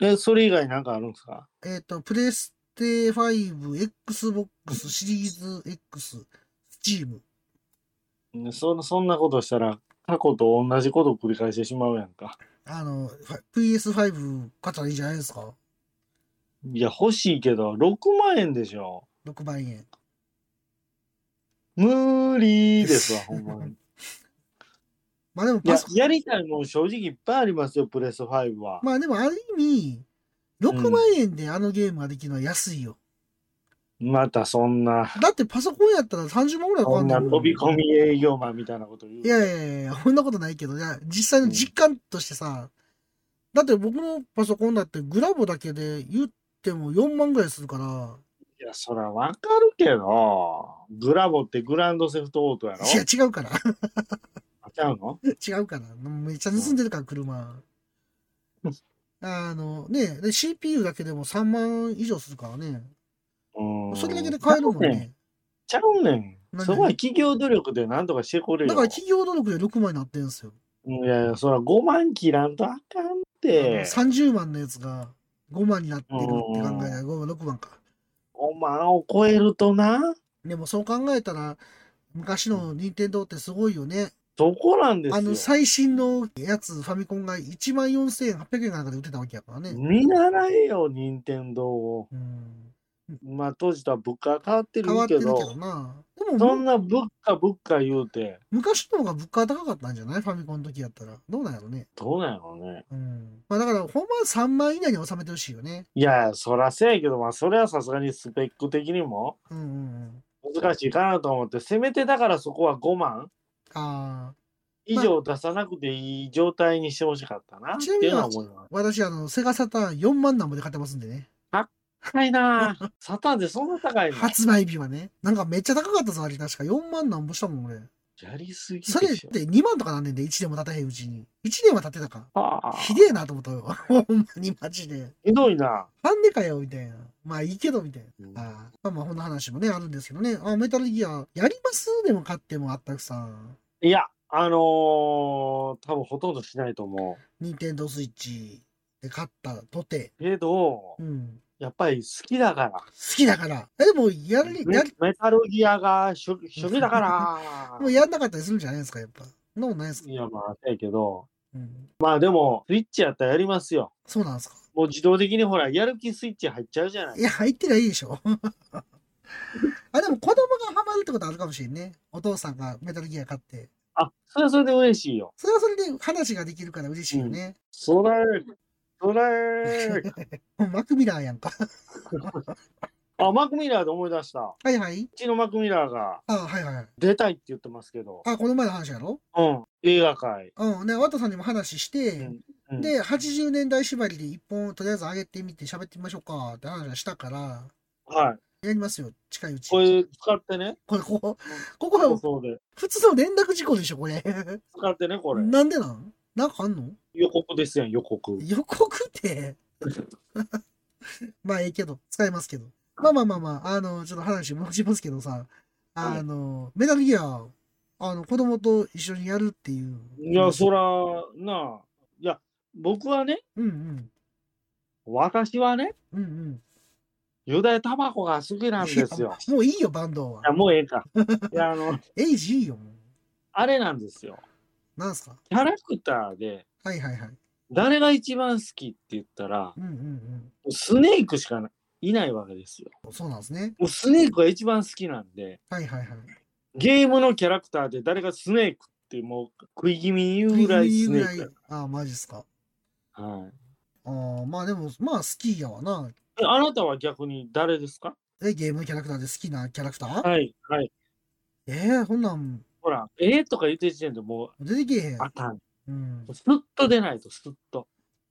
[SPEAKER 3] えそれ以外なんかあるんですか
[SPEAKER 2] えっ、と、プレステ5、Xbox シリーズ X、Steam。
[SPEAKER 3] うんそそんなことしたら過去と同じことを繰り返してしまうやんか
[SPEAKER 2] あの、ファ PS5 買ったらいいんじゃないですか
[SPEAKER 3] いや欲しいけど6万円でしょ
[SPEAKER 2] ?6 万円。
[SPEAKER 3] 無理で すわほんまに
[SPEAKER 2] まあでも
[SPEAKER 3] い
[SPEAKER 2] パ
[SPEAKER 3] や
[SPEAKER 2] ソコン、
[SPEAKER 3] やりたいもん正直いっぱいありますよプレス5は、
[SPEAKER 2] まあでもある意味、6万円であのゲームができるのは安いよ。
[SPEAKER 3] またそんな
[SPEAKER 2] だってパソコンやったら30万ぐらいかか
[SPEAKER 3] そん
[SPEAKER 2] んね
[SPEAKER 3] なん
[SPEAKER 2] もん
[SPEAKER 3] 飛び込み営業マンみたいなこと言う
[SPEAKER 2] いやいやいやいや、そんなことないけど、いや実際の実感としてさ、だって僕のパソコンだってグラボだけで言っても4万ぐらいするから、
[SPEAKER 3] いや、そらわかるけど、グラボってグランドセフトオートやろ
[SPEAKER 2] いや、違うから。
[SPEAKER 3] あちゃうの
[SPEAKER 2] 違うから。めっちゃ盗んでるから、車。あの、ねで CPU だけでも3万以上するからね。
[SPEAKER 3] うん。
[SPEAKER 2] それだけで買えるもんね。
[SPEAKER 3] ちゃうねん。
[SPEAKER 2] 何
[SPEAKER 3] すごい企業努力でなんとかしてこれよ。
[SPEAKER 2] だから企業努力で6万になってるんですよ。
[SPEAKER 3] いやいや、そら5万切らんとあかんって。
[SPEAKER 2] 30万のやつが5万になってるって考えたら5万、6万か。
[SPEAKER 3] 5万を超えるとな。
[SPEAKER 2] でもそう考えたら、昔の任天堂ってすごいよね。
[SPEAKER 3] そこなんですよ。
[SPEAKER 2] あの最新のやつ、ファミコンが1万4800円かなんかで売ってたわけやからね。
[SPEAKER 3] 見習えよ、任天堂を。
[SPEAKER 2] うん、
[SPEAKER 3] まあ、当時とは物価変わってる
[SPEAKER 2] 変わって
[SPEAKER 3] け
[SPEAKER 2] る
[SPEAKER 3] ど、
[SPEAKER 2] けどな。で
[SPEAKER 3] そ
[SPEAKER 2] も、
[SPEAKER 3] んな物価物価言うて、
[SPEAKER 2] 昔の方が物価高かったんじゃないファミコンの時やったら。どうなんやろね。
[SPEAKER 3] どうなんやろうね。
[SPEAKER 2] うん。まあだから、ほんま3万以内に収めてほしいよね。
[SPEAKER 3] いや、そらせやけど、まあ、それはさすがにスペック的にも
[SPEAKER 2] うんうんうん。
[SPEAKER 3] 難しいかなと思って、せめてだからそこは5万
[SPEAKER 2] あ
[SPEAKER 3] 以上出さなくていい状態にしてほしかったな、
[SPEAKER 2] あ。
[SPEAKER 3] っ
[SPEAKER 2] ち
[SPEAKER 3] て
[SPEAKER 2] なみ
[SPEAKER 3] い
[SPEAKER 2] に
[SPEAKER 3] うのは思います。
[SPEAKER 2] 私、あの、セガサターン4万なんぼで買ってますんでね。
[SPEAKER 3] 高いなぁ。サタンでそんな高いの
[SPEAKER 2] 発売日はね。なんかめっちゃ高かったぞ、あれ確か。4万なんぼしたもん、俺。
[SPEAKER 3] やりすぎでし
[SPEAKER 2] そ
[SPEAKER 3] ょ
[SPEAKER 2] れって2万とかなんねんで、1年も経たへんうちに。1年は経ってたか。
[SPEAKER 3] はあ
[SPEAKER 2] ひでえなと思ったよ。 ほんまにマジで。
[SPEAKER 3] ひどいな。
[SPEAKER 2] なんでかよ、みたいな。まあいいけど、みたいな。
[SPEAKER 3] うん
[SPEAKER 2] ああまあまあ、こんな話もね、あるんですけどね。あメタルギア、やりますでも買ってもあったくさん。
[SPEAKER 3] いや、あのー、多分ほとんどしないと思
[SPEAKER 2] ニンテンドースイッチで買ったとて。
[SPEAKER 3] う。けど
[SPEAKER 2] う、ん。
[SPEAKER 3] やっぱり好きだから。
[SPEAKER 2] 好きだから。え、でも、やり、
[SPEAKER 3] メ
[SPEAKER 2] やり、
[SPEAKER 3] メタルギアが初初期 だ
[SPEAKER 2] も
[SPEAKER 3] か
[SPEAKER 2] う
[SPEAKER 3] ら。
[SPEAKER 2] やんなかったりするんじゃないですか、やっぱ。そんなことないですか。
[SPEAKER 3] いや、まあ、せやけど、
[SPEAKER 2] うん。
[SPEAKER 3] まあでも、スイッチやったらやりますよ。
[SPEAKER 2] そうなんですか。
[SPEAKER 3] もう自動的にほら、やる気スイッチ入っちゃうじゃない
[SPEAKER 2] い。や、入ってりゃいいでしょ。 あ、でも子供がハマるってことあるかもしれんね。お父さんがメタルギア買って。
[SPEAKER 3] あ、それはそれで嬉しいよ。
[SPEAKER 2] それはそれで話ができるから嬉しいよね。
[SPEAKER 3] それ、それ。
[SPEAKER 2] もうマクミラーやんか。
[SPEAKER 3] あ、マクミラーで思い出した。う
[SPEAKER 2] はいはい。
[SPEAKER 3] ちのマクミラーが
[SPEAKER 2] あはいはいはい。
[SPEAKER 3] 出たいって言ってますけど、
[SPEAKER 2] あこの前の話やろ
[SPEAKER 3] うん、映画界。
[SPEAKER 2] うん。で、ワトさんにも話して、
[SPEAKER 3] うん、
[SPEAKER 2] で、80年代縛りで一本とりあえず上げてみて喋ってみましょうかって話はしたから、
[SPEAKER 3] はい。
[SPEAKER 2] やりますよ、近いうち。
[SPEAKER 3] これ使ってね、
[SPEAKER 2] これ、ここ、ここ
[SPEAKER 3] 放
[SPEAKER 2] は
[SPEAKER 3] 送で。
[SPEAKER 2] 普通の連絡事項でしょ、これ。
[SPEAKER 3] 使ってね、これ。
[SPEAKER 2] なんでなんなんかあんの
[SPEAKER 3] 予告ですやん、予告。
[SPEAKER 2] 予告って。 まあええけど、使いますけど。まあまあまあまあ、あの、ちょっと話戻しますけどさ、あの、メタルギア、あの、子供と一緒にやるっていう。
[SPEAKER 3] いや、そら、なあ。いや、僕はね、
[SPEAKER 2] うんうん。
[SPEAKER 3] 私はね、
[SPEAKER 2] うんうん。
[SPEAKER 3] ユダヤタバコが好きなんですよ。
[SPEAKER 2] もういいよ、バンドはい
[SPEAKER 3] や、。もうええか。いや、あの、
[SPEAKER 2] エイジいいよ、もう。
[SPEAKER 3] あれなんですよ。
[SPEAKER 2] なんすか
[SPEAKER 3] キャラクターで、
[SPEAKER 2] はいはいはい。
[SPEAKER 3] 誰が一番好きって言ったら、
[SPEAKER 2] うんうん
[SPEAKER 3] スネークしかないないわけですよ。
[SPEAKER 2] うん。そうなんですね。
[SPEAKER 3] もうスネークが一番好きなんで、
[SPEAKER 2] はいはいはい。
[SPEAKER 3] ゲームのキャラクターで誰がスネークってもう食い気味に言うぐらいスネークや。
[SPEAKER 2] ああ、マジっすか。
[SPEAKER 3] はい。
[SPEAKER 2] ああ、まあでも、まあ好きやわな。
[SPEAKER 3] えあなたは逆に誰ですか
[SPEAKER 2] え、ゲームキャラクターで好きなキャラクター
[SPEAKER 3] はい、はい。
[SPEAKER 2] ええほんなん
[SPEAKER 3] ほら、ええとか言ってる時点でもう、
[SPEAKER 2] 出てけえへん。
[SPEAKER 3] あかん。
[SPEAKER 2] うん。
[SPEAKER 3] スッと出ないと、スッと。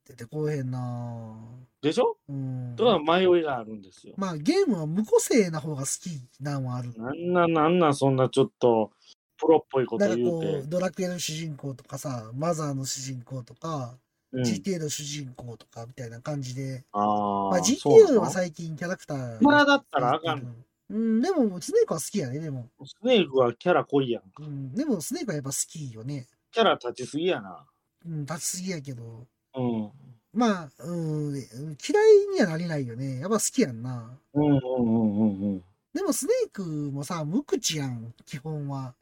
[SPEAKER 2] 出てこうへんな
[SPEAKER 3] でしょ
[SPEAKER 2] うん。
[SPEAKER 3] だから迷いがあるんですよ。
[SPEAKER 2] まあゲームは無個性な方が好きなんはある。
[SPEAKER 3] なんなんなんなんそんなちょっとプロっぽいこ
[SPEAKER 2] な
[SPEAKER 3] と
[SPEAKER 2] んか
[SPEAKER 3] 言う
[SPEAKER 2] こ
[SPEAKER 3] て
[SPEAKER 2] う、。ドラクエの主人公とかさ、マザーの主人公とか、
[SPEAKER 3] うん、
[SPEAKER 2] GTA の主人公とかみたいな感じで、
[SPEAKER 3] あ
[SPEAKER 2] まあ、
[SPEAKER 3] ーそうな
[SPEAKER 2] GTA
[SPEAKER 3] の
[SPEAKER 2] は最近キャラクター。
[SPEAKER 3] まあだったらあかん。
[SPEAKER 2] うん、でも、スネークは好きやね、でも。
[SPEAKER 3] スネークはキャラ濃いやん。
[SPEAKER 2] うん、でも、スネークはやっぱ好きよね。
[SPEAKER 3] キャラ立ちすぎやな。
[SPEAKER 2] うん、立ちすぎやけど。
[SPEAKER 3] うん。
[SPEAKER 2] まあ、うん、嫌いにはなれないよね。やっぱ好きやんな。
[SPEAKER 3] うんうんうんうんうん。
[SPEAKER 2] でも、スネークもさ、無口やん、基本は。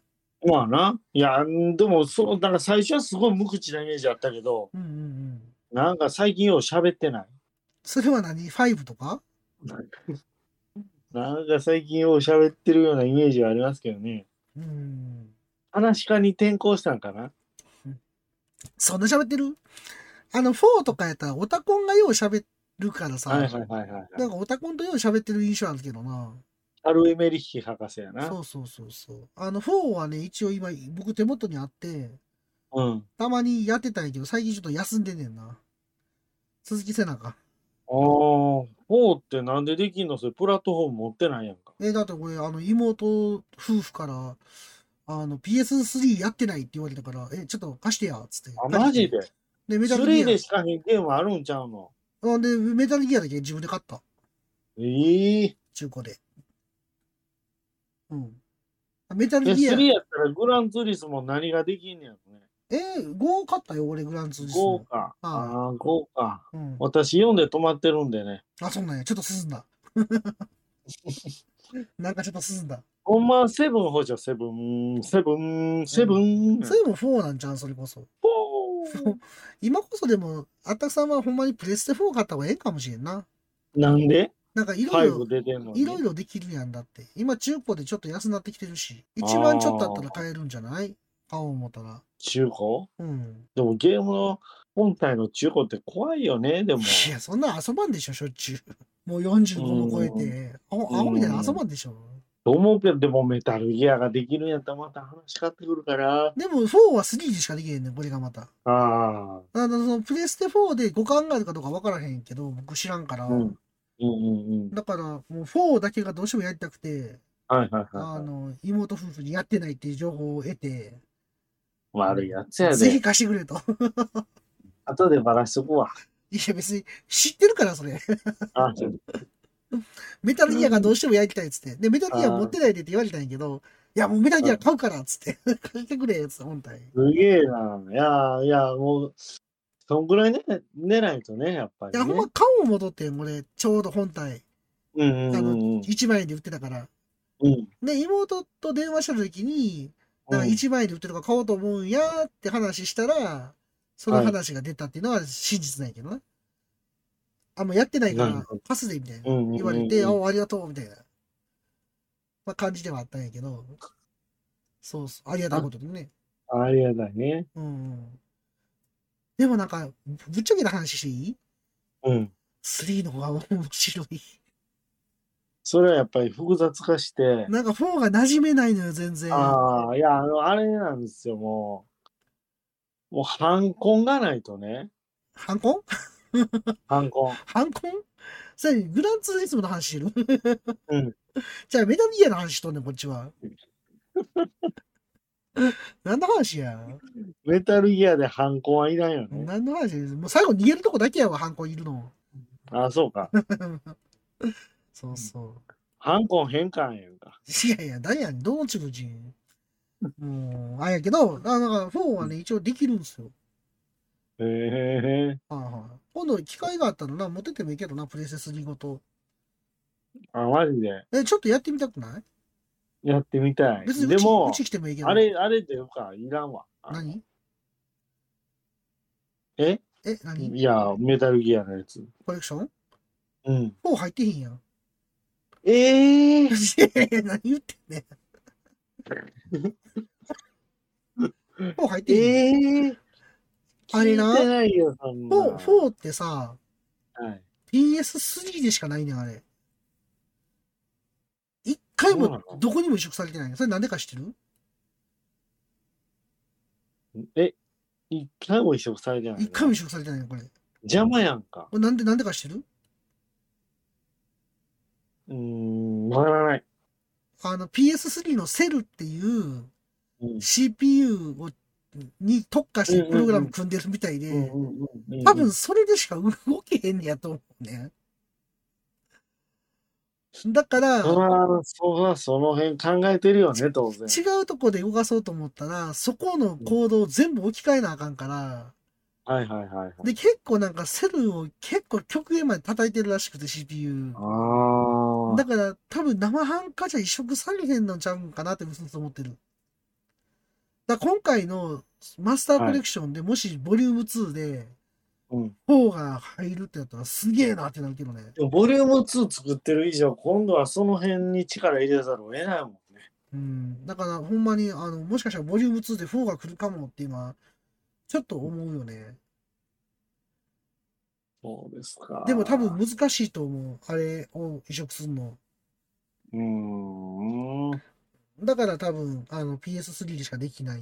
[SPEAKER 3] まあな。いや、んでも、そう、だから最初はすごい無口なイメージあったけど、
[SPEAKER 2] うんうんうん。
[SPEAKER 3] なんか最近よう喋ってない。
[SPEAKER 2] それは何 ?5 とか
[SPEAKER 3] なんか最近よう喋ってるようなイメージはありますけどね。
[SPEAKER 2] うん。
[SPEAKER 3] 話し家に転校したんかな
[SPEAKER 2] そんな喋ってるあの、4とかやったら、オタコンがよう喋るからさ。
[SPEAKER 3] はいはいはいはいはい。
[SPEAKER 2] なんかオタコンとよう喋ってる印象あるけどな。
[SPEAKER 3] アルエメリッヒ博士や
[SPEAKER 2] そ
[SPEAKER 3] な。
[SPEAKER 2] うそうそうそう。あの、4はね、一応今、僕手元にあって、
[SPEAKER 3] うん。
[SPEAKER 2] たまにやってたんやけど、最近ちょっと休んでんねんな。鈴木せなか。
[SPEAKER 3] あ4ってなんでできんのそれプラットフォーム持ってないやんか。
[SPEAKER 2] え、だってこれ、あの、妹夫婦から、あの、PS3 やってないって言われたから、え、ちょっと貸してや、つって。
[SPEAKER 3] あ、マジで
[SPEAKER 2] で、メタルギ
[SPEAKER 3] ?3
[SPEAKER 2] ア。
[SPEAKER 3] でしかにゲームあるんちゃうの
[SPEAKER 2] あで、メタルギアだけ自分で買った。
[SPEAKER 3] ええ
[SPEAKER 2] 中古で。うん。メタ
[SPEAKER 3] え、
[SPEAKER 2] ルギア
[SPEAKER 3] 3。やったらグランツーリスも何ができんねやろね。
[SPEAKER 2] えー、5買ったよ、俺、グランツーリス
[SPEAKER 3] 豪
[SPEAKER 2] モ。
[SPEAKER 3] 華。
[SPEAKER 2] あ
[SPEAKER 3] ああ、豪華。
[SPEAKER 2] うん。
[SPEAKER 3] 私4で止まってるんでね。
[SPEAKER 2] あ、そうなんや。ちょっと進んだ。 なんかちょっと進んだ。
[SPEAKER 3] ほんまはセブンほじゃ、セブン、セブン、セブン。
[SPEAKER 2] それも4なんじゃん、それこそ。
[SPEAKER 3] ポー
[SPEAKER 2] 今こそでも、あったくさんはほんまにプレステ4買った方がええんかもしれんな。
[SPEAKER 3] なんで
[SPEAKER 2] なんかいろいろ
[SPEAKER 3] ?5 出てんのに。
[SPEAKER 2] いろいろできるやんだって。今、中古でちょっと安なってきてるし、一万ちょっとあったら買えるんじゃない買おう思ったら。
[SPEAKER 3] 中古
[SPEAKER 2] うん。
[SPEAKER 3] でもゲームの本体の中古って怖いよ ね、でも。
[SPEAKER 2] いや、そんな遊ばんでしょ、しょっちゅう。もう45も超えて、青青みたいな遊ばんでしょ。
[SPEAKER 3] と思うけど、でもメタルギアができるんやったらまた話変わってくるから。
[SPEAKER 2] でも、4は3でしかできへんねん、これがまた。
[SPEAKER 3] あ
[SPEAKER 2] あの、そのプレステ4で互換があるかどうかわからへんけど、僕知らんから。
[SPEAKER 3] あ。うん。うんうんうん。
[SPEAKER 2] だから、もう4だけがどうしてもやりたくて、
[SPEAKER 3] はいはい
[SPEAKER 2] あ
[SPEAKER 3] は
[SPEAKER 2] の、妹夫婦にやってないっていう情報を得て、
[SPEAKER 3] い。悪いやつや
[SPEAKER 2] ぜ
[SPEAKER 3] で
[SPEAKER 2] ひ。貸してくれと。
[SPEAKER 3] 後でバラしとくわ。
[SPEAKER 2] いや、別に知ってるから、それ。
[SPEAKER 3] あそう
[SPEAKER 2] メタルギアがどうしてもやりたいっつって。で、メタルギア持ってないでって言われたんやけど、いや、もうメタルギア買うからっつって。 貸してくれっつって、本体。
[SPEAKER 3] すげえな。いやいや、もう、そんぐらいね、寝ないとね、やっぱ
[SPEAKER 2] い
[SPEAKER 3] り、
[SPEAKER 2] や、
[SPEAKER 3] ね。
[SPEAKER 2] ほんま買おう戻ってん、俺、ちょうど本体。
[SPEAKER 3] うんうん
[SPEAKER 2] あ
[SPEAKER 3] う
[SPEAKER 2] の、
[SPEAKER 3] んうん。
[SPEAKER 2] 1万円で売ってたから。
[SPEAKER 3] うん
[SPEAKER 2] で、妹と電話した時に、なんか
[SPEAKER 3] うん
[SPEAKER 2] 1万円で売ってるから買おうと思うんやって話したら、その話が出たっていうのは真実なんやけどな。あ、もうやってないか
[SPEAKER 3] なる
[SPEAKER 2] ら
[SPEAKER 3] ほど、
[SPEAKER 2] パスでみたいな。
[SPEAKER 3] うんうんうんうん
[SPEAKER 2] 言われて、おありがとうみたいな、まあ、感じではあったんやけど、そうそう、ありがたいことでね。
[SPEAKER 3] ありがたいね。
[SPEAKER 2] うんうん。でもなんか、ぶっちゃけた話していい
[SPEAKER 3] うん。
[SPEAKER 2] ?3 の方が面白い。
[SPEAKER 3] それはやっぱり複雑化して、
[SPEAKER 2] なんか4が馴染めないのよ、全然。
[SPEAKER 3] ああ、いや、あの、あれなんですよ、もう。もう、反婚がないとね。
[SPEAKER 2] ハンコン
[SPEAKER 3] 反婚。
[SPEAKER 2] ハンコンそれ、グランツーリスモの話してる
[SPEAKER 3] うん。
[SPEAKER 2] じゃあ、メタルギアの話しとんねん、こっちは。 何の話や
[SPEAKER 3] メタルギアで反婚はいないよね。
[SPEAKER 2] 何の話やもう最後逃げるとこだけやわ、ハンコンいるの。
[SPEAKER 3] ああ、そうか。
[SPEAKER 2] そうそう。
[SPEAKER 3] 反婚変換やんか。
[SPEAKER 2] いやいや、誰やねん、どの中人。もう、あれやけど、あだから、4はね、一応できるんですよ。
[SPEAKER 3] へえ。
[SPEAKER 2] はいはい。今度、機会があったらな、持ってってもいいけどな、プレセスリごと。
[SPEAKER 3] あ、マジで。
[SPEAKER 2] え、ちょっとやってみたくない
[SPEAKER 3] やってみたい。
[SPEAKER 2] 別に
[SPEAKER 3] で
[SPEAKER 2] うち
[SPEAKER 3] も
[SPEAKER 2] う、ち来てもいいけど。
[SPEAKER 3] あれ、あれでよか、いらんわ。あ
[SPEAKER 2] 何
[SPEAKER 3] え
[SPEAKER 2] え、何
[SPEAKER 3] いや、メタルギアのやつ。
[SPEAKER 2] コレクション
[SPEAKER 3] うん。
[SPEAKER 2] ?4 入ってへんやん。
[SPEAKER 3] ええー、
[SPEAKER 2] 何言ってんねん。4入ってへんやん。
[SPEAKER 3] ええー。
[SPEAKER 2] あれな
[SPEAKER 3] 聞いてないよ、そんな。
[SPEAKER 2] 4, 4ってさ、
[SPEAKER 3] はい。
[SPEAKER 2] PS3 でしかないねん、あれ。一回
[SPEAKER 3] そうな
[SPEAKER 2] も
[SPEAKER 3] の
[SPEAKER 2] どこにも移植されてないねんそれなんでか知ってる
[SPEAKER 3] え、一回も移植されてないの
[SPEAKER 2] 一回も移植されてないねんこれ。こ
[SPEAKER 3] 邪魔やんか。
[SPEAKER 2] れなんで、なんでか知ってる
[SPEAKER 3] うーん、わからない。
[SPEAKER 2] あの PS3 のセルっていう
[SPEAKER 3] うん。
[SPEAKER 2] CPU をに特化してプログラム組んでるみたいで、
[SPEAKER 3] うんうんうんうん
[SPEAKER 2] 多分それでしか動けへんねやと思うね。だから、
[SPEAKER 3] そら、そら、その辺考えてるよね、当然。
[SPEAKER 2] 違うとこで動かそうと思ったら、そこの行動を全部置き換えなあかんから、
[SPEAKER 3] はいはいはいはい。
[SPEAKER 2] で、結構なんかセルを結構極限まで叩いてるらしくて CPU
[SPEAKER 3] あ。あ。
[SPEAKER 2] だから多分生半可じゃ移植されへんのちゃうんかなってうすうす思ってる。だから今回のマスターコレクションでもしボリューム2で
[SPEAKER 3] うん
[SPEAKER 2] 4が入るってやったらすげえなってなるけどね。
[SPEAKER 3] でもボリューム2作ってる以上、今度はその辺に力入れざるを得ないもんね。
[SPEAKER 2] うん、だからほんまにあのもしかしたらボリューム2で4が来るかもっていうのはちょっと思うよね。
[SPEAKER 3] そうですか。
[SPEAKER 2] でも多分。難しいと思う。あれを移植するの。
[SPEAKER 3] うーん。
[SPEAKER 2] だから多分あの PS3 でしかできない。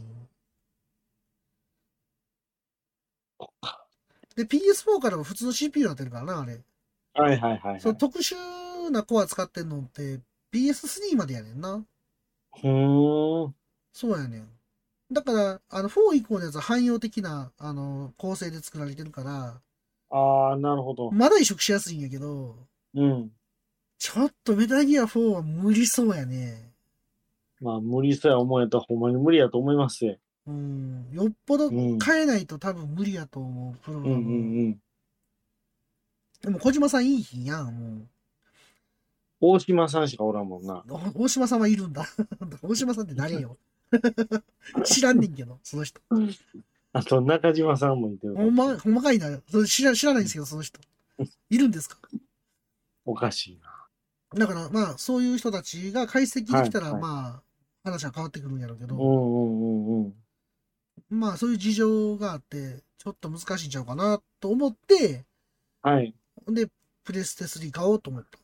[SPEAKER 2] で、PS4 からも普通の CPU になってるからな、あれ。
[SPEAKER 3] はいはいはい。
[SPEAKER 2] その特殊なコア使ってんのって PS3 までやねんな。
[SPEAKER 3] ふーん。
[SPEAKER 2] そうやねん。だから、あの、4以降のやつは汎用的な、あの、構成で作られてるから、
[SPEAKER 3] ああ、なるほど。
[SPEAKER 2] まだ移植しやすいんやけど、
[SPEAKER 3] うん。
[SPEAKER 2] ちょっとメタルギア4は無理そうやね。
[SPEAKER 3] まあ、無理さえ思えたらほんまに無理やと思いますよ。
[SPEAKER 2] うん。よっぽど
[SPEAKER 3] うん。
[SPEAKER 2] 変えないと多分無理やと思う、プロ
[SPEAKER 3] う
[SPEAKER 2] グ
[SPEAKER 3] んう
[SPEAKER 2] ラ
[SPEAKER 3] んう
[SPEAKER 2] ム。
[SPEAKER 3] ん。
[SPEAKER 2] でも小島さんいい日やん、もう。
[SPEAKER 3] 大島さんしかおらんもんな。
[SPEAKER 2] お大島さんはいるんだ。 大島さんって誰よ。 知らんねんけど、その人。
[SPEAKER 3] あと、中島さんもいてる。
[SPEAKER 2] ほんま、ほんまかいな。それ知ら知らないんですけど、その人。いるんですか
[SPEAKER 3] おかしいな。
[SPEAKER 2] だから、まあ、そういう人たちが解析できたら、
[SPEAKER 3] はいはい
[SPEAKER 2] まあ、話は変わってくるんやろうけ
[SPEAKER 3] うん
[SPEAKER 2] ど、
[SPEAKER 3] うんうんうん。
[SPEAKER 2] まあ、そういう事情があって、ちょっと難しいんちゃうかなと思って、
[SPEAKER 3] はい。
[SPEAKER 2] で、プレステ3買おうと思った。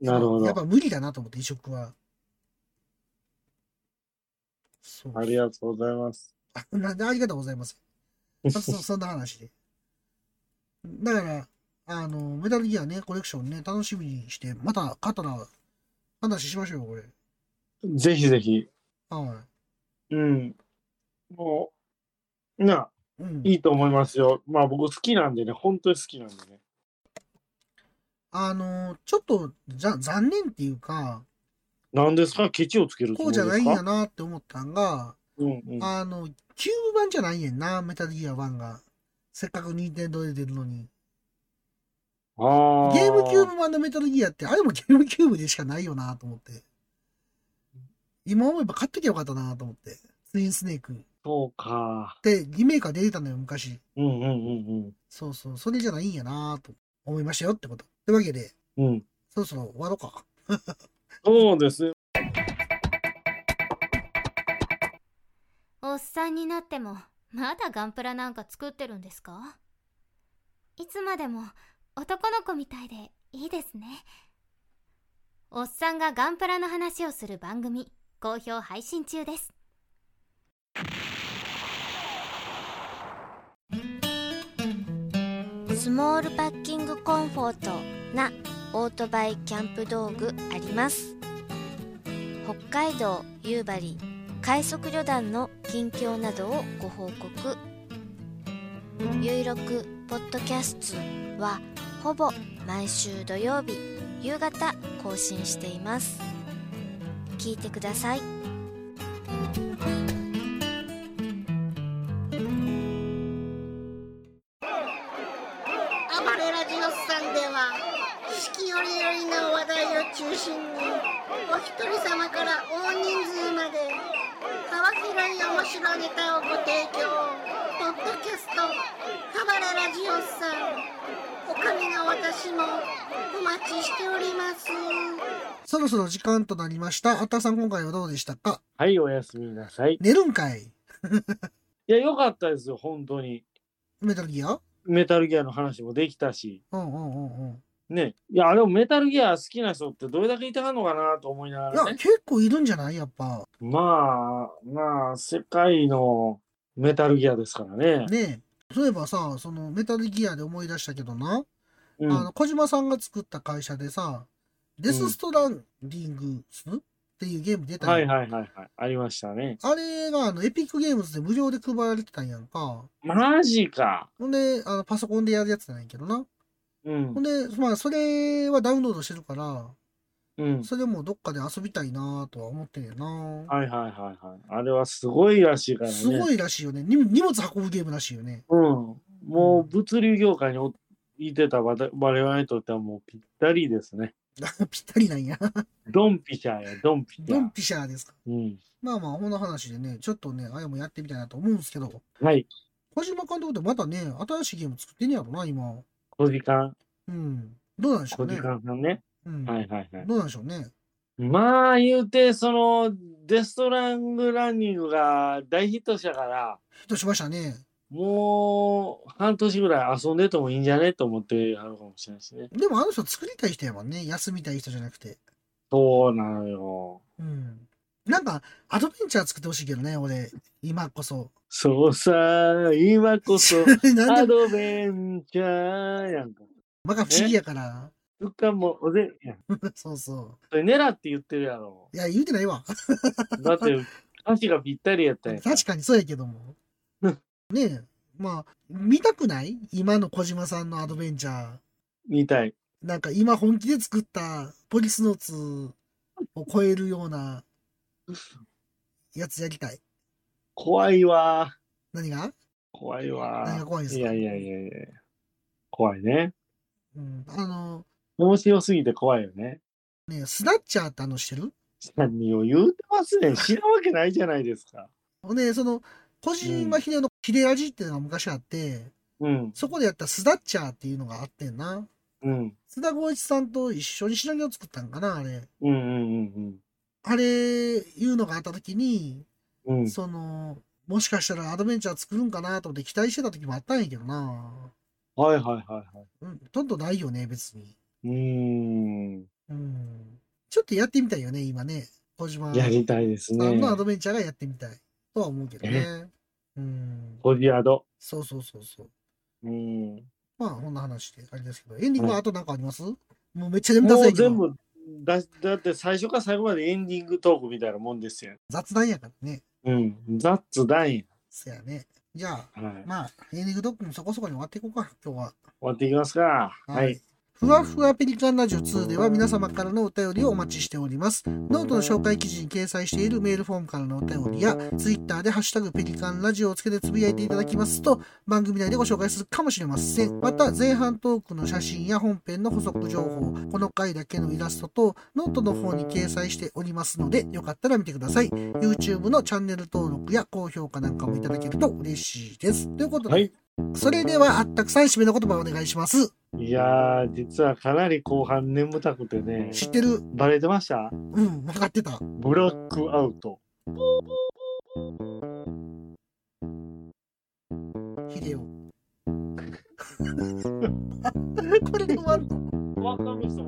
[SPEAKER 3] なるほ
[SPEAKER 2] やっぱ
[SPEAKER 3] ど。
[SPEAKER 2] 無理だなと思って、移植は。そう。
[SPEAKER 3] ありがとうございます。
[SPEAKER 2] あなありがとうございます。まずそそんな話で。だから、あの、メタルギアね、コレクションね、楽しみにして、また買ったら話しましょうよ、これ。
[SPEAKER 3] ぜひぜひ。
[SPEAKER 2] は
[SPEAKER 3] うん。もう、な、
[SPEAKER 2] い。うん。
[SPEAKER 3] いいと思いますよ。まあ、僕好きなんでね、本当に好きなんでね。
[SPEAKER 2] あの、ちょっと、じゃ、残念っていうか、
[SPEAKER 3] なんですかケチをつけるつ
[SPEAKER 2] こ
[SPEAKER 3] も
[SPEAKER 2] う
[SPEAKER 3] り
[SPEAKER 2] じ
[SPEAKER 3] で
[SPEAKER 2] ゃ
[SPEAKER 3] すか
[SPEAKER 2] ないんやなって思ったんが、
[SPEAKER 3] うんうん。
[SPEAKER 2] あの、キューブ版じゃないんやんな、メタルギア1が。せっかく任天堂で出るのに。
[SPEAKER 3] あ
[SPEAKER 2] ゲームキューブ版のメタルギアって、あれもゲームキューブでしかないよなと思って。今思えば買っときゃよかったなと思って。ツインスネーク。
[SPEAKER 3] そうか。
[SPEAKER 2] で、リメーカー出てたのよ、昔。
[SPEAKER 3] うんうんうん
[SPEAKER 2] そうそう、それじゃないんやなと思いましたよってこと。というわけで、
[SPEAKER 3] うん。うん。
[SPEAKER 2] そろそろ終わろうか。
[SPEAKER 3] そうですね。
[SPEAKER 10] おっさんになってもまだガンプラなんか作ってるんですかいつまでも男の子みたいでいいですねおっさんがガンプラの話をする番組好評配信中です
[SPEAKER 11] スモールパッキングコンフォートなオートバイキャンプ道具あります北海道夕張快速旅団の近況などをご報告「ゆいろくポッドキャスト」はほぼ毎週土曜日夕方更新しています聞いてください
[SPEAKER 4] 暴れラジオスさんでは四季折々の話題を中心にお一人様から大人数まで幅広い面白いネタをご提供ポッドキャスト「暴れラジオスさん」おかみの私もお待ちしております
[SPEAKER 2] そろそろ時間となりました。あったさん、今回はどうでしたか
[SPEAKER 3] はい、おやすみなさい。い
[SPEAKER 2] 寝るんかい
[SPEAKER 3] や、よかったですよ、本当に。
[SPEAKER 2] メタルギア
[SPEAKER 3] メタルギアの話もできたし。
[SPEAKER 2] うんうんうんうん。
[SPEAKER 3] ね。いや、でもメタルギア好きな人ってどれだけいたかんのかなと思いないが
[SPEAKER 2] や
[SPEAKER 3] ら、ね。
[SPEAKER 2] 結構いるんじゃないやっぱ。
[SPEAKER 3] まあ、まあ、世界のメタルギアですからね。
[SPEAKER 2] ねえ。そういえばさ、そのメタルギアで思い出したけどな、
[SPEAKER 3] うん、
[SPEAKER 2] あの、小島さんが作った会社でさ、デスストランディングスっていうゲーム出たやん
[SPEAKER 3] はいはいはいはい。ありましたね。
[SPEAKER 2] あれがあのエピックゲームズで無料で配られてたんやんか。
[SPEAKER 3] マジか。
[SPEAKER 2] ほんで、あのパソコンでやるやつじゃないけどな。
[SPEAKER 3] うん
[SPEAKER 2] ほん。で、まあ、それはダウンロードしてるから、
[SPEAKER 3] うん。
[SPEAKER 2] それもどっかで遊びたいなとは思ってんやな。
[SPEAKER 3] はいはいはいはい。あれはすごいらしいからね。
[SPEAKER 2] すごいらしいよね。に荷物運ぶゲームらしいよね。
[SPEAKER 3] うん。もう物流業界においてたわた我々にとってはもうぴったりですね。
[SPEAKER 2] ぴったりなんや。
[SPEAKER 3] ドンピシャーや、ドンピシャ
[SPEAKER 2] ド
[SPEAKER 3] ー
[SPEAKER 2] ン。ピシャーですか。
[SPEAKER 3] うん。
[SPEAKER 2] まあまあ、こんな話でね、ちょっとね、あやもやってみたいなと思うんですけど、
[SPEAKER 3] はい。
[SPEAKER 2] 小島監督ってまたね、新しいゲーム作ってんねやろな、今。
[SPEAKER 3] 小時間、
[SPEAKER 2] うん。どうなんでしょ
[SPEAKER 3] 小
[SPEAKER 2] う
[SPEAKER 3] 時
[SPEAKER 2] ね。
[SPEAKER 3] 間さんね。
[SPEAKER 2] うん。
[SPEAKER 3] はいはいはい。
[SPEAKER 2] どうなんでしょうね。
[SPEAKER 3] まあ言うて、その、デストラングランニングが大ヒットしたから、
[SPEAKER 2] ヒットしましたね。
[SPEAKER 3] もう半年ぐらい遊んでてもいいんじゃねと思ってあるかもしれないですね。
[SPEAKER 2] でもあの人作りたい人やもんね。休みたい人じゃなくて。
[SPEAKER 3] そうなのよ。
[SPEAKER 2] うん。なんか、アドベンチャー作ってほしいけどね、俺。今こそ。
[SPEAKER 3] そうさ、今こそ、
[SPEAKER 2] なん
[SPEAKER 3] ア
[SPEAKER 2] で、
[SPEAKER 3] ドベンチャーやんか。
[SPEAKER 2] まか不思議やから。
[SPEAKER 3] うっかんもおぜんやん。
[SPEAKER 2] そうそ
[SPEAKER 3] それ狙って言ってるやろ。
[SPEAKER 2] う。いや、言うてないわ。
[SPEAKER 3] だって、歌詞がぴったりやったんやから。
[SPEAKER 2] 確かにそうやけども。ねえ、まあ、見たくない今の小島さんのアドベンチャー。
[SPEAKER 3] みたい。
[SPEAKER 2] なんか今本気で作ったポリスノーツを超えるようなやつやりたい。
[SPEAKER 3] 怖いわ。
[SPEAKER 2] 何が
[SPEAKER 3] 怖いわ。
[SPEAKER 2] 何が怖いんすか
[SPEAKER 3] いやいやいやいや。怖いね。
[SPEAKER 2] うん、あの、
[SPEAKER 3] 面白すぎて怖いよね。
[SPEAKER 2] ねえスナッチャーってあの知ってる
[SPEAKER 3] 何を言うてま すねん。知らんわけないじゃないですか。
[SPEAKER 2] ほんで、その、小島秀夫の切れ味っていうのが昔あって、
[SPEAKER 3] うん。
[SPEAKER 2] そこでやったスナッチャーっていうのがあってんな。
[SPEAKER 3] うん。
[SPEAKER 2] 須田剛一さんと一緒にシナリオ作ったんかな、あれ。
[SPEAKER 3] うんうんうん
[SPEAKER 2] あれ、いうのがあった時に、
[SPEAKER 3] うん。うん。
[SPEAKER 2] その、もしかしたらアドベンチャー作るんかなと思って期待してた時もあったんやけどな。
[SPEAKER 3] はいはいはいはい。
[SPEAKER 2] うん、とんどないよね、別に。
[SPEAKER 3] うーん。
[SPEAKER 2] うん。ちょっとやってみたいよね、今ね。小島
[SPEAKER 3] や
[SPEAKER 2] さ
[SPEAKER 3] りたいです
[SPEAKER 2] ん
[SPEAKER 3] ね
[SPEAKER 2] の。アドベンチャーがやってみたいとは思うけどね。うん。
[SPEAKER 3] ポジアド。
[SPEAKER 2] そうそうそうそう。
[SPEAKER 3] うん。
[SPEAKER 2] まあ、こんな話であれですけど、エンディングは
[SPEAKER 3] は
[SPEAKER 2] あとなんかあります、もうめっちゃ眠た
[SPEAKER 3] も
[SPEAKER 2] そう
[SPEAKER 3] う
[SPEAKER 2] やけ
[SPEAKER 3] 全
[SPEAKER 2] ど。
[SPEAKER 3] 部だ、だって最初から最後までエンディングトークみたいなもんですよ。
[SPEAKER 2] 雑談やからね。
[SPEAKER 3] うん。雑談や。
[SPEAKER 2] そやね。じゃあ、
[SPEAKER 3] はい。終
[SPEAKER 2] まあ、エンディングドッグもそこそこに終わっていこうか、今日は。
[SPEAKER 3] わっていきますか。
[SPEAKER 2] は
[SPEAKER 3] はいい。
[SPEAKER 2] ふわふわペリカンラジオ2では皆様からのお便りをお待ちしております。ノートの紹介記事に掲載しているメールフォームからのお便りや、ツイッターでハッシュタグペリカンラジオをつけてつぶやいていただきますと、番組内でご紹介するかもしれません。また、前半トークの写真や本編の補足情報、この回だけのイラストと、ノートの方に掲載しておりますので、よかったら見てください。YouTube のチャンネル登録や高評価なんかもいただけると嬉しいです。ということで、
[SPEAKER 3] はい。
[SPEAKER 2] それではあったくさん締めの言葉をお願いします。
[SPEAKER 3] いやー、実はかなり後半眠たくてね、
[SPEAKER 2] 知ってる
[SPEAKER 3] バレてました
[SPEAKER 2] うん、分かってた。
[SPEAKER 3] ブラックアウト。
[SPEAKER 2] ヒ デオ。これで終わるの
[SPEAKER 3] わかる人 も